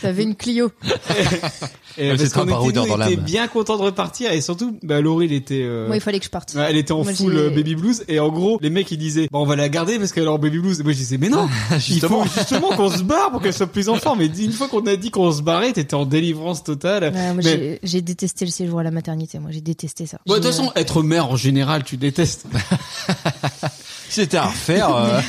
Speaker 5: T'avais une Clio.
Speaker 2: Et
Speaker 6: Ouais,
Speaker 2: parce
Speaker 6: Ah, c'est un
Speaker 2: qu'on était,
Speaker 6: baroudeur
Speaker 2: nous,
Speaker 6: dans
Speaker 2: on était
Speaker 6: l'âme.
Speaker 2: bien content de repartir et surtout, bah, Laurie, elle était. euh,
Speaker 5: Moi, il fallait que je parte.
Speaker 2: Ouais, elle était en
Speaker 5: Moi,
Speaker 2: full
Speaker 5: j'ai-
Speaker 2: euh, baby blues et en gros les mecs ils disaient bah on va la garder parce qu'elle est en baby blues et moi je disais mais non il
Speaker 6: [laughs] Justement.
Speaker 2: faut justement qu'on se barre pour qu'elle soit plus en forme et une fois qu'on a dit qu'on se barrait t'étais en délivrance totale
Speaker 5: Ouais, moi,
Speaker 2: Mais-
Speaker 5: j'ai- J'ai détesté le séjour à la maternité, moi j'ai détesté ça.
Speaker 2: Bon, de
Speaker 5: J'ai-
Speaker 2: toute façon être mère en général tu
Speaker 5: [laughs]
Speaker 2: détestes
Speaker 6: Si c'était à refaire, euh,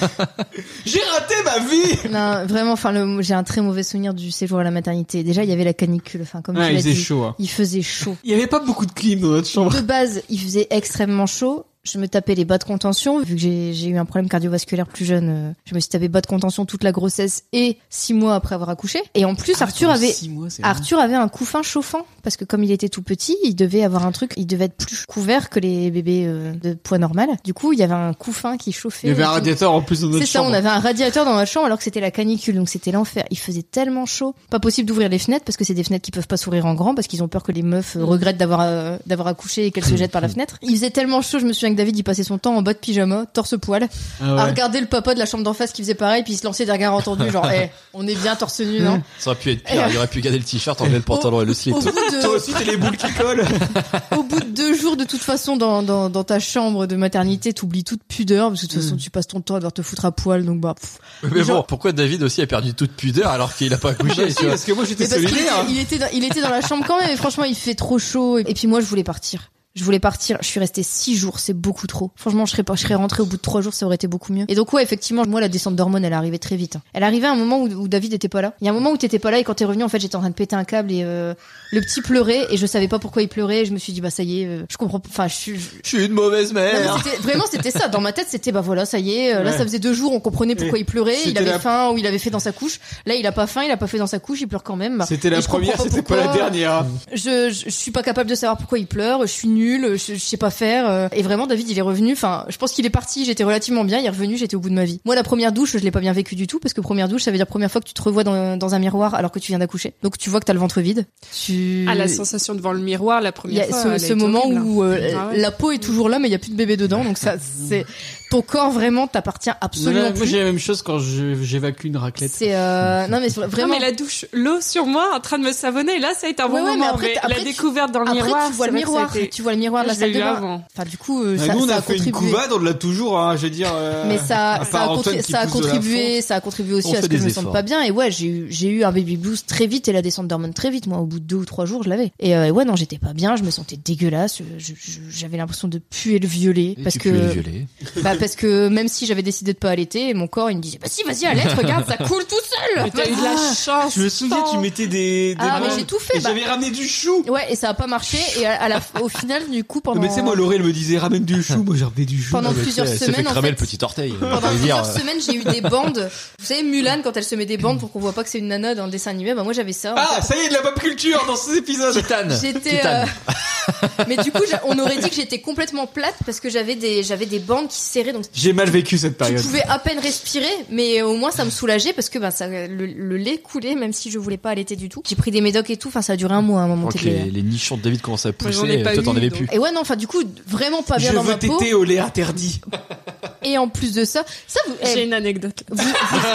Speaker 2: j'ai raté ma vie
Speaker 5: Non, vraiment, enfin, le- j'ai un très mauvais souvenir du séjour à la maternité. Déjà, il y avait la canicule, enfin, comme
Speaker 2: Ouais,
Speaker 5: tu
Speaker 2: il
Speaker 5: l'as
Speaker 2: faisait
Speaker 5: dit.
Speaker 2: chaud, hein.
Speaker 5: Il faisait chaud.
Speaker 2: il y avait pas beaucoup de clim dans notre chambre
Speaker 5: De base, il faisait extrêmement chaud. Je me tapais les bas de contention, vu que j'ai j'ai eu un problème cardiovasculaire plus jeune. euh, Je me suis tapé bas de contention toute la grossesse et six mois après avoir accouché. Et en plus, Arthur avait
Speaker 2: Ah, Six mois, c'est vrai.
Speaker 5: Arthur avait un couffin chauffant parce que comme il était tout petit, il devait avoir un truc, il devait être plus couvert que les bébés euh, de poids normal. Du coup, il y avait un couffin qui chauffait.
Speaker 2: il y avait un
Speaker 5: et qui-
Speaker 2: radiateur en plus dans notre
Speaker 5: c'est ça,
Speaker 2: chambre
Speaker 5: on avait un radiateur dans notre chambre alors que c'était la canicule, donc c'était l'enfer. Il faisait tellement chaud. Pas possible d'ouvrir les fenêtres parce que c'est des fenêtres qui peuvent pas s'ouvrir en grand parce qu'ils ont peur que les meufs euh, regrettent d'avoir euh, d'avoir accouché et qu'elles se
Speaker 2: Mm.
Speaker 5: jettent par la fenêtre. Il faisait tellement chaud, je me souviens que David il passait son temps en bas de pyjama, torse poil,
Speaker 2: Ah ouais.
Speaker 5: à regarder le papa de la chambre d'en face qui faisait pareil puis il se lançait des regards
Speaker 2: [laughs]
Speaker 5: entendus genre Eh, on est bien torse nu, non
Speaker 6: ça aurait pu être pire. Il aurait pu garder le t-shirt, enlever le pantalon et le slip.
Speaker 5: Au bout de-
Speaker 2: toi aussi t'as les boules qui collent
Speaker 5: au bout de deux jours, de toute façon, dans, dans, dans ta chambre de maternité, t'oublies toute pudeur, parce que de
Speaker 2: Mm.
Speaker 5: toute façon, tu passes ton temps à devoir te foutre à poil, donc bah. pff.
Speaker 6: Mais bon,
Speaker 5: Genre-
Speaker 6: pourquoi David aussi a perdu toute pudeur alors qu'il
Speaker 5: [laughs]
Speaker 6: a pas accouché tu vois
Speaker 2: [laughs] parce que moi j'étais
Speaker 5: Mais parce qu'il était,
Speaker 2: solidaire
Speaker 5: il était, dans, il était dans la chambre quand même, et franchement, il fait trop chaud. Et, et puis moi, je voulais partir. Je voulais partir. Je suis restée six jours, c'est beaucoup trop. Franchement, je serais pas, je serais rentrée au bout de trois jours, ça aurait été beaucoup mieux. Et donc ouais, effectivement, moi, la descente d'hormones, elle arrivait très vite. hein. Elle arrivait à un moment où, où David était pas là. Il y a un moment où t'étais pas là, et quand t'es revenu, en fait, j'étais en train de péter un câble et euh, le petit pleurait, et je savais pas pourquoi il pleurait. Et je me suis dit bah ça y est, euh, je comprends. pas. Enfin, je suis. je-
Speaker 6: Je suis une mauvaise
Speaker 5: Non,
Speaker 6: mère.
Speaker 5: mais c'était- vraiment, c'était ça. Dans ma tête, c'était bah voilà, ça y est. euh, Là,
Speaker 2: hein. Ouais.
Speaker 5: ça faisait deux jours, on comprenait pourquoi
Speaker 2: Et
Speaker 5: il pleurait. Il
Speaker 2: c'était
Speaker 5: avait
Speaker 2: la-
Speaker 5: faim ou il avait fait dans sa couche. Là, il a pas faim, il a pas fait dans sa couche, il pleure quand même.
Speaker 2: c'était
Speaker 5: Et
Speaker 2: la
Speaker 5: je comprends
Speaker 2: première c'était pas
Speaker 5: pourquoi.
Speaker 2: la dernière
Speaker 5: Je, je, je suis pas capable de savoir pourquoi il pleure. Je suis nulle, je, je sais pas faire. euh. Et vraiment, David, il est revenu. Enfin, je pense qu'il est parti. J'étais relativement bien. Il est revenu. J'étais au bout de ma vie. Moi, la première douche, je l'ai pas bien vécu du tout parce que première douche, ça veut dire première fois que tu te revois dans, dans un miroir alors que tu viens d'accoucher. Donc tu vois que t'as le ventre vide. Tu
Speaker 4: À la sensation devant le miroir la
Speaker 5: il y
Speaker 4: première
Speaker 5: a
Speaker 4: fois.
Speaker 5: ce,
Speaker 4: elle
Speaker 5: ce
Speaker 4: est
Speaker 5: moment
Speaker 4: horrible, hein.
Speaker 5: où euh,
Speaker 4: Ah ouais.
Speaker 5: la peau est toujours là, mais il y a plus de bébé dedans. Donc ça, c'est ton corps vraiment t'appartient absolument
Speaker 2: Voilà, moi
Speaker 5: plus.
Speaker 2: j'ai la même chose quand je- j'évacue une raclette [laughs]
Speaker 5: C'est euh, non mais c'est
Speaker 4: Non
Speaker 5: vraiment.
Speaker 4: mais la douche, l'eau sur moi en train de me savonner, là ça a été un bon
Speaker 5: Ouais, ouais,
Speaker 4: moment.
Speaker 5: mais après,
Speaker 4: mais
Speaker 5: t'as- après,
Speaker 4: la
Speaker 5: tu-
Speaker 4: découverte dans le
Speaker 5: Après
Speaker 4: miroir,
Speaker 5: tu vois
Speaker 4: c'est
Speaker 5: le
Speaker 4: vrai que ça a
Speaker 5: miroir,
Speaker 4: été- Ah,
Speaker 5: tu vois le miroir de la
Speaker 4: Je l'ai
Speaker 5: salle de
Speaker 4: eu
Speaker 5: bain.
Speaker 4: avant.
Speaker 5: Enfin du coup, euh,
Speaker 2: Bah,
Speaker 5: ça,
Speaker 2: nous, on
Speaker 5: ça
Speaker 2: a,
Speaker 5: a
Speaker 2: fait une
Speaker 5: contribué.
Speaker 2: couvade, on l'a toujours, hein, je veux dire. euh,
Speaker 5: Mais ça,
Speaker 2: à
Speaker 5: ça a,
Speaker 2: part Antoine
Speaker 5: contri-
Speaker 2: qui
Speaker 5: ça a
Speaker 2: pousse de la
Speaker 5: contribué, ça a contribué
Speaker 6: On
Speaker 5: aussi à
Speaker 6: fait
Speaker 5: ce que je
Speaker 6: des
Speaker 5: me sente
Speaker 6: efforts.
Speaker 5: pas bien. Et ouais, j'ai eu, j'ai eu un baby blues très vite et la descente d'hormones très vite. Moi, au bout de deux ou trois jours, je l'avais. Et euh, ouais, non, j'étais pas bien. Je me sentais dégueulasse. je- je- J'avais l'impression de puer le violet parce que
Speaker 6: Tu peux le violer.
Speaker 5: Bah, parce que même si j'avais décidé de pas allaiter, mon corps il me disait bah si vas-y allaite, regarde
Speaker 4: [laughs]
Speaker 5: ça [laughs] coule tout seul.
Speaker 4: Mais t'as eu de la
Speaker 5: Ah.
Speaker 4: chance.
Speaker 2: Je me souviens, tu mettais des. des
Speaker 5: Ah mais
Speaker 2: branches
Speaker 5: j'ai tout fait.
Speaker 2: Et
Speaker 5: bah.
Speaker 2: j'avais ramené du chou.
Speaker 5: Ouais et ça a pas marché et à, à la, au final du coup pendant.
Speaker 2: Mais tu sais, moi, Laurie, elle me disait ramène du chou. Moi, j'ai ramené du chou.
Speaker 5: Pendant Ah, mais plusieurs tu sais, elle s'est semaines, fait en cramer fait. le
Speaker 6: petit orteil.
Speaker 5: Pendant plusieurs
Speaker 6: euh,
Speaker 4: euh.
Speaker 5: semaines, j'ai eu
Speaker 4: [laughs]
Speaker 5: des bandes. Vous savez, Mulan, quand elle se met des bandes pour qu'on voit pas que c'est une nana dans le dessin animé, bah moi j'avais ça. en
Speaker 2: Ah,
Speaker 5: fait.
Speaker 2: ça y est, de la pop culture dans ces épisodes.
Speaker 6: Titane.
Speaker 5: J'étais. euh, [laughs] Mais du coup, j'a- on aurait dit que j'étais complètement plate parce que j'avais des, j'avais des bandes qui serraient, donc
Speaker 2: J'ai mal vécu cette
Speaker 5: je
Speaker 2: période.
Speaker 5: pouvais à peine respirer, mais au moins ça me soulageait parce que ben ça, le, le lait coulait, même si je voulais pas allaiter du tout. J'ai pris des médocs et tout, enfin ça a duré un mois à un moment.
Speaker 6: que
Speaker 5: t'es-
Speaker 6: les, les nichons de David commencent à
Speaker 5: j'en
Speaker 6: pousser,
Speaker 5: ai
Speaker 6: et
Speaker 5: pas
Speaker 6: toi t'en
Speaker 5: eu,
Speaker 6: avais
Speaker 5: donc.
Speaker 6: plus.
Speaker 5: Et ouais, non, enfin du coup, vraiment pas bien
Speaker 2: Je
Speaker 5: dans
Speaker 2: veux
Speaker 5: ma peau.
Speaker 2: téter au lait interdit.
Speaker 5: Et en plus de ça, ça vous.
Speaker 4: J'ai
Speaker 5: eh,
Speaker 4: une anecdote.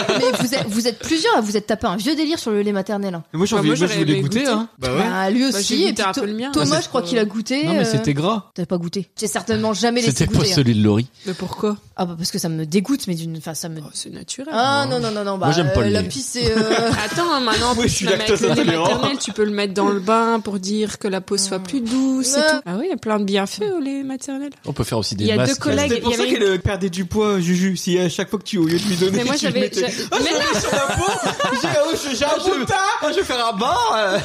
Speaker 5: mais vous êtes, vous êtes plusieurs à vous êtes tapé un vieux délire sur le lait maternel. hein.
Speaker 2: Mais moi, j'ai
Speaker 4: Bah,
Speaker 2: envie-
Speaker 4: moi,
Speaker 2: moi, je
Speaker 4: j'aurais
Speaker 2: voulais
Speaker 4: aimé
Speaker 2: goûter,
Speaker 4: goûter.
Speaker 2: hein. Bah
Speaker 5: Bah, lui
Speaker 4: Bah,
Speaker 5: aussi.
Speaker 4: j'ai
Speaker 5: et
Speaker 4: goûté
Speaker 5: puis
Speaker 4: un
Speaker 5: To-
Speaker 4: peu le mien.
Speaker 5: Thomas,
Speaker 4: Bah,
Speaker 5: je crois qu'il a goûté.
Speaker 2: Non, mais
Speaker 5: euh,
Speaker 2: c'était gras.
Speaker 5: T'as pas goûté. J'ai certainement jamais laissé
Speaker 6: C'était
Speaker 5: goûter.
Speaker 6: pas
Speaker 5: hein.
Speaker 6: celui de Laurie.
Speaker 4: Mais pourquoi Oh,
Speaker 5: Ah bah parce que ça me dégoûte, mais d'une, enfin ça me.
Speaker 4: C'est naturel.
Speaker 5: Ah non non non non bah.
Speaker 6: Oh, Moi, j'aime pas
Speaker 5: euh,
Speaker 6: le
Speaker 5: La
Speaker 6: lait.
Speaker 5: pisse et. euh,
Speaker 4: [laughs] Attends, maintenant, en
Speaker 2: Moi,
Speaker 4: plus,
Speaker 2: je suis
Speaker 4: même avec le lait
Speaker 2: lactose-intolérant.
Speaker 4: maternel, tu peux le mettre dans le bain pour dire que la
Speaker 5: Ah.
Speaker 4: peau soit plus douce et
Speaker 5: Ouais.
Speaker 4: tout. Ah oui, il y a plein de bienfaits au lait maternel.
Speaker 6: On peut faire aussi des
Speaker 4: Il y a deux
Speaker 6: masques.
Speaker 4: collègues.
Speaker 2: C'est
Speaker 4: Il
Speaker 2: pour
Speaker 4: y
Speaker 2: ça
Speaker 4: avait
Speaker 2: qu'elle euh, perdait du poids, Juju. Si à chaque fois que tu, au lieu de lui donner,
Speaker 4: Mais moi,
Speaker 2: tu lui
Speaker 4: j'avais-
Speaker 2: mettais-
Speaker 4: j'a-
Speaker 2: [laughs] Ah, je
Speaker 4: Mais
Speaker 2: le mets sur ma peau. J'ai, oh, j'ai- j'ai un bout de teint.
Speaker 3: je vais faire un
Speaker 2: euh.
Speaker 3: bain.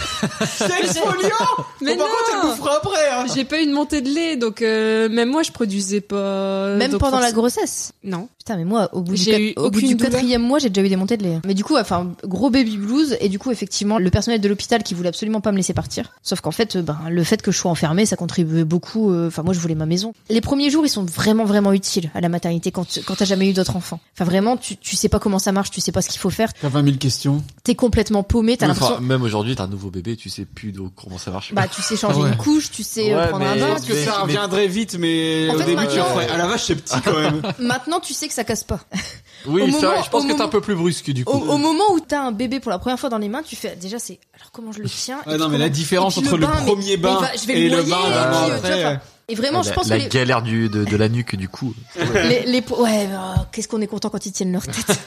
Speaker 2: C'est [laughs] exfoliant.
Speaker 4: Mais
Speaker 2: Bon, Par
Speaker 4: non.
Speaker 2: contre, elle bouffera après, hein.
Speaker 4: [laughs] J'ai pas eu de montée de lait, donc euh, même moi, je produisais pas.
Speaker 5: Même
Speaker 4: donc
Speaker 5: pendant la
Speaker 4: forc-
Speaker 5: grossesse.
Speaker 4: Non.
Speaker 5: Putain, mais moi, au bout du,
Speaker 4: J'ai
Speaker 5: quat-
Speaker 4: eu
Speaker 5: au bout
Speaker 4: aucune
Speaker 5: du
Speaker 4: douleur.
Speaker 5: quatrième mois, j'ai déjà eu des montées de lait. Mais du coup, enfin, gros baby blues. Et du coup, effectivement, le personnel de l'hôpital qui voulait absolument pas me laisser partir. Sauf qu'en fait, euh, ben, le fait que je sois enfermée, ça contribuait beaucoup. euh, Enfin, moi, je voulais ma maison. Les premiers jours, ils sont vraiment, vraiment utiles à la maternité quand, quand t'as jamais eu d'autres enfants. Enfin, vraiment, tu, tu sais pas comment ça marche, tu sais pas ce qu'il faut faire.
Speaker 2: T'as 20 000 questions.
Speaker 5: T'es complètement paumé, t'as
Speaker 6: Oui,
Speaker 5: l'impression.
Speaker 6: enfin, même aujourd'hui, t'as un nouveau bébé, tu sais plus d'où- comment ça marche.
Speaker 5: Bah, tu sais changer
Speaker 2: [laughs] Ouais.
Speaker 5: une couche, tu sais euh,
Speaker 6: Ouais,
Speaker 5: prendre un
Speaker 6: mais-
Speaker 5: bain.
Speaker 2: Je pense que
Speaker 6: Mais-
Speaker 2: ça
Speaker 6: mais-
Speaker 2: reviendrait vite, mais
Speaker 5: En
Speaker 2: au
Speaker 5: fait,
Speaker 2: début, tu
Speaker 5: maintenant-
Speaker 2: ferais. À la vache, c'est petit quand [laughs] même.
Speaker 5: Maintenant, tu sais que ça
Speaker 2: [laughs]
Speaker 5: casse pas.
Speaker 6: oui,
Speaker 5: au
Speaker 6: ça,
Speaker 5: moment-
Speaker 6: je pense
Speaker 5: au
Speaker 6: que t'es un
Speaker 5: moment-
Speaker 6: peu plus brusque du
Speaker 5: Au,
Speaker 6: coup.
Speaker 5: au moment où t'as un bébé pour la première fois dans les mains, tu fais déjà c'est alors comment je le tiens et
Speaker 2: Ah
Speaker 5: puis
Speaker 2: non, mais la
Speaker 5: comment-
Speaker 2: différence
Speaker 5: et puis
Speaker 2: entre le
Speaker 5: bain, mais- mais
Speaker 2: premier
Speaker 5: il
Speaker 2: bain
Speaker 5: va- je vais
Speaker 2: et le
Speaker 5: noyer,
Speaker 2: bain
Speaker 5: et
Speaker 2: vraiment
Speaker 5: puis, euh, tu vois,
Speaker 2: après,
Speaker 5: enfin,
Speaker 2: euh,
Speaker 5: Et vraiment, je
Speaker 6: Ah, la
Speaker 5: pense
Speaker 6: la
Speaker 5: que les,
Speaker 6: galère du, de, de la nuque du coup.
Speaker 5: les, les- ouais, euh, qu'est-ce qu'on est content quand ils tiennent leur
Speaker 6: [laughs]
Speaker 5: tête.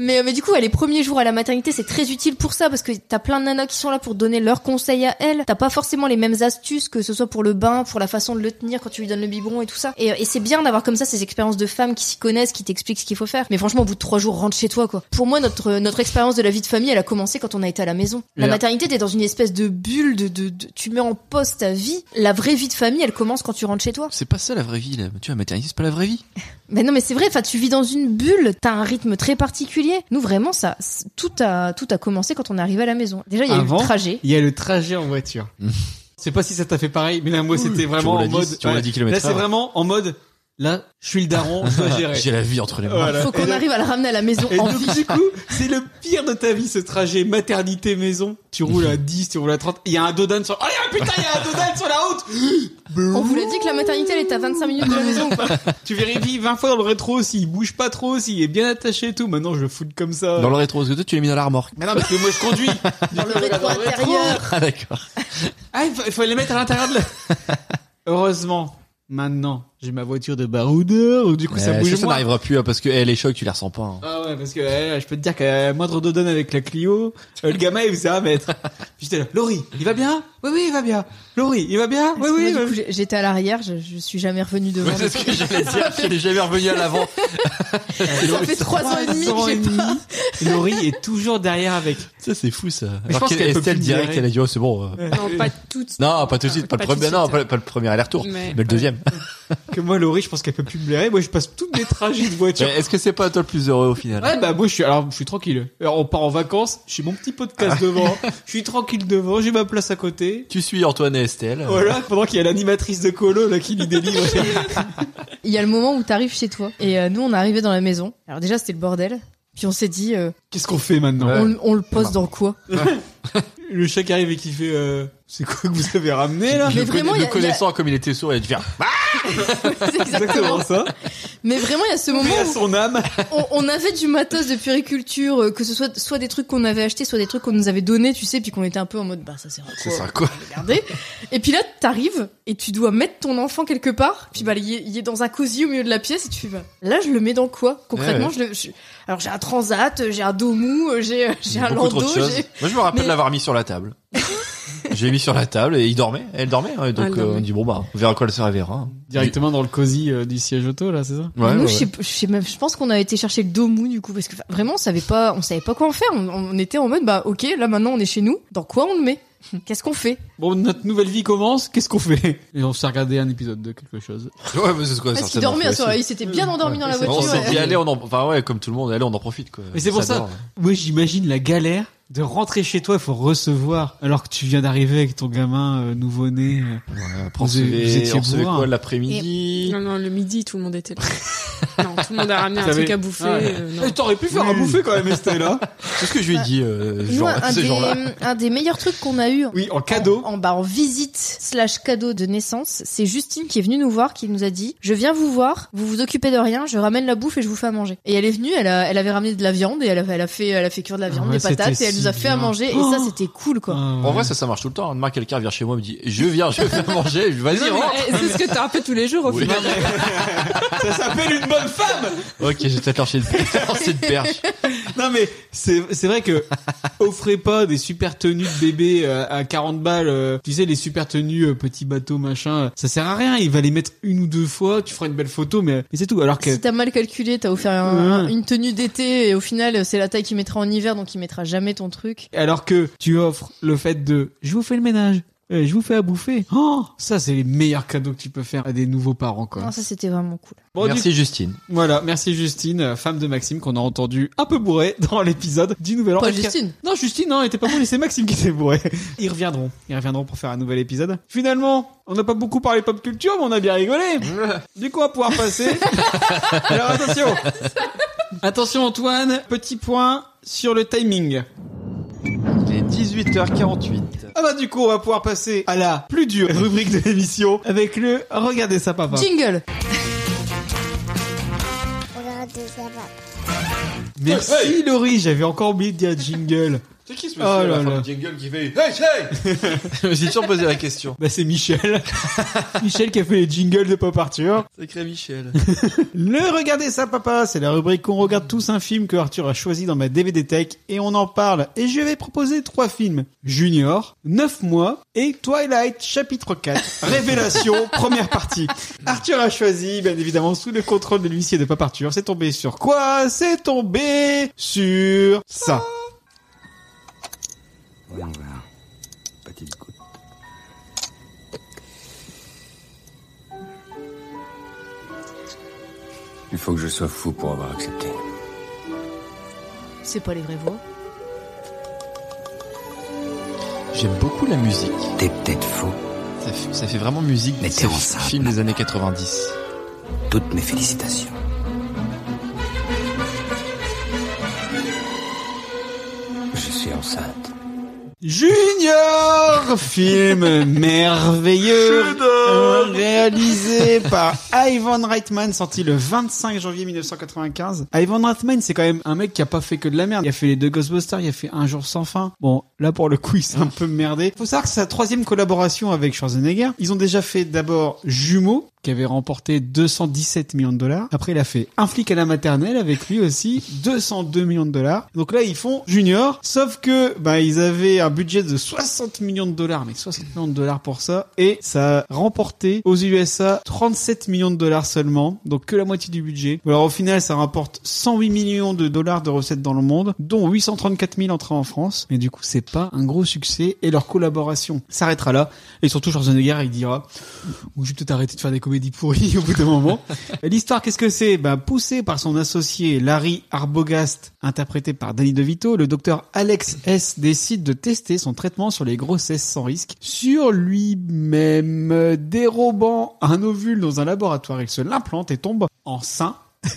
Speaker 5: mais, euh, mais du coup, ouais, les premiers jours à la maternité, c'est très utile pour ça parce que t'as plein de nanas qui sont là pour donner leurs conseils à elles. T'as pas forcément les mêmes astuces que ce soit pour le bain, pour la façon de le tenir quand tu lui donnes le biberon et tout ça. Et, euh, et c'est bien d'avoir comme ça ces expériences de femmes qui s'y connaissent, qui t'expliquent ce qu'il faut faire. Mais franchement, au bout de trois jours, rentre chez toi, quoi. Pour moi, notre, euh, notre expérience de la vie de famille, elle a commencé quand on a été à la maison.
Speaker 6: euh,
Speaker 5: La
Speaker 2: Yeah.
Speaker 5: maternité, t'es dans une espèce de bulle de, de, de- tu mets en pause ta vie. La vraie vie de famille, elle commence quand tu rentres chez toi.
Speaker 6: C'est pas ça la vraie vie, là. Tu vois, la maternité, c'est pas la vraie vie.
Speaker 5: Mais non, mais c'est vrai. Enfin, tu vis dans une bulle. T'as un rythme très particulier. Nous, vraiment, ça, c'est- tout a tout a commencé quand on est arrivé à la maison. Déjà, il y a eu
Speaker 2: Avant,
Speaker 5: le trajet.
Speaker 2: Il y a le trajet en voiture.
Speaker 6: Mm.
Speaker 2: Je sais pas si ça t'a fait pareil, mais là, moi, c'était vraiment
Speaker 6: on l'a
Speaker 2: en
Speaker 6: dit,
Speaker 2: mode.
Speaker 6: tu on l'a
Speaker 2: ouais.
Speaker 6: dit kilomètre
Speaker 2: Là, c'est
Speaker 6: heure.
Speaker 2: vraiment en mode. Là, je suis le daron, je dois [laughs] gérer.
Speaker 6: J'ai la vie entre les mains.
Speaker 2: Voilà.
Speaker 5: Faut
Speaker 2: Et
Speaker 5: qu'on
Speaker 2: là-
Speaker 5: arrive à le ramener à la maison
Speaker 2: Et
Speaker 5: en
Speaker 2: donc,
Speaker 5: vie.
Speaker 2: du coup, c'est le pire de ta vie, ce trajet maternité-maison. Tu roules à 10, tu roules à 30. Il y a un dodan sur... Oh là, putain, il y a un dodan sur la route [gasps]
Speaker 5: On vous l'a dit que la maternité, elle est à 25 minutes de la maison. ou pas
Speaker 2: Tu vérifies 20 fois dans le rétro s'il bouge pas trop, s'il est bien attaché et tout. Maintenant, je le fous comme ça.
Speaker 6: Dans le rétro, parce que toi, tu l'as mis dans la remorque.
Speaker 2: Mais non, parce que moi, je
Speaker 5: [laughs]
Speaker 2: conduis.
Speaker 5: Dans le rétro intérieur.
Speaker 6: [laughs] Ah, d'accord.
Speaker 2: Ah, il faut, il faut les mettre à l'intérieur de la...
Speaker 5: [laughs]
Speaker 2: Heureusement, maintenant, j'ai ma voiture de baroudeur. donc Du coup, ça
Speaker 6: Euh,
Speaker 2: bouge
Speaker 6: ça, ça
Speaker 2: moins.
Speaker 6: n'arrivera plus, hein, parce que eh, les chocs, tu les ressens pas. hein.
Speaker 2: Ah ouais, parce que euh, je peux te dire qu'à la moindre dodonne avec la Clio, euh, le gamin il faisait un mètre. Puis j'étais là, Laurie, il va bien Oui, oui, il va bien. Laurie, il va bien Oui,
Speaker 5: Parce que
Speaker 2: oui,
Speaker 5: moi,
Speaker 2: il va
Speaker 5: du coup, j'ai- j'étais à l'arrière. Je, je suis jamais revenue devant.
Speaker 6: [laughs] Ouais, c'est ce que j'allais dire. Je n'ai jamais revenu à l'avant. [laughs]
Speaker 5: ça fait trois ans et demi que j'ai pas.
Speaker 2: pas. Laurie est toujours derrière avec.
Speaker 6: Ça, c'est fou, ça.
Speaker 2: je
Speaker 6: Alors
Speaker 2: pense qu'elle peut
Speaker 6: qu'Estelle,
Speaker 2: plus
Speaker 6: direct,
Speaker 2: libérer.
Speaker 6: elle a dit, oh, c'est bon. euh.
Speaker 4: Non, pas toutes.
Speaker 6: Non, pas tout de suite, pas,
Speaker 4: Pas
Speaker 6: le
Speaker 4: tout de
Speaker 6: premier,
Speaker 4: suite.
Speaker 6: non, pas, pas le premier aller-retour, mais,
Speaker 4: Mais-
Speaker 6: le deuxième.
Speaker 2: Que moi, Laurie, je pense qu'elle peut plus me blairer. Moi, je passe tous mes trajets de voiture.
Speaker 6: Mais Est-ce que c'est pas toi le plus heureux au final
Speaker 2: Ouais, bah moi, je suis, alors, je suis tranquille. Alors, on part en vacances, j'ai mon petit
Speaker 5: Ah.
Speaker 2: podcast devant, je suis tranquille devant, j'ai ma place à côté.
Speaker 6: Tu suis Antoine et Estelle.
Speaker 2: Voilà, pendant qu'il y a l'animatrice de colo là qui lit des
Speaker 5: [laughs]
Speaker 2: livres.
Speaker 5: Il y a le moment où t'arrives chez toi. Et euh, nous, on est arrivé dans la maison. Alors déjà, c'était le bordel. Puis on s'est dit, euh,
Speaker 2: Qu'est-ce qu'on fait maintenant
Speaker 6: Ouais.
Speaker 5: on, le- on le pose dans quoi
Speaker 2: Le chat qui arrive et qui fait euh, c'est quoi que vous avez ramené là
Speaker 5: Mais
Speaker 6: Le
Speaker 5: vraiment,
Speaker 6: conna-
Speaker 5: il y
Speaker 6: le
Speaker 5: a-
Speaker 6: connaissant comme il était sourd, il a dû faire.
Speaker 5: C'est
Speaker 2: Exactement
Speaker 5: [laughs] Exactement.
Speaker 2: ça.
Speaker 5: Mais vraiment, il y a ce moment
Speaker 2: Mais à
Speaker 5: où
Speaker 2: son âme.
Speaker 5: on, on avait du matos de puriculture, euh, que ce soit soit des trucs qu'on avait achetés, soit des trucs qu'on nous avait donnés, tu sais, puis qu'on était un peu en mode bah ça sert à quoi
Speaker 6: C'est ça quoi
Speaker 5: Regardez. Et puis là, t'arrives et tu dois mettre ton enfant quelque part, puis bah il est, il est dans un cosy au milieu de la pièce et tu fais bah là je le mets dans quoi concrètement
Speaker 6: Ouais,
Speaker 5: je, le- je- alors j'ai un transat, euh, j'ai un dos mou, euh, j'ai euh, j'ai un
Speaker 6: Beaucoup trop de
Speaker 5: landau,
Speaker 6: choses.
Speaker 5: j'ai
Speaker 6: Moi, je me rappelle
Speaker 5: Mais-
Speaker 6: l'avoir mis sur la table. J'ai mis sur la table et il dormait. Elle dormait. hein, et donc
Speaker 4: Elle
Speaker 6: euh,
Speaker 4: dormait.
Speaker 6: on dit bon bah, on verra à quoi elle se réveillera.
Speaker 2: Directement dans le cosy euh, du siège auto, là, c'est ça
Speaker 6: Ouais,
Speaker 5: nous,
Speaker 6: ouais,
Speaker 5: je, sais,
Speaker 6: ouais.
Speaker 5: je sais même- je pense qu'on a été chercher le domou du coup parce que enfin, vraiment on savait pas, on savait pas quoi en faire. On, on était en mode bah ok là maintenant on est chez nous. Dans quoi on le met Qu'est-ce qu'on fait
Speaker 2: Bon, notre nouvelle vie commence, qu'est-ce qu'on fait Et on s'est regardé un épisode de quelque chose.
Speaker 6: Ouais, mais c'est ce qu'on a
Speaker 5: Parce qu'il
Speaker 6: certainement
Speaker 5: dormait
Speaker 6: fait
Speaker 5: à ce soir-là,
Speaker 6: aussi.
Speaker 5: il s'était bien endormi dans la
Speaker 6: On
Speaker 5: voiture.
Speaker 6: s'est
Speaker 5: ouais.
Speaker 6: dit allez, on en... enfin ouais, comme tout le monde, allez, on en profite quoi. hein.
Speaker 2: Mais c'est pour ça,
Speaker 6: dort.
Speaker 2: moi j'imagine la galère de rentrer chez toi, il faut recevoir, alors que tu viens d'arriver avec ton gamin euh, nouveau-né. euh,
Speaker 6: après, on
Speaker 2: vous,
Speaker 6: recevait-
Speaker 2: vous étiez
Speaker 6: on recevait
Speaker 2: bourrin.
Speaker 6: quoi l'après-midi
Speaker 4: Non, non, le midi, tout le monde était là. non, tout le monde a ramené un
Speaker 2: T'avais-
Speaker 4: truc à bouffer.
Speaker 2: Ah ouais.
Speaker 4: euh, non.
Speaker 2: Eh, T'aurais pu faire Bah, à bouffer quand même, Estelle, hein? là.
Speaker 6: C'est ce que je lui ai dit euh, ce
Speaker 5: Nous,
Speaker 6: jour-là-
Speaker 5: un,
Speaker 6: ce
Speaker 5: des,
Speaker 6: jour-là.
Speaker 5: un des meilleurs trucs qu'on a eu
Speaker 2: Oui, en cadeau.
Speaker 5: en, bah, en visite slash cadeau de naissance, c'est Justine qui est venue nous voir, qui nous a dit Je viens vous voir, vous vous occupez de rien, je ramène la bouffe et je vous fais à manger. Et elle est venue, elle, a- elle avait ramené de la viande et elle a, elle a fait, elle a fait cuire de la viande,
Speaker 6: Ouais,
Speaker 5: des patates
Speaker 6: c'était
Speaker 5: et elle nous a
Speaker 6: si
Speaker 5: fait à
Speaker 6: bien.
Speaker 5: manger.
Speaker 6: Oh
Speaker 5: et ça, c'était cool
Speaker 2: Ah,
Speaker 5: quoi.
Speaker 6: En vrai, ça, ça marche tout le temps. Demain, quelqu'un vient chez moi et me dit Je viens, je viens manger, je- vas-y,
Speaker 4: Non,
Speaker 6: rentre.
Speaker 4: mais, eh, C'est ce que t'as un peu tous les jours au
Speaker 6: Oui. [laughs]
Speaker 4: final.
Speaker 2: Ça s'appelle une bonne femme
Speaker 6: Ok, j'ai peut-être lâché une lancé une perche. [laughs]
Speaker 2: Non mais c'est c'est vrai [laughs] que offrez pas des super tenues de bébé euh, à 40 balles. euh, Tu sais les super tenues euh, petit bateau machin, euh, ça sert à rien. Il va les mettre une ou deux fois. Tu feras une belle photo, mais, mais c'est tout. Alors que
Speaker 5: [laughs] Si t'as mal calculé, t'as offert un-
Speaker 2: Ouais.
Speaker 5: une tenue d'été et au final, c'est la taille qu'il mettra en hiver donc il mettra jamais ton truc.
Speaker 2: alors que tu offres le fait de je vous fais le ménage, euh, je vous fais à bouffer. Oh, ça c'est les meilleurs cadeaux que tu peux faire à des nouveaux parents quoi.
Speaker 5: Non, ça c'était vraiment cool.
Speaker 2: Bon,
Speaker 6: Merci,
Speaker 2: du-
Speaker 6: Justine.
Speaker 2: Voilà, merci Justine, euh, femme de Maxime qu'on a entendu un peu bourrée dans l'épisode du Nouvel An.
Speaker 5: Pas
Speaker 2: Et qui-
Speaker 5: Justine.
Speaker 2: Non, Justine, non, elle était pas bourrée, c'est Maxime qui s'est bourré. Ils reviendront, ils reviendront pour faire un nouvel épisode. Finalement, on n'a pas beaucoup parlé pop culture, mais on a bien rigolé. du coup, on va pouvoir [laughs] passer. Alors attention, attention Antoine, petit point sur le timing.
Speaker 6: Il est 18h48.
Speaker 2: Ah bah du coup, on va pouvoir passer à la plus dure rubrique de l'émission avec le Regardez ça papa.
Speaker 5: Jingle
Speaker 1: Regardez ça, papa.
Speaker 2: Merci
Speaker 6: Hey.
Speaker 2: Laurie, j'avais encore oublié de dire jingle.
Speaker 6: C'est qui ce
Speaker 2: monsieur, Oh là la femme là.
Speaker 6: jingle qui fait Hey, hey [laughs] Je me suis toujours posé la question.
Speaker 2: Bah c'est [laughs] Michel. Michel qui a fait les jingles de Pop Arthur.
Speaker 6: Sacré Michel.
Speaker 2: Le Regardez ça papa, c'est la rubrique où on regarde tous un film que Arthur a choisi dans ma DVD Tech et on en parle. Et je vais proposer trois films. Junior, 9 mois et Twilight chapitre 4. Révélation, première partie. Arthur a choisi, bien évidemment, sous le contrôle de l'huissier de Pop Arthur. C'est tombé sur quoi C'est tombé sur ça.
Speaker 13: Voyons voir. Petite goutte. Il faut que je sois fou pour avoir accepté.
Speaker 5: C'est pas les vraies voix.
Speaker 6: J'aime beaucoup la musique.
Speaker 13: T'es peut-être fou.
Speaker 6: Ça, fait- ça fait vraiment musique.
Speaker 13: Mais t'es
Speaker 6: C'est
Speaker 13: enceinte,
Speaker 6: Film des années 90.
Speaker 13: Toutes mes félicitations. Je suis enceinte.
Speaker 2: Junior, film merveilleux réalisé par Ivan Reitman, sorti le 25 janvier 1995. Ivan Reitman, c'est quand même un mec qui a pas fait que de la merde. Il a fait les deux Ghostbusters, il a fait Un jour sans fin. Bon, là pour le coup, il s'est un peu merdé. Faut savoir que c'est sa troisième collaboration avec Schwarzenegger. Ils ont déjà fait d'abord Jumeaux, qui avait remporté 217 millions de dollars. Après, il a fait Un flic à la maternelle avec lui aussi, 202 millions de dollars. Donc là, ils font Junior, sauf que bah, ils avaient un budget de 60 millions de dollars, mais 60 millions de dollars pour ça, et ça a remporté aux USA 37 millions de dollars seulement, donc que la moitié du budget. Alors au final, ça rapporte 108 millions de dollars de recettes dans le monde, dont 834 000 entrées en France, mais du coup, c'est pas un gros succès, et leur collaboration s'arrêtera là, et surtout Schwarzenegger, il dira... Ou je vais peut-être arrêter de faire des comédies pourries [laughs] au bout d'un moment. L'histoire, qu'est-ce que c'est Bah, Poussé par son associé Larry Arbogast, interprété par Danny DeVito, le docteur Alex S. décide de tester son traitement sur les grossesses sans risque sur lui-même. Euh, Dérobant un ovule dans un laboratoire, il se l'implante et tombe enceint. [laughs]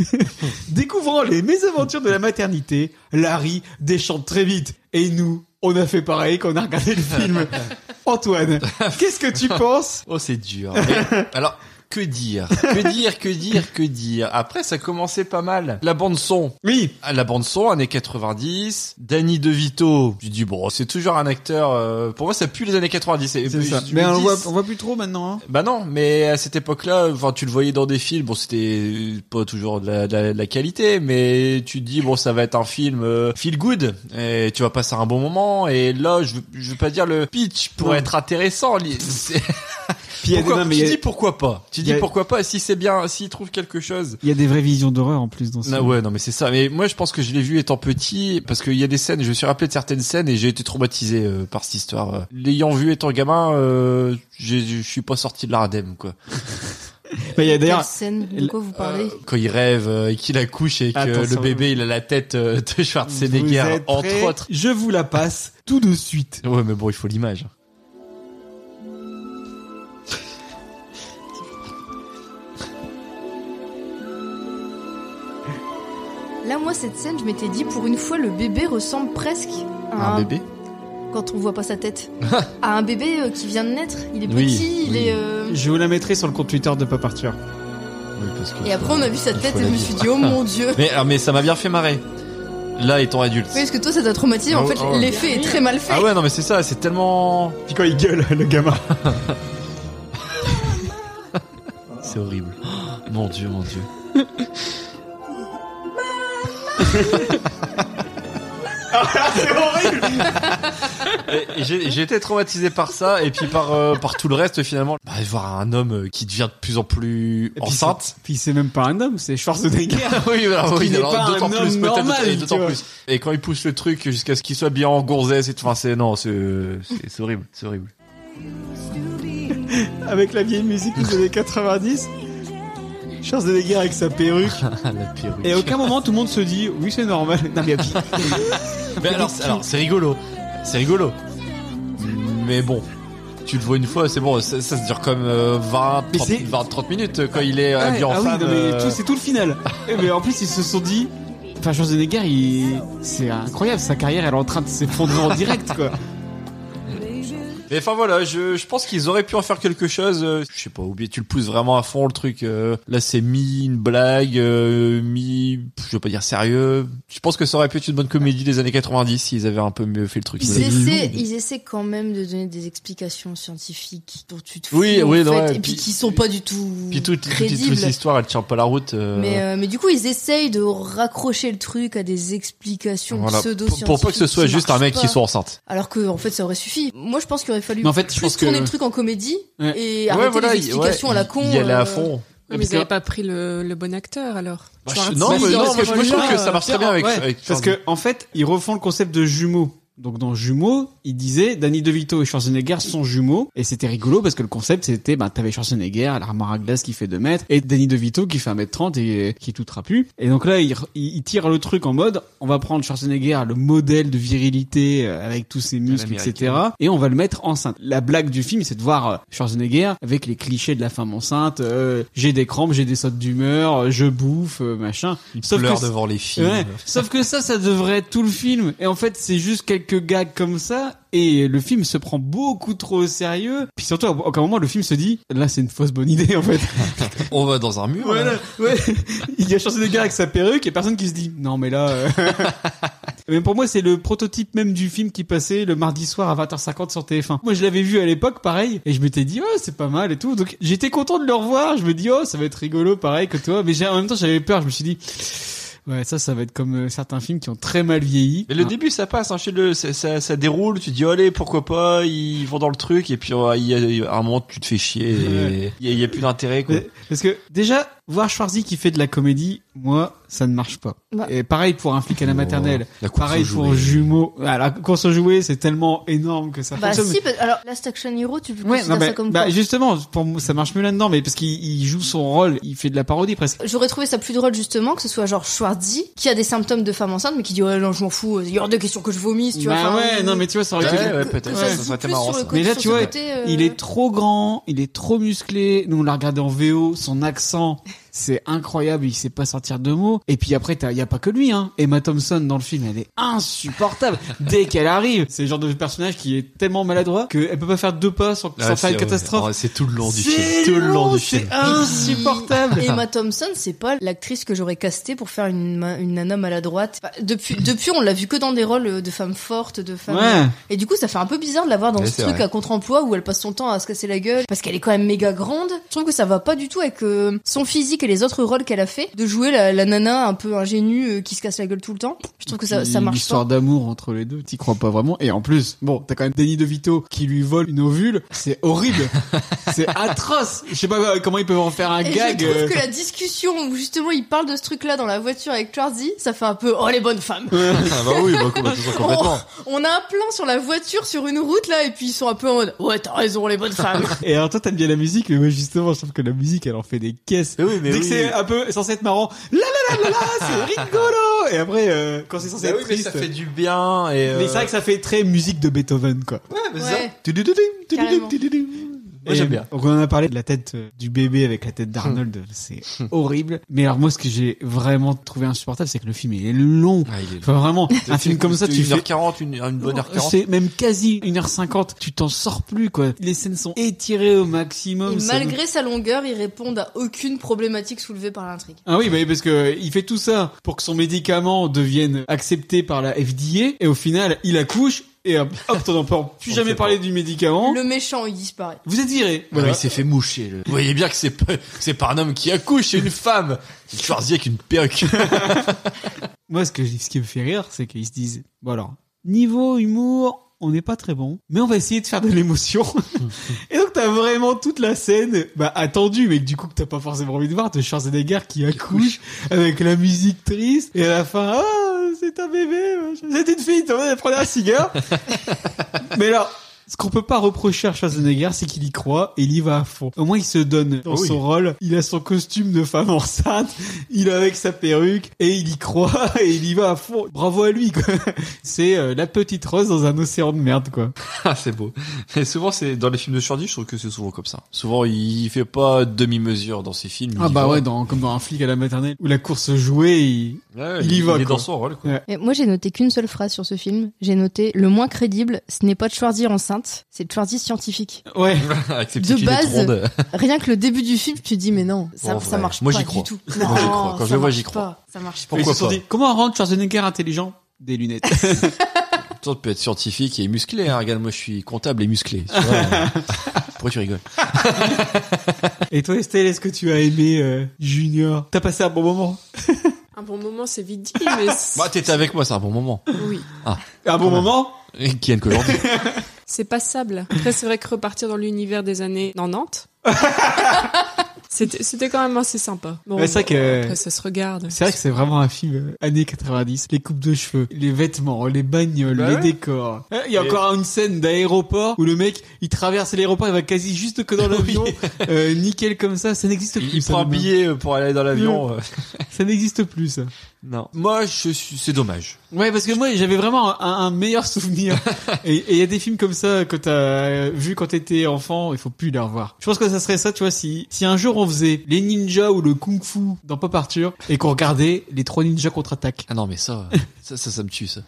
Speaker 2: Découvrant les mésaventures de la maternité, Larry déchante très vite. Et nous, on a fait pareil quand on a regardé le film. Antoine, qu'est-ce que tu penses
Speaker 6: [laughs] Oh, c'est dur. Mais, alors, Que dire Que dire Que dire Que dire Après, ça commençait pas mal. La bande son. Ah,
Speaker 2: Oui.
Speaker 6: La bande son, années 90. Danny DeVito. Tu dis bon, c'est toujours un acteur. euh, pour moi, ça pue les années 90. Et
Speaker 2: C'est
Speaker 6: puis,
Speaker 2: ça.
Speaker 6: tu
Speaker 2: Mais
Speaker 6: me
Speaker 2: on le
Speaker 6: dis,
Speaker 2: voit, on voit plus trop maintenant. Hein.
Speaker 6: bah non, mais à cette époque-là, enfin, tu le voyais dans des films. Bon, c'était euh, pas toujours de la, de la- de la qualité, mais tu te dis bon, ça va être un film euh, feel good. Et tu vas passer un bon moment. Et là, je, veux- je veux pas dire le pitch pour
Speaker 2: Non.
Speaker 6: être intéressant. li- c'est-
Speaker 2: Puis il y a des-
Speaker 6: Pourquoi-
Speaker 2: non, mais
Speaker 6: tu
Speaker 2: il y a-
Speaker 6: dis pourquoi pas Tu
Speaker 2: il
Speaker 6: dis
Speaker 2: y a-
Speaker 6: pourquoi pas si c'est bien, s'il trouve quelque chose.
Speaker 2: Il y a des vraies visions d'horreur en plus dans ce
Speaker 6: Ah
Speaker 2: film.
Speaker 6: ouais, non mais c'est ça. Mais moi je pense que je l'ai vu étant petit parce qu'il y a des scènes, je me suis rappelé de certaines scènes et j'ai été traumatisé euh, par cette histoire. euh. L'ayant vu étant gamin, euh, j'ai- je suis pas sorti de l'ardème E quoi.
Speaker 2: Bah, il y a
Speaker 5: Quelle
Speaker 2: d'ailleurs
Speaker 5: Ah. scène De quoi vous parlez
Speaker 6: Quand il rêve euh, et qu'il accouche et que euh,
Speaker 2: Attention.
Speaker 6: le bébé il a la tête euh, de
Speaker 2: Vous
Speaker 6: Schwarzenegger
Speaker 2: êtes
Speaker 6: entre
Speaker 2: prêts
Speaker 6: autres.
Speaker 2: Je vous la passe tout de suite.
Speaker 6: Ouais mais bon il faut l'image.
Speaker 5: Là, moi, cette scène, je m'étais dit, pour une fois, le bébé ressemble presque à
Speaker 6: Un bébé.
Speaker 5: Quand on voit pas sa
Speaker 6: [laughs]
Speaker 5: tête. à un bébé euh, qui vient de naître. Il est petit,
Speaker 2: Oui,
Speaker 5: il
Speaker 2: oui.
Speaker 5: est. euh,
Speaker 2: Je vous la mettrai sur le compte Twitter de Pas Partir.
Speaker 5: Et après, on a vu sa
Speaker 6: Il
Speaker 5: tête
Speaker 6: faut
Speaker 5: et je
Speaker 6: la
Speaker 5: me
Speaker 6: vivre.
Speaker 5: suis dit, oh
Speaker 6: [laughs]
Speaker 5: mon dieu.
Speaker 6: Mais ah, mais ça m'a bien fait marrer. Là étant adulte.
Speaker 5: Oui, parce que toi, ça t'a traumatisé. En
Speaker 6: Oh,
Speaker 5: fait,
Speaker 6: oh.
Speaker 5: l'effet est très mal fait.
Speaker 6: Ah ouais non mais c'est ça, c'est tellement.
Speaker 2: Puis quand il gueule le gamin.
Speaker 6: [laughs] C'est horrible. Mon dieu, mon dieu.
Speaker 2: c'est horrible
Speaker 6: Et j'ai j'ai été traumatisé par ça et puis par euh, par tout le reste finalement. Bah, voir un homme euh, qui devient de plus en plus
Speaker 2: puis
Speaker 6: enceinte.
Speaker 2: Puis c'est même pas un homme, c'est [laughs] Schwarzenegger.
Speaker 6: [laughs] oui, voilà,
Speaker 2: Qui
Speaker 6: oui,
Speaker 2: n'est
Speaker 6: alors,
Speaker 2: pas
Speaker 6: d'autant
Speaker 2: un
Speaker 6: plus,
Speaker 2: homme
Speaker 6: peut-être, d'autant-
Speaker 2: normal,
Speaker 6: et
Speaker 2: tu
Speaker 6: d'autant
Speaker 2: vois.
Speaker 6: plus. Et quand il pousse le truc jusqu'à ce qu'il soit bien en gonzesse et tout, enfin, c'est, non, c'est, c'est- c'est horrible, c'est horrible.
Speaker 2: Avec la vieille musique des années 90. Schwarzenegger avec sa perruque.
Speaker 6: Ah, La perruque.
Speaker 2: Et à aucun moment tout le monde se dit oui c'est normal. Non, mais puis-
Speaker 6: Mais alors, c'est- alors, c'est rigolo. C'est rigolo. Mais bon. Tu le vois une fois, c'est bon, ça, ça se dure comme euh, 20,
Speaker 2: Mais
Speaker 6: 30,
Speaker 2: c'est-
Speaker 6: 20, 30 minutes euh, quand il est
Speaker 2: Ah,
Speaker 6: habillé en
Speaker 2: ah oui,
Speaker 6: femme.
Speaker 2: non, mais
Speaker 6: euh,
Speaker 2: tout- c'est tout le
Speaker 6: [laughs]
Speaker 2: final. Et mais en plus ils se sont dit. Enfin Schwarzenegger il c'est incroyable sa carrière elle est en train de s'effondrer en direct
Speaker 6: [laughs]
Speaker 2: quoi.
Speaker 6: Mais enfin voilà, je, je pense qu'ils auraient pu en faire quelque chose. euh, je sais pas, ou bien tu le pousses vraiment à fond le truc. euh, là c'est mi une blague, euh, mi je veux pas dire sérieux. Je pense que ça aurait pu être une bonne comédie des années 90 s'ils avaient un peu mieux fait le truc.
Speaker 5: Ils essaient, ils essaient quand même de donner des explications scientifiques dont tu te fous,
Speaker 6: Oui,
Speaker 5: en
Speaker 6: oui, non,
Speaker 5: fait,
Speaker 6: ouais,
Speaker 5: et puis
Speaker 6: puis-
Speaker 5: qui sont pas du tout
Speaker 6: Puis toute, toute, toute,
Speaker 5: crédibles.
Speaker 6: cette histoire, elle tient pas la route. euh,
Speaker 5: mais, euh, mais du coup, ils essayent de raccrocher le truc à des explications
Speaker 6: voilà.
Speaker 5: pseudo-scientifiques.
Speaker 6: Pour- pour pas que ce soit
Speaker 5: qui
Speaker 6: juste un
Speaker 5: marchent
Speaker 6: mec
Speaker 5: pas.
Speaker 6: qui soit enceinte.
Speaker 5: Alors que, en fait, ça aurait suffi. Moi, je pense qu'il aurait fallu
Speaker 2: Mais en fait, je
Speaker 5: plus
Speaker 2: pense que-
Speaker 5: tourner le truc en comédie
Speaker 2: Ouais.
Speaker 5: et
Speaker 6: Ouais,
Speaker 5: arrêter
Speaker 6: voilà,
Speaker 5: les
Speaker 6: il-
Speaker 5: explications
Speaker 6: ouais,
Speaker 5: à la
Speaker 6: il-
Speaker 5: con.
Speaker 6: il y allait à
Speaker 5: euh,
Speaker 6: fond.
Speaker 4: mais
Speaker 2: parce
Speaker 4: vous n'avez
Speaker 2: que-
Speaker 4: pas pris le, le bon acteur alors.
Speaker 6: Bah,
Speaker 4: Tu vois,
Speaker 6: je- non,
Speaker 4: Schwarzenegger,
Speaker 6: mais non,
Speaker 4: dans ce
Speaker 6: mais je- moi, je trouve
Speaker 4: rôle-là,
Speaker 6: que ça marche très bien avec- avec
Speaker 2: parce que en fait ils refont le concept de jumeaux. Donc dans jumeaux, il disait Danny DeVito et Schwarzenegger sont jumeaux et c'était rigolo parce que le concept c'était bah t'avais Schwarzenegger à l'armoire à glace qui fait 2 mètres et Danny DeVito qui fait 1 mètre 30 et euh, qui est tout trapu. Et donc là il, il tire le truc en mode on va prendre Schwarzenegger le modèle de virilité euh, avec tous ses muscles
Speaker 6: l'américaine.
Speaker 2: etc et on va le mettre enceinte. La blague du film c'est de voir euh, Schwarzenegger avec les clichés de la femme enceinte, euh, j'ai des crampes, j'ai des sautes d'humeur, euh, je bouffe, euh, machin.
Speaker 6: Il
Speaker 2: Sauf
Speaker 6: pleure
Speaker 2: que-
Speaker 6: devant les filles.
Speaker 2: Ouais. Sauf que ça, ça devrait être tout le film. Et en fait, c'est juste quelques gags comme ça. Et le film se prend beaucoup trop au sérieux. Puis surtout, à aucun moment, le film se dit, là, c'est une fausse bonne idée, en fait.
Speaker 6: On va dans un mur.
Speaker 2: Voilà.
Speaker 6: là.
Speaker 2: Ouais. [laughs] Il y a chancé de gars avec sa perruque et personne qui se dit, non, mais là,
Speaker 6: [laughs]
Speaker 2: euh. Mais pour moi, c'est le prototype même du film qui passait le mardi soir à 20h50 sur TF1. Moi, je l'avais vu à l'époque, pareil. Et je m'étais dit, oh, c'est pas mal et tout. Donc, j'étais content de le revoir. Je me dis, oh, ça va être rigolo, pareil que toi. Mais j'ai- en même temps, j'avais peur. Je me suis dit, ouais, ça, ça va être comme euh, certains films qui ont très mal vieilli.
Speaker 6: Mais le
Speaker 2: Hein.
Speaker 6: début, ça passe, hein, chez le, ça, ça, ça déroule, tu te dis, allez, pourquoi pas, ils vont dans le truc, et puis euh, il y a- il y a un moment, tu te fais chier, et il y a- il y, a plus d'intérêt, quoi.
Speaker 2: Mais- Parce que déjà, voir Schwarzy qui fait de la comédie, moi, ça ne marche pas.
Speaker 5: Bah.
Speaker 2: Et pareil pour un
Speaker 6: Oh.
Speaker 2: flic à la maternelle.
Speaker 6: la course
Speaker 2: pareil
Speaker 6: aux
Speaker 2: pour
Speaker 6: jouets.
Speaker 2: jumeaux. Ah, la course aux jouets, c'est tellement énorme que ça
Speaker 5: Bah
Speaker 2: fonctionne.
Speaker 5: si, parce- alors Last Action Hero, tu peux
Speaker 2: Ouais,
Speaker 5: considérer
Speaker 2: non, mais-
Speaker 5: ça comme
Speaker 2: bah,
Speaker 5: quoi
Speaker 2: justement, pour moi, ça marche mieux là-dedans, mais parce qu'il il joue son rôle, il fait de la parodie presque.
Speaker 5: J'aurais trouvé ça plus drôle justement que ce soit genre Schwarzy qui a des symptômes de femme enceinte mais qui dit ouais non je m'en fous il y aura deux questions que je vomisse tu
Speaker 2: bah
Speaker 5: vois
Speaker 2: ouais, non, mais tu vois, ça aurait
Speaker 6: Ouais,
Speaker 2: été-
Speaker 6: ouais, peut-être,
Speaker 2: ça, ça
Speaker 6: serait
Speaker 5: serait
Speaker 6: marrant,
Speaker 5: marrant
Speaker 6: ça.
Speaker 2: Mais là, tu vois,
Speaker 5: côté, euh,
Speaker 2: Il est trop grand, il est trop musclé. Nous, on l'a regardé en VO, son accent.
Speaker 11: c'est incroyable, il sait pas sortir deux mots. Et puis après, il y a pas que lui, hein. Emma Thompson dans le film, elle est insupportable dès qu'elle arrive.
Speaker 2: C'est le genre de personnage qui est tellement maladroit qu'elle peut pas faire deux pas sans, sans
Speaker 6: Ah, Ouais,
Speaker 2: faire
Speaker 6: c'est-
Speaker 2: une catastrophe.
Speaker 6: ouais, c'est tout le long du
Speaker 2: Oh, C'est
Speaker 6: film. Tout le long
Speaker 2: long,
Speaker 6: du
Speaker 2: c'est
Speaker 6: film.
Speaker 2: insupportable.
Speaker 5: Emma Thompson, c'est pas l'actrice que j'aurais castée pour faire une, ma- une nana maladroite. Enfin, depuis, depuis, on l'a vu que dans des rôles euh, de femmes fortes, de femmes.
Speaker 2: Ouais.
Speaker 5: Et du coup, ça fait un peu bizarre de la voir dans
Speaker 2: Ouais,
Speaker 5: ce
Speaker 2: c'est
Speaker 5: truc
Speaker 2: vrai.
Speaker 5: à contre-emploi où elle passe son temps à se casser la gueule parce qu'elle est quand même méga grande. Je trouve que ça va pas du tout avec euh, son physique et les autres rôles qu'elle a fait. De jouer la, la nana un peu ingénue euh, qui se casse la gueule tout le temps. Je trouve que ça,
Speaker 11: Puis
Speaker 5: ça marche
Speaker 11: L'histoire
Speaker 5: pas.
Speaker 11: d'amour entre les deux, t'y crois pas vraiment. Et en plus, bon, t'as quand même Danny DeVito qui lui vole une ovule, c'est horrible. c'est atroce. Je sais
Speaker 2: euh,
Speaker 11: pas comment ils peuvent en faire un
Speaker 5: Et
Speaker 11: gag.
Speaker 5: je
Speaker 11: euh.
Speaker 5: trouve que la discussion où justement il parle de ce truc-là dans la voiture avec Schwarzy, ça fait un peu oh les bonnes femmes.
Speaker 6: [laughs] ah bah
Speaker 2: [laughs]
Speaker 6: oui, bah, complètement. complètement.
Speaker 5: On, on a un plan sur la voiture, sur une route là, et puis ils sont un peu en mode Ouais, t'as raison, les bonnes femmes.
Speaker 2: Et alors toi t'aimes bien la musique, mais moi justement je trouve que la musique elle en fait des caisses.
Speaker 6: mais
Speaker 2: Dès que
Speaker 6: oui. Bah
Speaker 2: c'est un peu censé être marrant, la la la la la,
Speaker 6: [laughs]
Speaker 2: c'est rigolo. Et après euh, quand c'est censé
Speaker 6: Bah
Speaker 2: être
Speaker 6: oui, mais
Speaker 2: triste,
Speaker 6: ça fait du bien. Et euh,
Speaker 2: Mais c'est vrai que ça fait très musique de Beethoven quoi.
Speaker 6: mais ça-
Speaker 5: Ouais.
Speaker 2: Tudududu, tudududu,
Speaker 5: Carrément.
Speaker 2: tudududu. Et,
Speaker 6: Moi, j'aime bien. Hmm.
Speaker 2: Donc on en a parlé de la tête euh, du bébé avec la tête d'Arnold, c'est [laughs] horrible. Mais alors moi ce que j'ai vraiment trouvé insupportable, c'est que le film il est long.
Speaker 6: Ah,
Speaker 2: Enfin,
Speaker 6: [laughs]
Speaker 2: vraiment, un film comme ça tu
Speaker 6: une
Speaker 2: fais
Speaker 6: heure 40, une, une bonne heure 40.
Speaker 2: c'est même quasi 1h50, tu t'en sors plus quoi. Les scènes sont étirées au maximum.
Speaker 5: Et
Speaker 2: ça nous-
Speaker 5: malgré sa longueur, ils répondent à aucune problématique soulevée par l'intrigue.
Speaker 2: Ah oui, bah, parce que euh, il fait tout ça pour que son médicament devienne accepté par la FDA et au final, il accouche et hop, hop t'en
Speaker 6: [laughs]
Speaker 2: entends plus jamais parler du médicament.
Speaker 5: Le méchant, il disparaît.
Speaker 2: Vous êtes viré.
Speaker 6: Ah, il s'est fait moucher. le- Vous voyez bien que c'est pas, c'est pas un homme qui accouche, c'est une femme. C'est Schwarzy avec une perruque.
Speaker 2: Moi, ce, que, ce qui me fait rire, c'est qu'ils se disent Bon, alors, niveau humour, on n'est pas très bon, mais on va essayer de faire de l'émotion. et donc, t'as vraiment toute la scène bah, attendue, mais que, du coup, que t'as pas forcément envie de voir, de Schwarzenegger qui accouche avec la musique triste, et à la fin, ah, c'est un bébé, machin. c'est une fille, t'en prenez un cigare.
Speaker 6: [laughs]
Speaker 2: mais alors. Ce qu'on peut pas reprocher à Schwarzenegger, c'est qu'il y croit et il y va à fond. Au moins, il se donne dans
Speaker 6: Ah oui.
Speaker 2: son rôle. Il a son costume de femme enceinte, il est avec sa perruque et il y croit [laughs] et il y va à fond. Bravo à lui, quoi. [laughs] C'est euh, la petite rose dans un océan de merde, quoi.
Speaker 6: Ah, c'est beau. Et souvent, c'est dans les films de Schwarzy, je trouve que c'est souvent comme ça. Souvent, il fait pas demi-mesure dans ses films.
Speaker 2: Ah
Speaker 6: il y
Speaker 2: bah
Speaker 6: va.
Speaker 2: ouais, dans, comme dans un flic à la maternelle où la course se jouait, il,
Speaker 6: Ouais,
Speaker 2: il y
Speaker 6: il-
Speaker 2: va.
Speaker 6: il est
Speaker 2: quoi.
Speaker 6: dans son
Speaker 2: [laughs]
Speaker 6: rôle,
Speaker 2: Ouais.
Speaker 5: Et moi, j'ai noté qu'une seule phrase sur ce film. J'ai noté le moins crédible, ce n'est pas Schwarzy enceinte, c'est Schwarzy
Speaker 6: [laughs]
Speaker 5: scientifique.
Speaker 2: Ouais.
Speaker 6: Avec ses petites
Speaker 5: De
Speaker 6: lunettes rondes.
Speaker 5: base, rien que le début du film, tu dis mais non, ça,
Speaker 6: Bon,
Speaker 5: ça
Speaker 6: vrai.
Speaker 5: marche
Speaker 6: Moi,
Speaker 5: pas
Speaker 6: j'y crois. [laughs]
Speaker 5: du tout.
Speaker 6: Moi, j'y crois. Quand
Speaker 5: ça
Speaker 6: je le vois, j'y
Speaker 5: marche
Speaker 6: crois.
Speaker 5: pas. Ça marche pas.
Speaker 2: Et ils se
Speaker 6: Pourquoi
Speaker 2: sont
Speaker 6: pas
Speaker 2: dit, comment rendre Schwarzenegger intelligent Des lunettes.
Speaker 6: [laughs] Toi, tu peux être scientifique et musclé. hein. Regarde, moi, je suis comptable et musclé. Tu
Speaker 2: [laughs]
Speaker 6: vois, euh, Pourquoi tu rigoles
Speaker 2: et toi, Estelle, est-ce que tu as aimé euh, Junior T'as passé un bon moment
Speaker 4: Un bon moment, c'est vite [laughs] dit, mais c'est-
Speaker 6: Bah, t'étais avec moi, c'est un bon moment.
Speaker 4: oui.
Speaker 6: Ah.
Speaker 2: Un bon moment
Speaker 6: Et Qui
Speaker 2: [laughs]
Speaker 6: est qu'aujourd'hui
Speaker 4: C'est passable. Après, c'est vrai que repartir dans l'univers des années 90. C'était c'était quand même assez sympa. Bon,
Speaker 2: Ouais, c'est vrai que-
Speaker 4: Après, ça se regarde.
Speaker 2: C'est vrai que c'est vraiment un film euh, années 90. Les coupes de cheveux, les vêtements, les bagnoles,
Speaker 4: Bah
Speaker 2: les
Speaker 4: ouais.
Speaker 2: décors. Euh, Il y a
Speaker 6: Et-
Speaker 2: encore une scène d'aéroport où le mec, il traverse l'aéroport, il va quasi juste que
Speaker 6: [laughs]
Speaker 2: dans l'avion. Euh, nickel comme ça, ça n'existe plus.
Speaker 6: Il
Speaker 2: ça, Mm.
Speaker 6: prend un
Speaker 2: demain.
Speaker 6: billet euh, pour aller dans l'avion. euh.
Speaker 2: Ça n'existe plus, ça.
Speaker 6: Non. Moi, je suis... c'est dommage.
Speaker 2: Ouais, parce que moi, j'avais vraiment un, un meilleur [laughs] souvenir. et et il y a des films comme ça que t'as euh, vu quand t'étais enfant, il faut plus les revoir. Je pense que ça serait ça, tu vois, si, si un jour on faisait les ninjas ou le kung-fu dans Pop Arthur et qu'on regardait les trois ninjas contre-attaque.
Speaker 6: Ah non,
Speaker 2: [laughs]
Speaker 6: mais ça, euh, ça, ça, ça me tue, ça.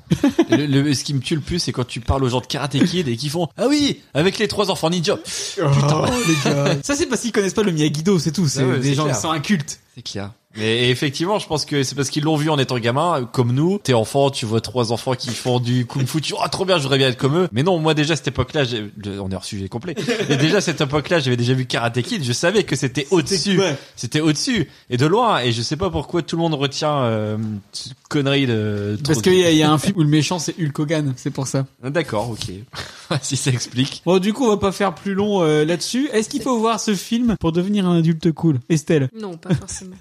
Speaker 6: Le, le- ce qui me tue le plus, c'est quand tu parles aux gens de Karate Kid et qu'ils font « Ah oui, avec les trois enfants ninja
Speaker 2: Putain, les gars. Ça, c'est parce qu'ils connaissent pas le Miyagi-Do, c'est tout. C'est
Speaker 6: Ah ouais,
Speaker 2: des
Speaker 6: c'est
Speaker 2: gens qui
Speaker 6: clair.
Speaker 2: sont incultes. !»
Speaker 6: C'est clair. Mais effectivement, je pense que c'est parce qu'ils l'ont vu en étant gamin, comme nous. T'es enfant, tu vois trois enfants qui font du kung-fu, tu dis, oh trop bien, je voudrais bien être comme eux. Mais non, moi déjà à cette époque-là, j'ai- le- on est hors sujet complet. Mais déjà à cette époque-là, j'avais déjà vu Karate Kid, je savais que c'était au-dessus,
Speaker 2: ouais.
Speaker 6: c'était au-dessus et de loin. Et je sais pas pourquoi tout le monde retient euh, cette connerie de. Ah,
Speaker 2: Parce qu'il y, a- il y a un film où le méchant, c'est Hulk Hogan, c'est pour ça.
Speaker 6: D'accord, ok. [laughs] si ça explique.
Speaker 2: Bon, du coup, on va pas faire plus long euh, là-dessus. Est-ce qu'il faut voir ce film pour devenir un adulte cool Estelle,
Speaker 4: Non, pas
Speaker 5: [laughs]
Speaker 4: forcément.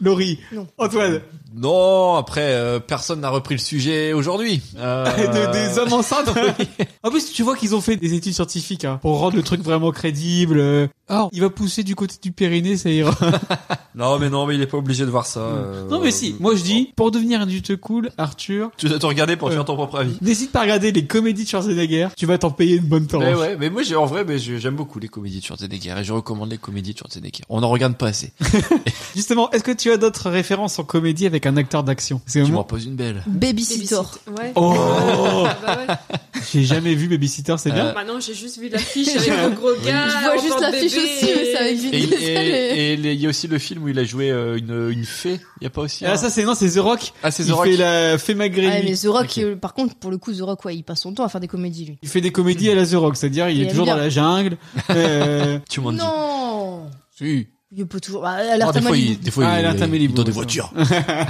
Speaker 2: Laurie,
Speaker 4: Non.
Speaker 2: Antoine,
Speaker 6: Non, après euh, personne n'a repris le sujet aujourd'hui. Euh,
Speaker 2: [laughs] de- des hommes [laughs] enceintes. en plus, tu vois qu'ils ont fait des études scientifiques hein, pour rendre le truc vraiment crédible. euh. Or, il va pousser du côté du périnée, ça ira.
Speaker 6: Non, mais non, mais il est pas obligé de voir ça. euh,
Speaker 2: [laughs] Mm. Non mais si, moi je dis, pour devenir un adulte cool, Arthur,
Speaker 6: Tu dois te regarder pour te
Speaker 2: Euh.
Speaker 6: faire ton propre avis.
Speaker 2: n'hésite pas à regarder les comédies de Schwarzenegger, tu vas t'en payer une bonne
Speaker 6: Mais
Speaker 2: torche.
Speaker 6: Eh ouais, mais moi j'ai en vrai, mais je- j'aime beaucoup les comédies de Schwarzenegger et je recommande les comédies de Schwarzenegger. On en regarde pas assez.
Speaker 2: Justement, est-ce que tu as d'autres références en comédie avec un acteur d'action Parce que
Speaker 6: Tu
Speaker 2: moi,
Speaker 6: m'en poses une belle.
Speaker 5: [laughs] Babysitter.
Speaker 4: Ouais.
Speaker 2: Oh.
Speaker 4: Ah bah ouais.
Speaker 2: j'ai jamais vu Babysitter, c'est
Speaker 6: Euh,
Speaker 2: bien
Speaker 4: Bah non, j'ai juste vu
Speaker 5: [laughs]
Speaker 4: l'affiche avec le gros gars.
Speaker 5: Je vois
Speaker 4: en
Speaker 5: juste
Speaker 4: porte
Speaker 5: l'affiche
Speaker 4: Ah, bébé.
Speaker 5: aussi, mais ça avec
Speaker 2: [laughs]
Speaker 6: Et
Speaker 5: Vin
Speaker 6: il
Speaker 5: Diesel et-
Speaker 6: et- et les- il y a aussi le film où il a joué euh, une, une fée. Il y a pas aussi. hein
Speaker 2: Ah
Speaker 6: un-
Speaker 2: ça c'est non, c'est The Rock.
Speaker 6: Ah, c'est The
Speaker 2: Il
Speaker 6: Rock.
Speaker 2: fait la fée Magritte.
Speaker 5: Ouais, mais The Rock,
Speaker 2: Ok.
Speaker 5: euh, par contre, pour le coup, The Rock, ouais, il passe son temps à faire des comédies, lui.
Speaker 2: Il fait des comédies à la The Rock, c'est-à-dire il
Speaker 5: Il
Speaker 2: est
Speaker 5: aime
Speaker 2: toujours
Speaker 5: bien.
Speaker 2: dans la
Speaker 5: [laughs]
Speaker 2: jungle. euh,
Speaker 6: Tu m'en dis.
Speaker 5: Non
Speaker 2: Si.
Speaker 5: Il peut toujours. Bah, alerte
Speaker 6: Oh, des
Speaker 5: à
Speaker 6: fois,
Speaker 5: Malibu.
Speaker 6: il, des fois,
Speaker 2: Ah,
Speaker 6: il-
Speaker 2: Alerte à
Speaker 6: il-
Speaker 2: Malibu,
Speaker 6: dans des
Speaker 2: ouais, Ah. ça.
Speaker 6: voitures.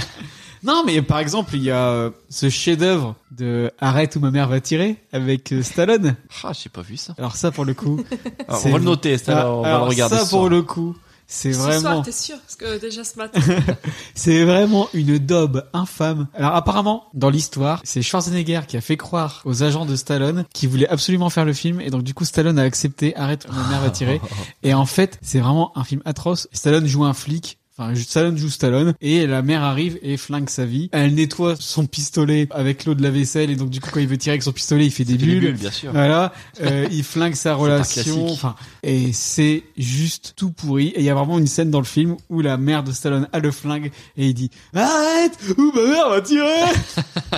Speaker 2: Non, mais par exemple, il y a euh, ce chef-d'œuvre de Arrête où ma mère va tirer avec euh, Stallone.
Speaker 6: Ah, j'ai pas vu ça.
Speaker 2: Alors ça pour le
Speaker 6: [laughs]
Speaker 2: coup,
Speaker 6: Alors,
Speaker 2: c'est-
Speaker 6: on va le noter, Stallone,
Speaker 2: Ah,
Speaker 6: on va
Speaker 2: alors
Speaker 6: le regarder
Speaker 2: Ça
Speaker 6: ce
Speaker 2: pour
Speaker 6: soir.
Speaker 2: le coup, c'est
Speaker 4: Ce soir,
Speaker 2: vraiment,
Speaker 4: t'es sûr Parce que déjà ce matin.
Speaker 2: c'est vraiment une daube infâme. Alors apparemment, dans l'histoire, c'est Schwarzenegger qui a fait croire aux agents de Stallone qui voulaient absolument faire le film et donc du coup Stallone a accepté Arrête où ma mère va
Speaker 6: [laughs]
Speaker 2: tirer. Et en fait, c'est vraiment un film atroce. Stallone joue un flic. Enfin, Stallone joue Stallone et la mère arrive et flingue sa vie. Elle nettoie son pistolet avec l'eau de la vaisselle et donc du coup quand il veut tirer avec son pistolet, il fait des
Speaker 6: fait des
Speaker 2: bulles.
Speaker 6: bulles, bien sûr.
Speaker 2: Voilà, Euh, il flingue sa relation.
Speaker 6: classique.
Speaker 2: Enfin, et c'est juste tout pourri. Et il y a vraiment une scène dans le film où la mère de Stallone a le flingue et il dit arrête ou ma mère va tirer.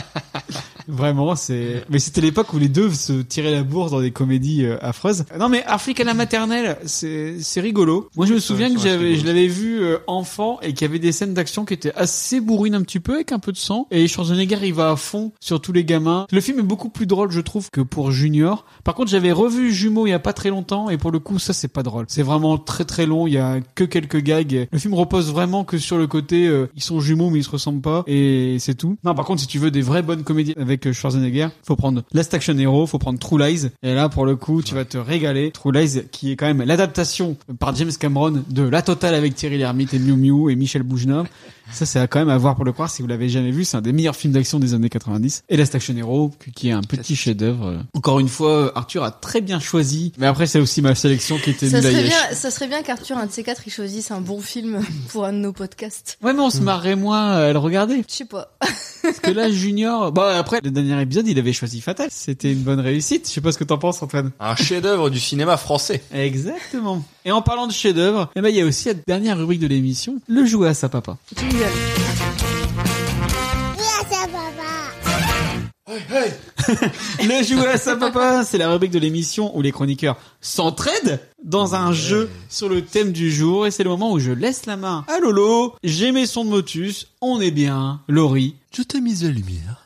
Speaker 6: [laughs]
Speaker 2: Vraiment, c'est. Mais c'était l'époque où les deux se tiraient la bourre dans des comédies euh, affreuses. Non, mais Un flic à la maternelle, c'est c'est rigolo. Moi, je me souviens
Speaker 6: ça
Speaker 2: que
Speaker 6: reste
Speaker 2: j'avais,
Speaker 6: rigolo.
Speaker 2: je l'avais vu euh, enfant et qu'il y avait des scènes d'action qui étaient assez bourrines un petit peu avec un peu de sang. Et Schwarzenegger, il va à fond sur tous les gamins. Le film est beaucoup plus drôle, je trouve, que pour Junior. Par contre, j'avais revu Jumeau il y a pas très longtemps et pour le coup, ça c'est pas drôle. C'est vraiment très très long. Il y a que quelques gags. Le film repose vraiment que sur le côté euh, ils sont jumeaux mais ils se ressemblent pas et c'est tout. Non, par contre, si tu veux des vraies bonnes comédies avec euh, Schwarzenegger, faut prendre Last Action Hero, faut prendre True Lies et là pour le coup, tu vas te régaler. True Lies qui est quand même l'adaptation par James Cameron de La Totale avec Thierry Lhermitte et Miu Miu et Michel Bougenat. Ça, c'est à quand même à voir pour le croire si vous l'avez jamais vu. C'est un des meilleurs films d'action des années 90. Et Last Action Hero, qui- qui est un petit chef-d'œuvre. Encore une fois, euh, Arthur a très bien choisi. Mais après, c'est aussi ma sélection qui était
Speaker 5: Ça
Speaker 2: nulle à
Speaker 5: serait,
Speaker 2: Yesh.
Speaker 5: bien, ça serait bien qu'Arthur, un de ces quatre, il choisisse un bon film pour un de nos podcasts.
Speaker 2: Ouais, mais on se marrait moins à le regarder.
Speaker 5: Je sais pas.
Speaker 2: Parce que là, [laughs] Junior, bah après, le dernier épisode, il avait choisi Fatal. C'était une bonne réussite. Je sais pas ce que t'en penses, Antoine.
Speaker 6: Un chef-d'œuvre du cinéma français.
Speaker 2: Exactement. Et en parlant de chef-d'œuvre, eh ben, il y a aussi la dernière rubrique de l'émission, le jouet à sa papa.
Speaker 1: Ah,
Speaker 2: Le jeu à sa papa, c'est la rubrique de l'émission où les chroniqueurs s'entraident dans un jeu sur le thème du jour et c'est le moment où je laisse la main à Lolo. J'ai mes sons de motus, on est bien. Laurie, [laughs]
Speaker 6: Je t'ai mise la lumière.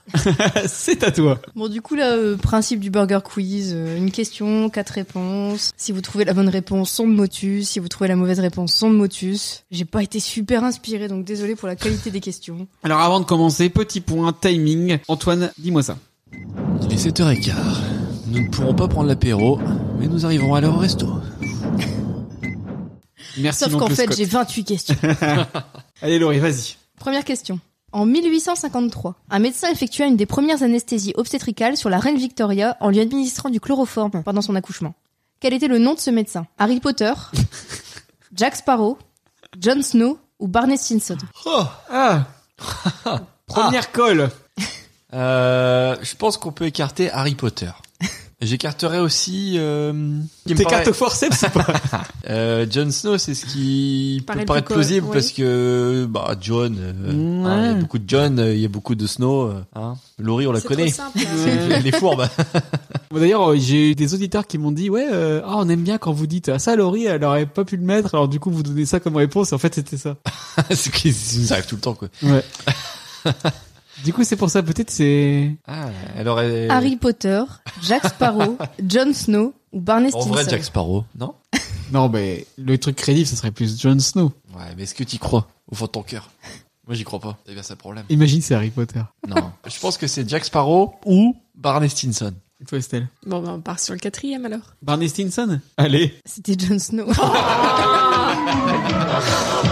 Speaker 2: c'est à toi.
Speaker 5: Bon, du coup, là, euh, principe du burger quiz. euh, une question, quatre réponses. Si vous trouvez la bonne réponse, son de motus. Si vous trouvez la mauvaise réponse, son de motus. J'ai pas été super inspirée, donc désolé pour la qualité des questions.
Speaker 2: Alors avant de commencer, petit point timing. Antoine, dis-moi ça.
Speaker 6: Il est 7h15. Nous ne pourrons pas prendre l'apéro, mais nous arriverons à l'heure au resto.
Speaker 2: [laughs] Merci
Speaker 5: Sauf qu'en
Speaker 2: l'oncle
Speaker 5: fait,
Speaker 2: Scott.
Speaker 5: j'ai
Speaker 2: [laughs]
Speaker 5: 28 questions.
Speaker 2: Allez Laurie, vas-y.
Speaker 5: Première question. En 1853, un médecin effectua une des premières anesthésies obstétricales sur la reine Victoria en lui administrant du chloroforme pendant son accouchement. Quel était le nom de ce médecin
Speaker 2: [laughs]
Speaker 5: Harry Potter, Jack Sparrow, Jon Snow ou Barney Stinson
Speaker 6: Oh.
Speaker 2: Ah.
Speaker 6: Ah.
Speaker 2: Première colle.
Speaker 6: Euh, je pense qu'on peut écarter Harry Potter. [laughs] J'écarterai aussi. Euh, qui me
Speaker 2: T'es
Speaker 6: paraît-
Speaker 2: carte au forceps ou
Speaker 6: [laughs]
Speaker 2: pas
Speaker 6: euh, Jon Snow, c'est ce qui
Speaker 4: Paraît
Speaker 6: peut
Speaker 4: le
Speaker 6: paraître
Speaker 4: plus co-
Speaker 6: plausible
Speaker 4: oui.
Speaker 6: parce que bah John, euh,
Speaker 2: Ouais.
Speaker 6: hein, il y a beaucoup de John, euh, il y a beaucoup de Snow. euh, Hein. Laurie, on la
Speaker 4: C'est trop
Speaker 6: connaît.
Speaker 4: simple. hein.
Speaker 2: Ouais.
Speaker 6: Elle est [laughs] fourbe.
Speaker 2: Bon, D'ailleurs, euh, j'ai eu des auditeurs qui m'ont dit ouais, euh, ah, on aime bien quand vous dites ah, ça, Laurie, elle aurait pas pu le mettre. Alors du coup, vous donnez ça comme réponse. Et en fait, c'était ça.
Speaker 6: ce qui ce qui nous arrive tout le temps quoi.
Speaker 2: [laughs] Ouais. du coup, c'est pour ça peut-être c'est.
Speaker 6: Ah, elle aurait.
Speaker 5: Harry Potter,
Speaker 6: [laughs]
Speaker 5: Jack Sparrow, Jon Snow ou Barney
Speaker 6: En
Speaker 5: Stinson
Speaker 6: vrai, Jack Sparrow, non
Speaker 2: Non, mais le truc crédible, ça serait plus Jon Snow.
Speaker 6: Ouais, mais est-ce que t'y crois au fond de ton cœur Moi, j'y crois pas. C'est bien ça le [laughs] problème.
Speaker 2: Imagine, c'est Harry Potter.
Speaker 6: Non. Je pense que c'est Jack Sparrow ou Barney Stinson.
Speaker 2: Et toi, Estelle
Speaker 4: Bon, bah, on part sur le quatrième alors.
Speaker 2: Barney Stinson Allez.
Speaker 5: C'était Jon Snow.
Speaker 6: Ah.
Speaker 5: [laughs]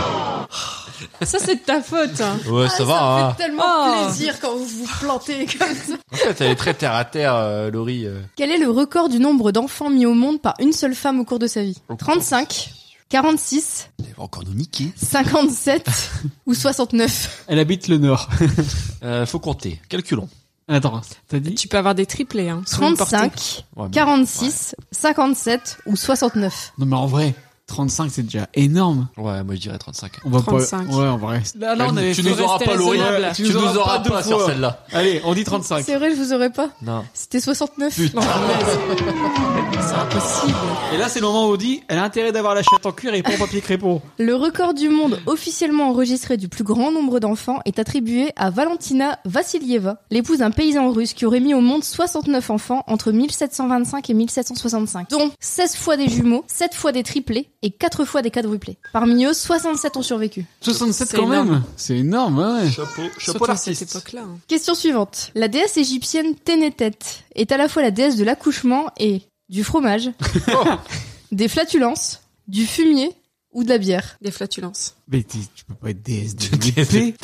Speaker 4: Ça, c'est de ta faute. hein.
Speaker 6: Ouais, ça va. hein.
Speaker 5: tellement
Speaker 4: Oh.
Speaker 5: plaisir quand vous vous plantez comme ça.
Speaker 6: [laughs] En fait, elle est très terre à terre, euh, Laurie. euh. Oh.
Speaker 5: Quel est le record du nombre d'enfants mis au monde par une seule femme au cours de sa vie 35, 46,
Speaker 6: Elle va encore nous niquer.
Speaker 5: 57
Speaker 6: [laughs]
Speaker 5: ou 69.
Speaker 2: Elle habite le Nord.
Speaker 6: Euh, faut compter. Calculons.
Speaker 2: Attends, t'as dit
Speaker 4: Tu peux avoir des triplés, hein. sur une portée.
Speaker 5: 35,
Speaker 6: Ah,
Speaker 5: 46, 57 ou 69.
Speaker 2: Non mais en vrai, 35 c'est déjà énorme.
Speaker 6: Ouais, moi je dirais 35.
Speaker 2: On va
Speaker 5: 35.
Speaker 2: pas. Ouais, en vrai.
Speaker 4: Là, là, on avait-
Speaker 6: tu
Speaker 4: faut
Speaker 6: nous auras
Speaker 4: rester
Speaker 6: pas, Laurie.
Speaker 4: raisonnable.
Speaker 6: Tu nous auras
Speaker 2: deux
Speaker 6: pas sur
Speaker 2: fois.
Speaker 6: celle-là.
Speaker 2: Allez, on dit 35.
Speaker 5: C'est vrai, je vous aurais pas.
Speaker 6: Non.
Speaker 5: C'était 69.
Speaker 6: Putain.
Speaker 5: C'est impossible.
Speaker 2: Et là, c'est le moment où on dit, elle a intérêt d'avoir la chatte en cuir et pas en papier crépon.
Speaker 5: Le record du monde officiellement enregistré du plus grand nombre d'enfants est attribué à Valentina Vassilieva, l'épouse d'un paysan russe qui aurait mis au monde 69 enfants entre 1725 et 1765, dont 16 fois des jumeaux, 7 fois des triplés et 4 fois des quadruplés. Parmi eux, 67 ont survécu.
Speaker 11: 67
Speaker 5: C'est
Speaker 11: quand même
Speaker 5: énorme.
Speaker 11: C'est énorme, ouais.
Speaker 6: Chapeau,
Speaker 4: Surtout à cette époque-là. hein.
Speaker 5: Question suivante. La déesse égyptienne Ténétet est à la fois la déesse de l'accouchement et du fromage, des flatulences, du fumier ou de la bière.
Speaker 4: Des flatulences.
Speaker 2: Mais t'es- tu peux pas être déesse de
Speaker 6: l'unité.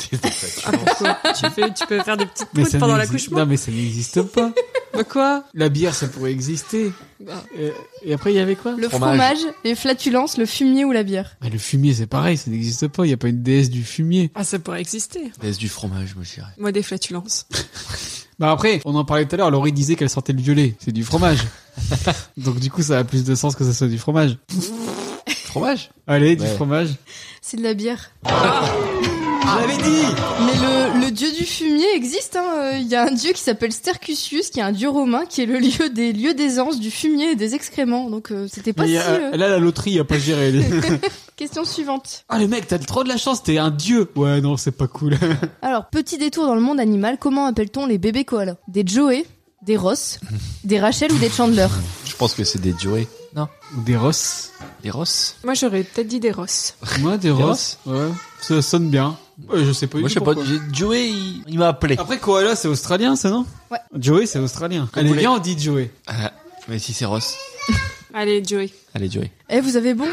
Speaker 4: Ah, pourquoi tu, fais- tu peux faire des petites
Speaker 2: Mais
Speaker 4: proutes
Speaker 2: ça
Speaker 4: pendant
Speaker 2: n'existe-
Speaker 4: l'accouchement
Speaker 2: Non, mais ça n'existe pas.
Speaker 4: Bah quoi
Speaker 2: La bière, ça pourrait exister.
Speaker 4: Bah,
Speaker 2: Euh, Et après, il y avait quoi
Speaker 5: Le fromage. les flatulences, le fumier ou la bière.
Speaker 2: Mais le fumier, c'est pareil, ça n'existe pas. Il y a pas une déesse du fumier.
Speaker 4: Ah, ça pourrait exister.
Speaker 6: Laisse du fromage, moi je dirais.
Speaker 4: Moi, des flatulences.
Speaker 2: Bah après, on en parlait tout à l'heure. Laurie disait qu'elle sentait le violet. C'est du
Speaker 6: [laughs]
Speaker 2: fromage. Donc du coup, ça a plus de sens que ça soit du fromage.
Speaker 6: Fromage
Speaker 2: Allez, du
Speaker 6: Ouais.
Speaker 2: fromage.
Speaker 5: C'est de la bière.
Speaker 2: Je l'avais dit.
Speaker 5: Mais le, le dieu du fumier existe. hein. Euh, Il y a un dieu qui s'appelle Stercusius, qui est un dieu romain, qui est le lieu des lieux d'aisance du fumier et des excréments. Donc euh, c'était pas
Speaker 2: Mais il y
Speaker 5: si.
Speaker 2: a-
Speaker 5: euh.
Speaker 2: Là, la loterie a pas géré.
Speaker 5: Question suivante.
Speaker 2: ah le mec, t'as trop de la chance. T'es un dieu. Ouais, non, c'est pas cool.
Speaker 5: Alors petit détour dans le monde animal. Comment appelle-t-on les bébés koalas Des Joey, des Ross, des Rachel ou des Chandler
Speaker 6: Je pense que c'est des durées. Non.
Speaker 2: Ou des rosses.
Speaker 6: Des rosses
Speaker 4: Moi, j'aurais peut-être dit des rosses.
Speaker 2: Moi, des
Speaker 6: Des
Speaker 2: rosses. Ouais. Ça sonne bien. Euh, je sais pas. du
Speaker 6: Moi je
Speaker 2: tout
Speaker 6: sais pas,
Speaker 2: pourquoi.
Speaker 6: j'ai- Joey il, il m'a appelé.
Speaker 2: Après, koala, c'est australien, ça, non
Speaker 5: Ouais.
Speaker 2: Joey, c'est australien.
Speaker 6: Comme
Speaker 2: Allez,
Speaker 6: vous voulez.
Speaker 2: viens, on dit Joey.
Speaker 6: Ah, mais si c'est Ross.
Speaker 4: Allez, Joey.
Speaker 6: Allez Joey.
Speaker 5: Eh, vous avez bon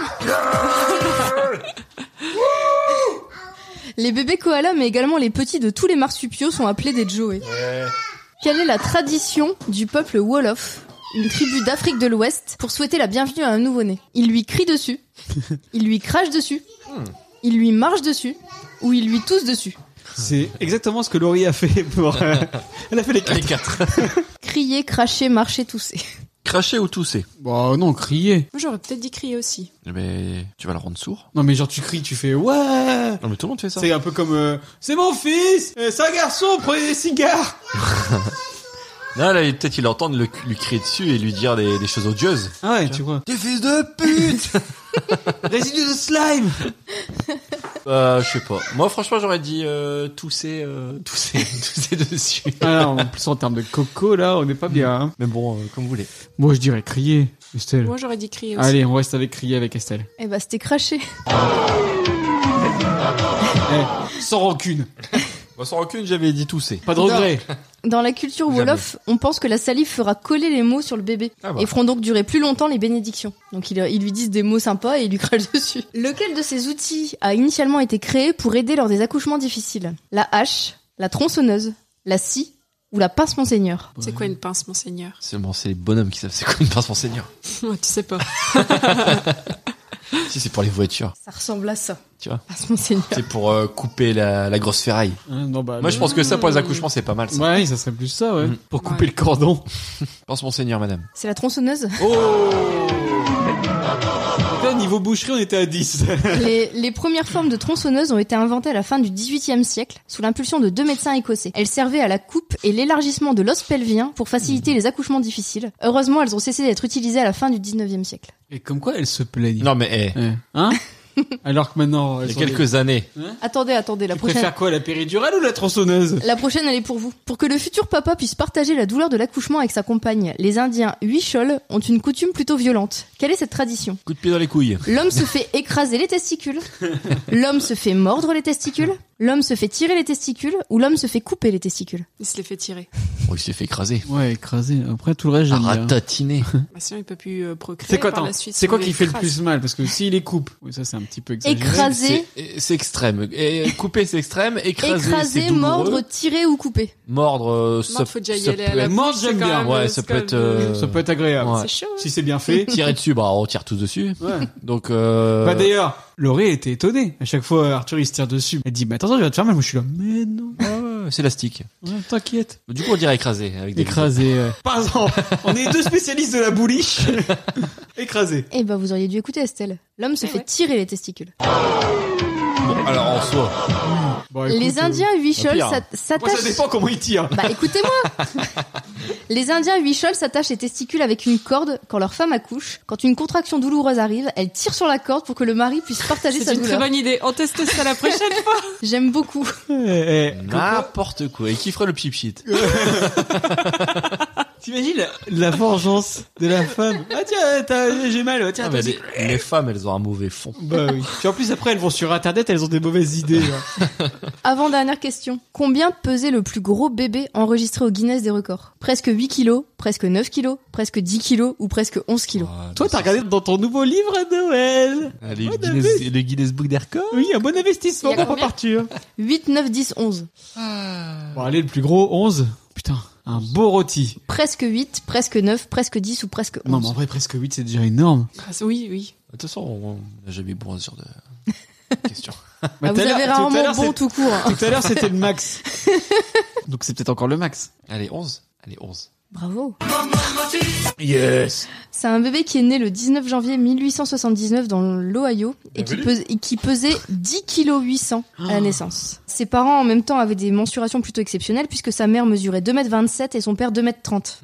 Speaker 5: Les bébés koalas, mais également les petits de tous les marsupiaux, sont appelés des Joey. Quelle est la tradition du peuple Wolof, une tribu d'Afrique de l'Ouest, pour souhaiter la bienvenue à un nouveau-né Il lui crie dessus, il lui crache dessus, il lui marche dessus, ou il lui tousse dessus.
Speaker 2: C'est exactement ce que Laurie a fait pour. euh, Elle a fait les
Speaker 6: Les
Speaker 2: quatre.
Speaker 6: quatre.
Speaker 5: Crier, cracher, marcher, tousser.
Speaker 6: [laughs] Cracher ou tousser
Speaker 2: Bon, Bah, non, crier.
Speaker 4: Moi, j'aurais peut-être dit crier aussi.
Speaker 6: Mais Eh ben, tu vas le rendre sourd.
Speaker 2: Non, mais genre, tu cries, tu fais ouais.
Speaker 6: Non mais tout le monde fait ça.
Speaker 2: C'est un peu comme euh, c'est mon fils, euh, c'est un garçon, prenez des cigares.
Speaker 6: Non là il- peut-être il entend le- lui crier dessus et lui dire des, des choses odieuses.
Speaker 2: Ah ouais, tu vois.
Speaker 6: Des fils de pute
Speaker 2: Résidu de slime.
Speaker 6: Euh je sais pas. Moi franchement j'aurais dit euh, tousser, euh, [laughs] tousser, tousser dessus.
Speaker 2: Alors, Ah, en plus en termes de coco là, on n'est pas bien. hein.
Speaker 6: Mais bon, euh, comme vous voulez.
Speaker 2: Moi, je dirais crier, Estelle.
Speaker 4: Moi, j'aurais dit crier aussi.
Speaker 2: Mmh. Allez, on reste avec crier avec Estelle.
Speaker 5: Eh bah, c'était cracher.
Speaker 2: Sans rancune,
Speaker 6: Moi sans rancune j'avais dit tousser.
Speaker 2: pas de
Speaker 5: Non.
Speaker 2: regret.
Speaker 5: Dans la culture
Speaker 6: Jamais.
Speaker 5: wolof, on pense que la salive fera coller les mots sur le bébé
Speaker 6: Ah bah.
Speaker 5: et feront donc durer plus longtemps les bénédictions. Donc ils, ils lui disent des mots sympas et ils lui [laughs] crachent dessus. Lequel de ces outils a initialement été créé pour aider lors des accouchements difficiles La hache, la tronçonneuse, la scie ou la pince monseigneur
Speaker 4: C'est quoi une pince,
Speaker 6: [laughs]
Speaker 4: monseigneur
Speaker 6: Seulement c'est les bonhommes qui savent c'est quoi une pince monseigneur.
Speaker 4: Tu sais pas.
Speaker 6: si c'est pour les voitures.
Speaker 5: Ça ressemble à ça.
Speaker 6: Tu vois.
Speaker 5: Pince monseigneur.
Speaker 6: C'est pour euh, couper la, la grosse ferraille.
Speaker 2: Hein, non, bah,
Speaker 6: Moi, je pense que ça, pour les
Speaker 4: Mmh.
Speaker 6: accouchements, c'est pas mal, ça.
Speaker 2: Ouais, ça serait plus ça, ouais.
Speaker 6: Mm.
Speaker 2: Pour couper
Speaker 4: Ouais.
Speaker 2: le cordon.
Speaker 6: [laughs] Pense, monseigneur, madame.
Speaker 5: [laughs] C'est la tronçonneuse. [laughs]
Speaker 6: Oh!
Speaker 2: Là, niveau boucherie, on était à 10.
Speaker 5: les, les premières formes de tronçonneuses ont été inventées à la fin du XVIIIe siècle sous l'impulsion de deux médecins écossais. Elles servaient à la coupe et l'élargissement de l'os pelvien pour
Speaker 6: Mmh.
Speaker 5: faciliter les accouchements difficiles. Heureusement, elles ont cessé d'être utilisées à la fin du XIXe siècle.
Speaker 2: Et comme quoi, elle se plaignent.
Speaker 6: Non, mais, eh,
Speaker 2: Ouais. Hein [laughs] Alors que maintenant, elles
Speaker 6: il y a
Speaker 2: sont-
Speaker 6: quelques années.
Speaker 5: Attendez, attendez, la
Speaker 2: Tu
Speaker 5: prochaine.
Speaker 2: préfères quoi, la péridurale ou la tronçonneuse
Speaker 5: La prochaine, elle est pour vous. Pour que le futur papa puisse partager la douleur de l'accouchement avec sa compagne, les Indiens Huichol ont une coutume plutôt violente. Quelle est cette tradition
Speaker 6: Coup de pied dans les couilles.
Speaker 5: L'homme se fait écraser les testicules, l'homme se fait mordre les testicules, l'homme se fait tirer les testicules ou l'homme se fait couper les testicules
Speaker 4: Il se les fait tirer.
Speaker 6: Oh, il s'est fait écraser.
Speaker 2: Ouais, écrasé. Après, tout le reste, j'aime bien.
Speaker 6: Ratatiner.
Speaker 4: Bah, sinon, il peut plus euh, procréer
Speaker 2: C'est quoi,
Speaker 4: par
Speaker 2: attends,
Speaker 4: la suite.
Speaker 2: c'est quoi
Speaker 4: on
Speaker 2: qui fait le
Speaker 4: écrase.
Speaker 2: plus mal Parce que s'il les coupe, oui, ça c'est un petit peu exagéré.
Speaker 5: Écraser.
Speaker 6: C'est- eh, C'est extrême. Et couper, c'est extrême. Écraser, c'est
Speaker 5: Écraser,
Speaker 6: douloureux.
Speaker 5: mordre, tirer ou couper.
Speaker 6: Mordre, euh, ça,
Speaker 5: Mordre, faut déjà y
Speaker 6: ça
Speaker 5: aller à
Speaker 6: peut
Speaker 5: la
Speaker 6: être-
Speaker 5: bouche, Mordre,
Speaker 2: j'aime c'est quand bien. même,
Speaker 6: Ouais,
Speaker 2: euh,
Speaker 6: ça
Speaker 2: c'est
Speaker 6: peut
Speaker 2: quand
Speaker 6: être,
Speaker 2: même,
Speaker 6: euh,
Speaker 2: Ça peut être agréable.
Speaker 6: ouais.
Speaker 2: C'est chaud.
Speaker 4: hein.
Speaker 2: Si c'est bien [laughs] fait.
Speaker 6: Tirer dessus, bah, on tire tous dessus.
Speaker 2: Ouais.
Speaker 6: Donc, euh...
Speaker 2: Bah d'ailleurs, Laurie était étonnée. À chaque fois, Arthur il se tire dessus. Elle dit, mais attends, je vais te faire mal. Moi je suis là, mais non. Ah
Speaker 6: ouais, c'est élastique.
Speaker 2: Ouais, T'inquiète.
Speaker 6: Du coup, on dirait écrasé. Avec des
Speaker 2: Écrasé. ouais. Par exemple, on est deux spécialistes de la [laughs] bouliche. écrasé.
Speaker 5: Eh ben, vous auriez dû écouter Estelle. Eh L'homme se fait tirer les testicules.
Speaker 6: Bon, alors, en soi.
Speaker 2: Ah, euh,
Speaker 5: les Indiens huichols
Speaker 6: Pire.
Speaker 5: s'at- s'attachent.
Speaker 2: Moi, ça dépend comment ils tirent.
Speaker 5: Bah écoutez-moi Les Indiens huichols s'attachent les testicules avec une corde quand leur femme accouche. Quand une contraction douloureuse arrive, elle tire sur la corde pour que le mari puisse partager
Speaker 4: C'est
Speaker 5: sa
Speaker 4: une
Speaker 5: douleur.
Speaker 4: très bonne idée. On teste ça la prochaine [laughs] fois.
Speaker 5: J'aime beaucoup.
Speaker 2: Eh,
Speaker 6: N'importe quoi. Eh, Et qui ferait le pchit
Speaker 2: T'imagines la vengeance de la femme Ah tiens, t'as- j'ai mal. euh, Tiens, vas-y.
Speaker 6: les, les femmes, elles ont un mauvais fond.
Speaker 2: Bah oui. [laughs] Puis en plus après elles vont sur internet, elles ont des mauvaises idées. hein. genre.
Speaker 5: Avant dernière question. Combien pesait le plus gros bébé enregistré au Guinness des records Presque 8 kilos, presque 9 kilos, presque 10 kilos ou presque 11 kilos.
Speaker 2: [laughs] Toi t'as regardé dans ton nouveau livre à Noël.
Speaker 6: Ah, Les
Speaker 2: Bon
Speaker 6: Guinness,
Speaker 2: investi-
Speaker 6: les Guinness Book des records
Speaker 2: Oui, un bon investissement
Speaker 5: Il y a
Speaker 2: pour
Speaker 5: combien
Speaker 2: partir.
Speaker 5: 8, 9, 10, 11.
Speaker 2: Bon allez, le plus gros 11. Putain, un beau rôti.
Speaker 5: Presque 8, presque 9, presque 10 ou presque 11.
Speaker 2: Non mais en vrai presque 8 c'est déjà énorme.
Speaker 4: oui, oui.
Speaker 6: De toute façon, on on n'a jamais bon sur de.
Speaker 2: [laughs] Bah,
Speaker 5: Ah, vous
Speaker 2: tout à l'heure-
Speaker 5: avez
Speaker 2: tout à
Speaker 5: rarement
Speaker 2: l'heure,
Speaker 5: bon
Speaker 2: c'est-
Speaker 5: tout court. hein.
Speaker 2: Tout à l'heure c'était le
Speaker 5: [laughs]
Speaker 2: max. Donc c'est peut-être encore le max.
Speaker 6: Allez, 11. Allez, 11.
Speaker 5: Bravo.
Speaker 6: Yes
Speaker 5: C'est un bébé qui est né le 19 janvier 1879 dans l'Ohio et qui, pes- et qui pesait 10 kg 800 à la naissance. Ses parents en même temps avaient des mensurations plutôt exceptionnelles puisque sa mère mesurait 2m27 et son père 2m30.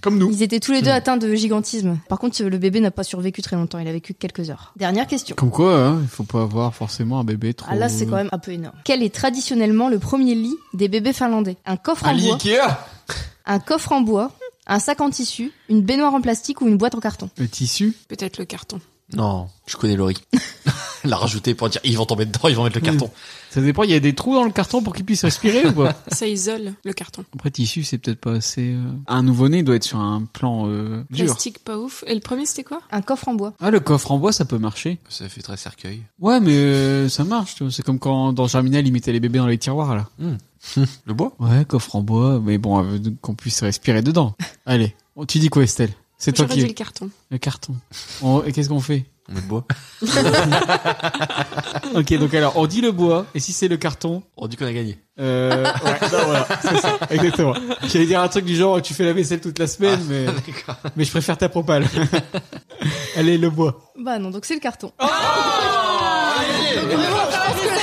Speaker 2: Comme nous.
Speaker 5: Ils étaient tous les deux
Speaker 2: Hmm.
Speaker 5: atteints de gigantisme. Par contre, le bébé n'a pas survécu très longtemps, il a vécu quelques heures. Dernière question.
Speaker 2: Comme quoi, hein, il faut pas avoir forcément un bébé trop
Speaker 5: Ah là, c'est quand même un peu énorme. Quel est traditionnellement le premier lit des bébés finlandais Un coffre en
Speaker 6: Allez,
Speaker 5: bois,
Speaker 6: Ikea
Speaker 5: un coffre en bois, un sac en tissu, une baignoire en plastique ou une boîte en carton.
Speaker 2: le euh, tissu.
Speaker 4: Peut-être le carton.
Speaker 6: Non, je
Speaker 2: [laughs]
Speaker 6: connais Laurie. L'a rajouté pour dire ils vont tomber dedans, ils vont mettre le carton.
Speaker 2: Ça dépend, il y a des trous dans le carton pour qu'il puisse respirer ou pas
Speaker 4: Ça isole le carton.
Speaker 2: Après tissu, c'est peut-être pas assez euh, un nouveau-né doit être sur un plan euh, dur.
Speaker 4: Plastique pas ouf. Et le premier, c'était quoi
Speaker 5: Un coffre en bois.
Speaker 2: Ah, le coffre en bois, ça peut marcher.
Speaker 6: Ça fait très cercueil.
Speaker 2: Ouais, mais euh, ça marche. tu vois. C'est comme quand dans Germinal, ils mettaient les bébés dans les tiroirs, là.
Speaker 6: Le bois
Speaker 2: Ouais, coffre en bois, mais bon, euh, qu'on puisse respirer [laughs] dedans. Allez, on- tu dis quoi, Estelle C'est toi
Speaker 4: J'aurais
Speaker 2: qui...
Speaker 4: dit le carton.
Speaker 2: Le carton. On- Et qu'est-ce qu'on fait
Speaker 6: Le bois.
Speaker 2: [laughs] Ok, donc alors, on dit le bois, et si c'est le carton...
Speaker 6: On dit qu'on a gagné.
Speaker 2: Euh, [laughs] ouais, non, voilà, c'est ça, exactement. J'allais dire un truc du genre, tu fais la vaisselle toute la semaine, mais, mais je préfère ta [laughs] propale. Allez, le bois.
Speaker 5: Bah non, donc c'est le carton.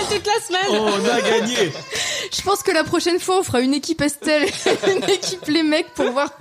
Speaker 4: toute la semaine.
Speaker 2: Oh, on a gagné
Speaker 5: Je pense que la prochaine fois, on fera une équipe Estelle, [laughs] une équipe les mecs pour voir.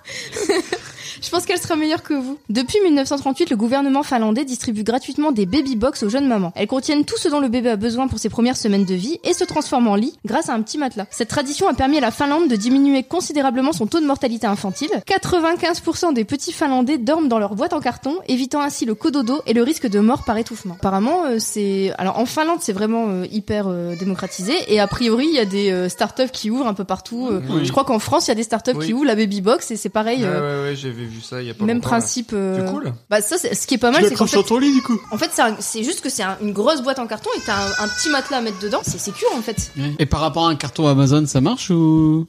Speaker 5: Je pense qu'elle sera meilleure que vous. Depuis 1938, le gouvernement finlandais distribue gratuitement des baby box aux jeunes mamans. Elles contiennent tout ce dont le bébé a besoin pour ses premières semaines de vie et se transforment en lit grâce à un petit matelas. Cette tradition a permis à la Finlande de diminuer considérablement son taux de mortalité infantile. 95% des petits Finlandais dorment dans leur boîte en carton, évitant ainsi le cododo et le risque de mort par étouffement. Apparemment, euh, c'est alors en Finlande, c'est vraiment euh, hyper euh, démocratisé et a priori, il y a des euh, startups qui ouvrent un peu partout. Euh,
Speaker 9: Oui.
Speaker 5: Je crois qu'en France, il y a des startups
Speaker 9: Oui.
Speaker 5: qui ouvrent la baby box et c'est pareil. euh,
Speaker 9: ouais, ouais, ouais, j'avais vu ça il y a pas
Speaker 5: même
Speaker 9: longtemps, là.
Speaker 5: principe. euh,
Speaker 9: C'est cool.
Speaker 5: Bah ça, c'est- ce qui est pas mal, c'est qu'en fait,
Speaker 2: lit du coup.
Speaker 5: en fait, c'est un- c'est juste que c'est un- une grosse boîte en carton et t'as un, un petit matelas à mettre dedans. C'est sécure en fait.
Speaker 2: Et par rapport à un carton Amazon, ça marche ou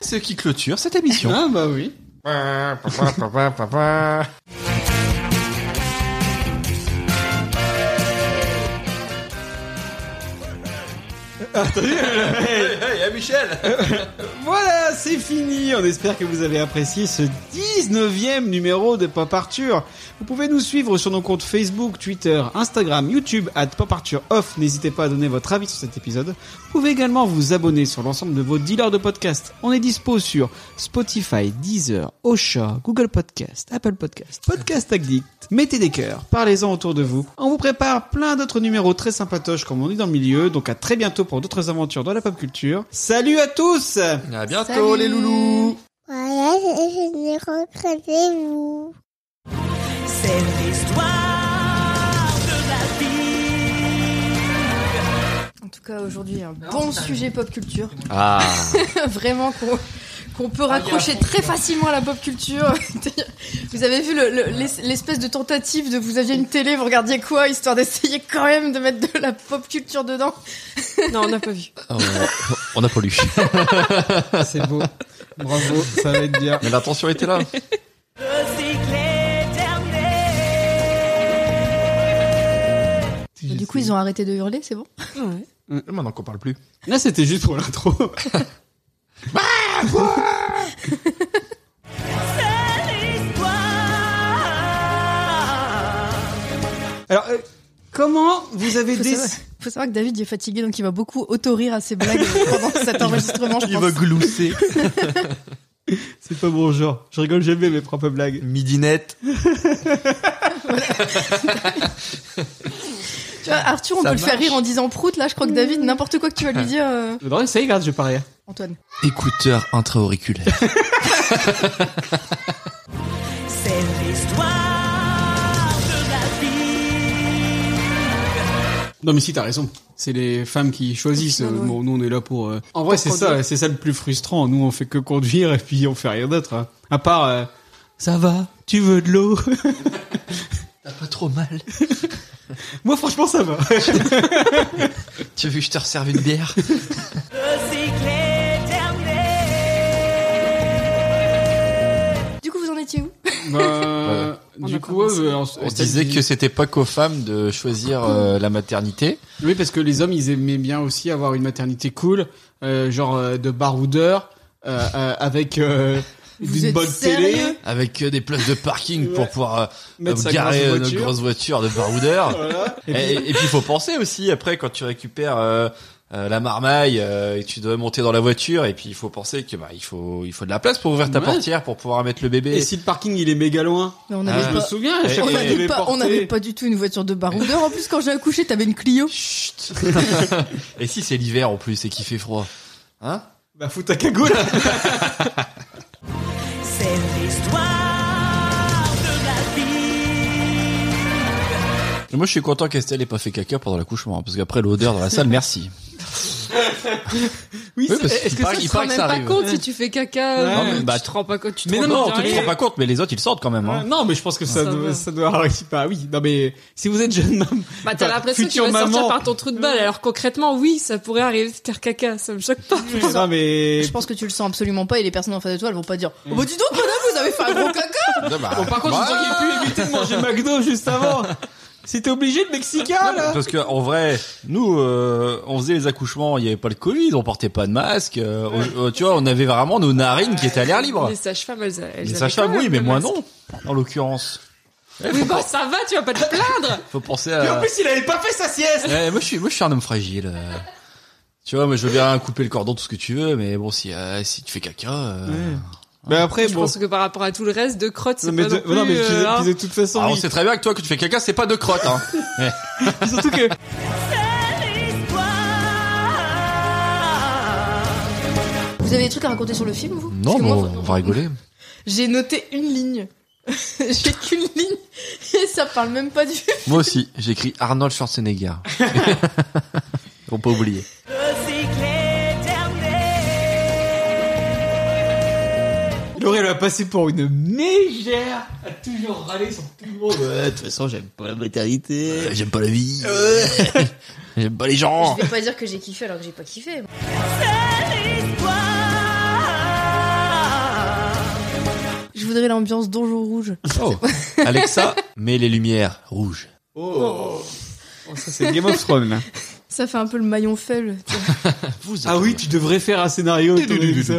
Speaker 6: Ce qui clôture cette émission.
Speaker 2: Ah bah oui.
Speaker 6: Michel
Speaker 14: Voilà, c'est fini. On espère que vous avez apprécié ce 19e numéro de Pop Arthur. Vous pouvez nous suivre sur nos comptes Facebook, Twitter, Instagram, YouTube, at Pop Arthur Off. N'hésitez pas à donner votre avis sur cet épisode. Vous pouvez également vous abonner sur l'ensemble de vos dealers de podcasts. On est dispo sur Spotify, Deezer, Ocha, Google Podcast, Apple Podcast, Podcast Addict. Mettez des cœurs, parlez-en autour de vous. On vous prépare plein d'autres numéros très sympatoches comme on est dans le milieu. Donc à très bientôt pour d'autres aventures dans la pop culture. Salut à tous
Speaker 6: À bientôt
Speaker 1: Salut.
Speaker 6: les loulous
Speaker 1: Voilà, je, je l'ai recréé, vous.
Speaker 15: C'est l'histoire de la vie.
Speaker 5: En tout cas, aujourd'hui, un bon sujet pop culture.
Speaker 6: Ah
Speaker 5: [laughs] Vraiment qu'on qu'on peut raccrocher très facilement à la pop culture. [laughs] vous avez vu le- le- l'es- l'espèce de tentative de vous aviez une télé, vous regardiez quoi, histoire d'essayer quand même de mettre de la pop culture dedans
Speaker 4: Oh. Non, on n'a pas vu.
Speaker 6: on a pas lu.
Speaker 2: C'est beau. Bravo, ça va être bien.
Speaker 6: Mais l'attention était là.
Speaker 5: Et Bah, Du coup, ils ont arrêté de hurler, c'est bon
Speaker 6: [laughs] Maintenant qu'on parle plus.
Speaker 2: Là, c'était juste pour [laughs] l'intro. Alors, euh, comment vous avez
Speaker 5: faut
Speaker 2: déc-
Speaker 5: savoir, faut savoir que David il est fatigué, donc il va beaucoup autorire à
Speaker 6: [laughs]
Speaker 5: ses blagues pendant cet enregistrement, je
Speaker 2: Il
Speaker 5: pense.
Speaker 2: va
Speaker 6: glousser.
Speaker 2: C'est pas mon genre. Je rigole jamais mes propres blagues.
Speaker 6: Midinette.
Speaker 5: Tu vois, Arthur, on
Speaker 2: Ça
Speaker 5: peut le faire
Speaker 2: marche.
Speaker 5: rire en disant prout, là, je crois que David,
Speaker 6: Mmh.
Speaker 5: n'importe quoi que tu vas lui dire, euh,
Speaker 2: Non, ça y regarde, je vais pas rire.
Speaker 5: Antoine.
Speaker 6: Écouteur intra-auriculaire.
Speaker 12: C'est l'histoire de la vie.
Speaker 2: Non, mais si, t'as raison. C'est les femmes qui choisissent. euh, Bon, nous, on est là pour. euh, En vrai,
Speaker 11: Pour
Speaker 2: c'est ça.
Speaker 11: conduire.
Speaker 2: C'est ça le plus frustrant. Nous, on fait que conduire et puis on fait rien d'autre. hein. À part. euh, Ça va Tu veux de l'eau
Speaker 6: T'as pas trop mal.
Speaker 2: Moi, franchement, ça va.
Speaker 6: tu veux que je te resserve une bière
Speaker 5: Du coup, vous en étiez où
Speaker 2: Bah, du coup, euh, on,
Speaker 6: [laughs] On se disait que c'était pas qu'aux femmes de choisir euh, la maternité.
Speaker 2: Oui, parce que les hommes, ils aimaient bien aussi avoir une maternité cool, euh, genre euh, de baroudeur, euh, euh, avec euh,
Speaker 6: Vous
Speaker 2: une
Speaker 6: êtes
Speaker 2: bonne
Speaker 6: sérieux
Speaker 2: télé.
Speaker 6: Avec euh, des places de parking
Speaker 2: Ouais.
Speaker 6: pour pouvoir euh,
Speaker 2: Mettre
Speaker 6: euh,
Speaker 2: sa
Speaker 6: garer
Speaker 2: grosse
Speaker 6: euh,
Speaker 2: voiture.
Speaker 6: notre grosse voiture
Speaker 2: [laughs]
Speaker 6: de baroudeur.
Speaker 2: Voilà.
Speaker 6: Et,
Speaker 2: Et
Speaker 6: et puis il faut penser aussi, après, quand tu récupères euh, euh, la marmaille euh, et que tu dois monter dans la voiture, et puis il faut penser que bah, il, faut, il faut de la place pour ouvrir ta
Speaker 2: Ouais.
Speaker 6: portière, pour pouvoir mettre le bébé.
Speaker 2: Et si le parking, il est méga loin
Speaker 5: Mais on
Speaker 6: Ah.
Speaker 5: avait
Speaker 6: Je
Speaker 5: pas...
Speaker 6: me souviens, à chaque
Speaker 5: on
Speaker 6: fois,
Speaker 5: avait
Speaker 6: je devais
Speaker 5: pas, on
Speaker 6: porter.
Speaker 5: avait pas du tout une voiture de baroudeur. En plus, quand j'ai accouché, t'avais une Clio.
Speaker 6: et si c'est l'hiver en plus et qu'il fait froid Hein
Speaker 2: Bah fous ta [laughs] cagoule
Speaker 12: C'est l'histoire de la vie.
Speaker 6: Et Moi je suis content qu'Estelle ait pas fait caca pendant l'accouchement, hein, parce qu'après l'odeur dans la salle, merci.
Speaker 2: Oui,
Speaker 6: parce
Speaker 4: c'est-
Speaker 6: qu'il
Speaker 4: est-ce que
Speaker 6: paraît-
Speaker 4: ça
Speaker 6: il
Speaker 4: te
Speaker 6: paraît
Speaker 4: rend
Speaker 6: que
Speaker 4: même
Speaker 6: ça
Speaker 4: pas
Speaker 6: arrive.
Speaker 4: compte si tu fais caca
Speaker 6: Non,
Speaker 4: euh,
Speaker 6: mais
Speaker 4: Tu
Speaker 6: bah,
Speaker 4: te rends pas compte, tu
Speaker 2: [laughs]
Speaker 4: te
Speaker 2: Mais
Speaker 4: rends
Speaker 2: non,
Speaker 4: compte
Speaker 6: tu
Speaker 4: de
Speaker 6: te
Speaker 4: rien.
Speaker 6: rends pas compte, mais les autres ils le sortent quand même. hein.
Speaker 2: Ah, Non, mais je pense que ça,
Speaker 4: Ça
Speaker 2: doit,
Speaker 4: va.
Speaker 2: ça doit arriver. Bah oui, non mais si vous êtes jeune maman,
Speaker 4: Bah t'as
Speaker 2: enfin,
Speaker 4: l'impression que tu
Speaker 2: future
Speaker 4: vas sortir
Speaker 2: maman.
Speaker 4: par ton trou de balle, alors concrètement oui, ça pourrait arriver de faire caca, ça me choque pas.
Speaker 2: Non mais
Speaker 5: Je pense que tu le sens absolument pas et les personnes en face de toi, elles vont pas dire
Speaker 6: Mmh.
Speaker 5: Oh bah dis donc, madame, vous avez fait un gros
Speaker 6: Ah,
Speaker 5: caca
Speaker 6: bah,
Speaker 2: Bon, par contre, vous auriez pu éviter de manger McDo juste avant. C'était obligé le mexicain là.
Speaker 6: Parce que en vrai, nous, euh, on faisait les accouchements, il n'y avait pas le Covid, on portait pas de masque, euh, on- euh, tu vois, on avait vraiment nos narines qui étaient à l'air libre.
Speaker 4: Les sages-femmes, elles, elles
Speaker 6: Les
Speaker 4: avaient
Speaker 6: sages-femmes,
Speaker 4: quand
Speaker 6: oui,
Speaker 4: même
Speaker 6: mais
Speaker 4: le
Speaker 6: moi
Speaker 4: masque.
Speaker 6: non, en l'occurrence. Eh,
Speaker 4: Oui
Speaker 6: faut,
Speaker 4: bah ça va, tu vas pas te plaindre
Speaker 6: faut penser
Speaker 2: Et en
Speaker 6: à.
Speaker 2: plus, il avait pas fait sa sieste.
Speaker 6: Eh, moi, je suis, moi, je suis un homme fragile. euh. Tu vois, moi, je veux bien couper le cordon, tout ce que tu veux, mais bon, si, euh, si tu fais caca. euh,
Speaker 2: Mais après,
Speaker 4: Je
Speaker 2: bon.
Speaker 4: pense que par rapport à tout le reste de crotte, c'est
Speaker 2: Non, mais
Speaker 4: pas
Speaker 2: de-
Speaker 4: non plus...
Speaker 2: non, mais tu-
Speaker 4: euh,
Speaker 2: tu- de toute façon,
Speaker 6: Ah, on
Speaker 2: oui.
Speaker 6: sait très bien que toi, que tu fais caca, c'est pas de crotte,
Speaker 2: [laughs]
Speaker 6: hein.
Speaker 2: Puis Surtout que.
Speaker 5: Vous avez des trucs à raconter sur le film, vous
Speaker 6: Non,
Speaker 5: Parce que
Speaker 6: mais
Speaker 5: moi,
Speaker 6: on va rigoler.
Speaker 5: J'ai noté une ligne. [laughs] J'ai qu'une ligne et ça parle même pas du.
Speaker 6: Moi aussi, j'écris Arnold
Speaker 2: [laughs]
Speaker 6: Schwarzenegger. on peut oublier.
Speaker 2: Laurie va passer pour une mégère a toujours râlé sur tout le monde. Ouais, de toute façon, j'aime pas la maternité.
Speaker 6: J'aime pas la vie. [laughs] J'aime pas les gens.
Speaker 5: Je vais pas dire que j'ai kiffé alors que j'ai pas kiffé. Je voudrais l'ambiance donjon rouge.
Speaker 6: Oh. Alexa, mets les lumières rouges.
Speaker 2: Oh. ça, c'est Game of Thrones, là.
Speaker 5: Ça fait un peu le maillon faible. tu vois.
Speaker 2: Ah oui, tu devrais faire un scénario autour de ça,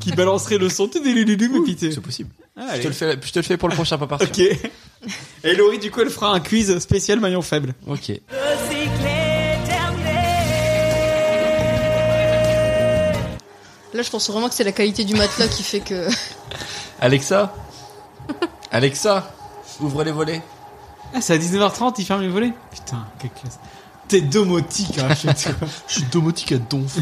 Speaker 2: qui balancerait le son. C'est
Speaker 6: possible.
Speaker 2: Ah, allez.
Speaker 6: Je te, le fais, je te le fais pour le prochain papa.
Speaker 2: Ok. Et Laurie, du coup, elle fera un quiz spécial maillon faible.
Speaker 6: Ok.
Speaker 5: Là, je pense vraiment que c'est la qualité du matelas qui fait que.
Speaker 6: Alexa Alexa Ouvre les volets.
Speaker 2: Ah, c'est à 19h30, il ferme les volets. Putain, quelle classe. T'es domotique, hein, chez toi.
Speaker 6: [laughs] Je suis domotique à donf.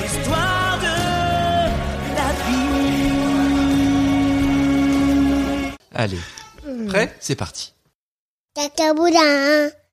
Speaker 12: L'histoire de la vie.
Speaker 6: Allez. Prêt C'est parti.
Speaker 1: Cacaboulin.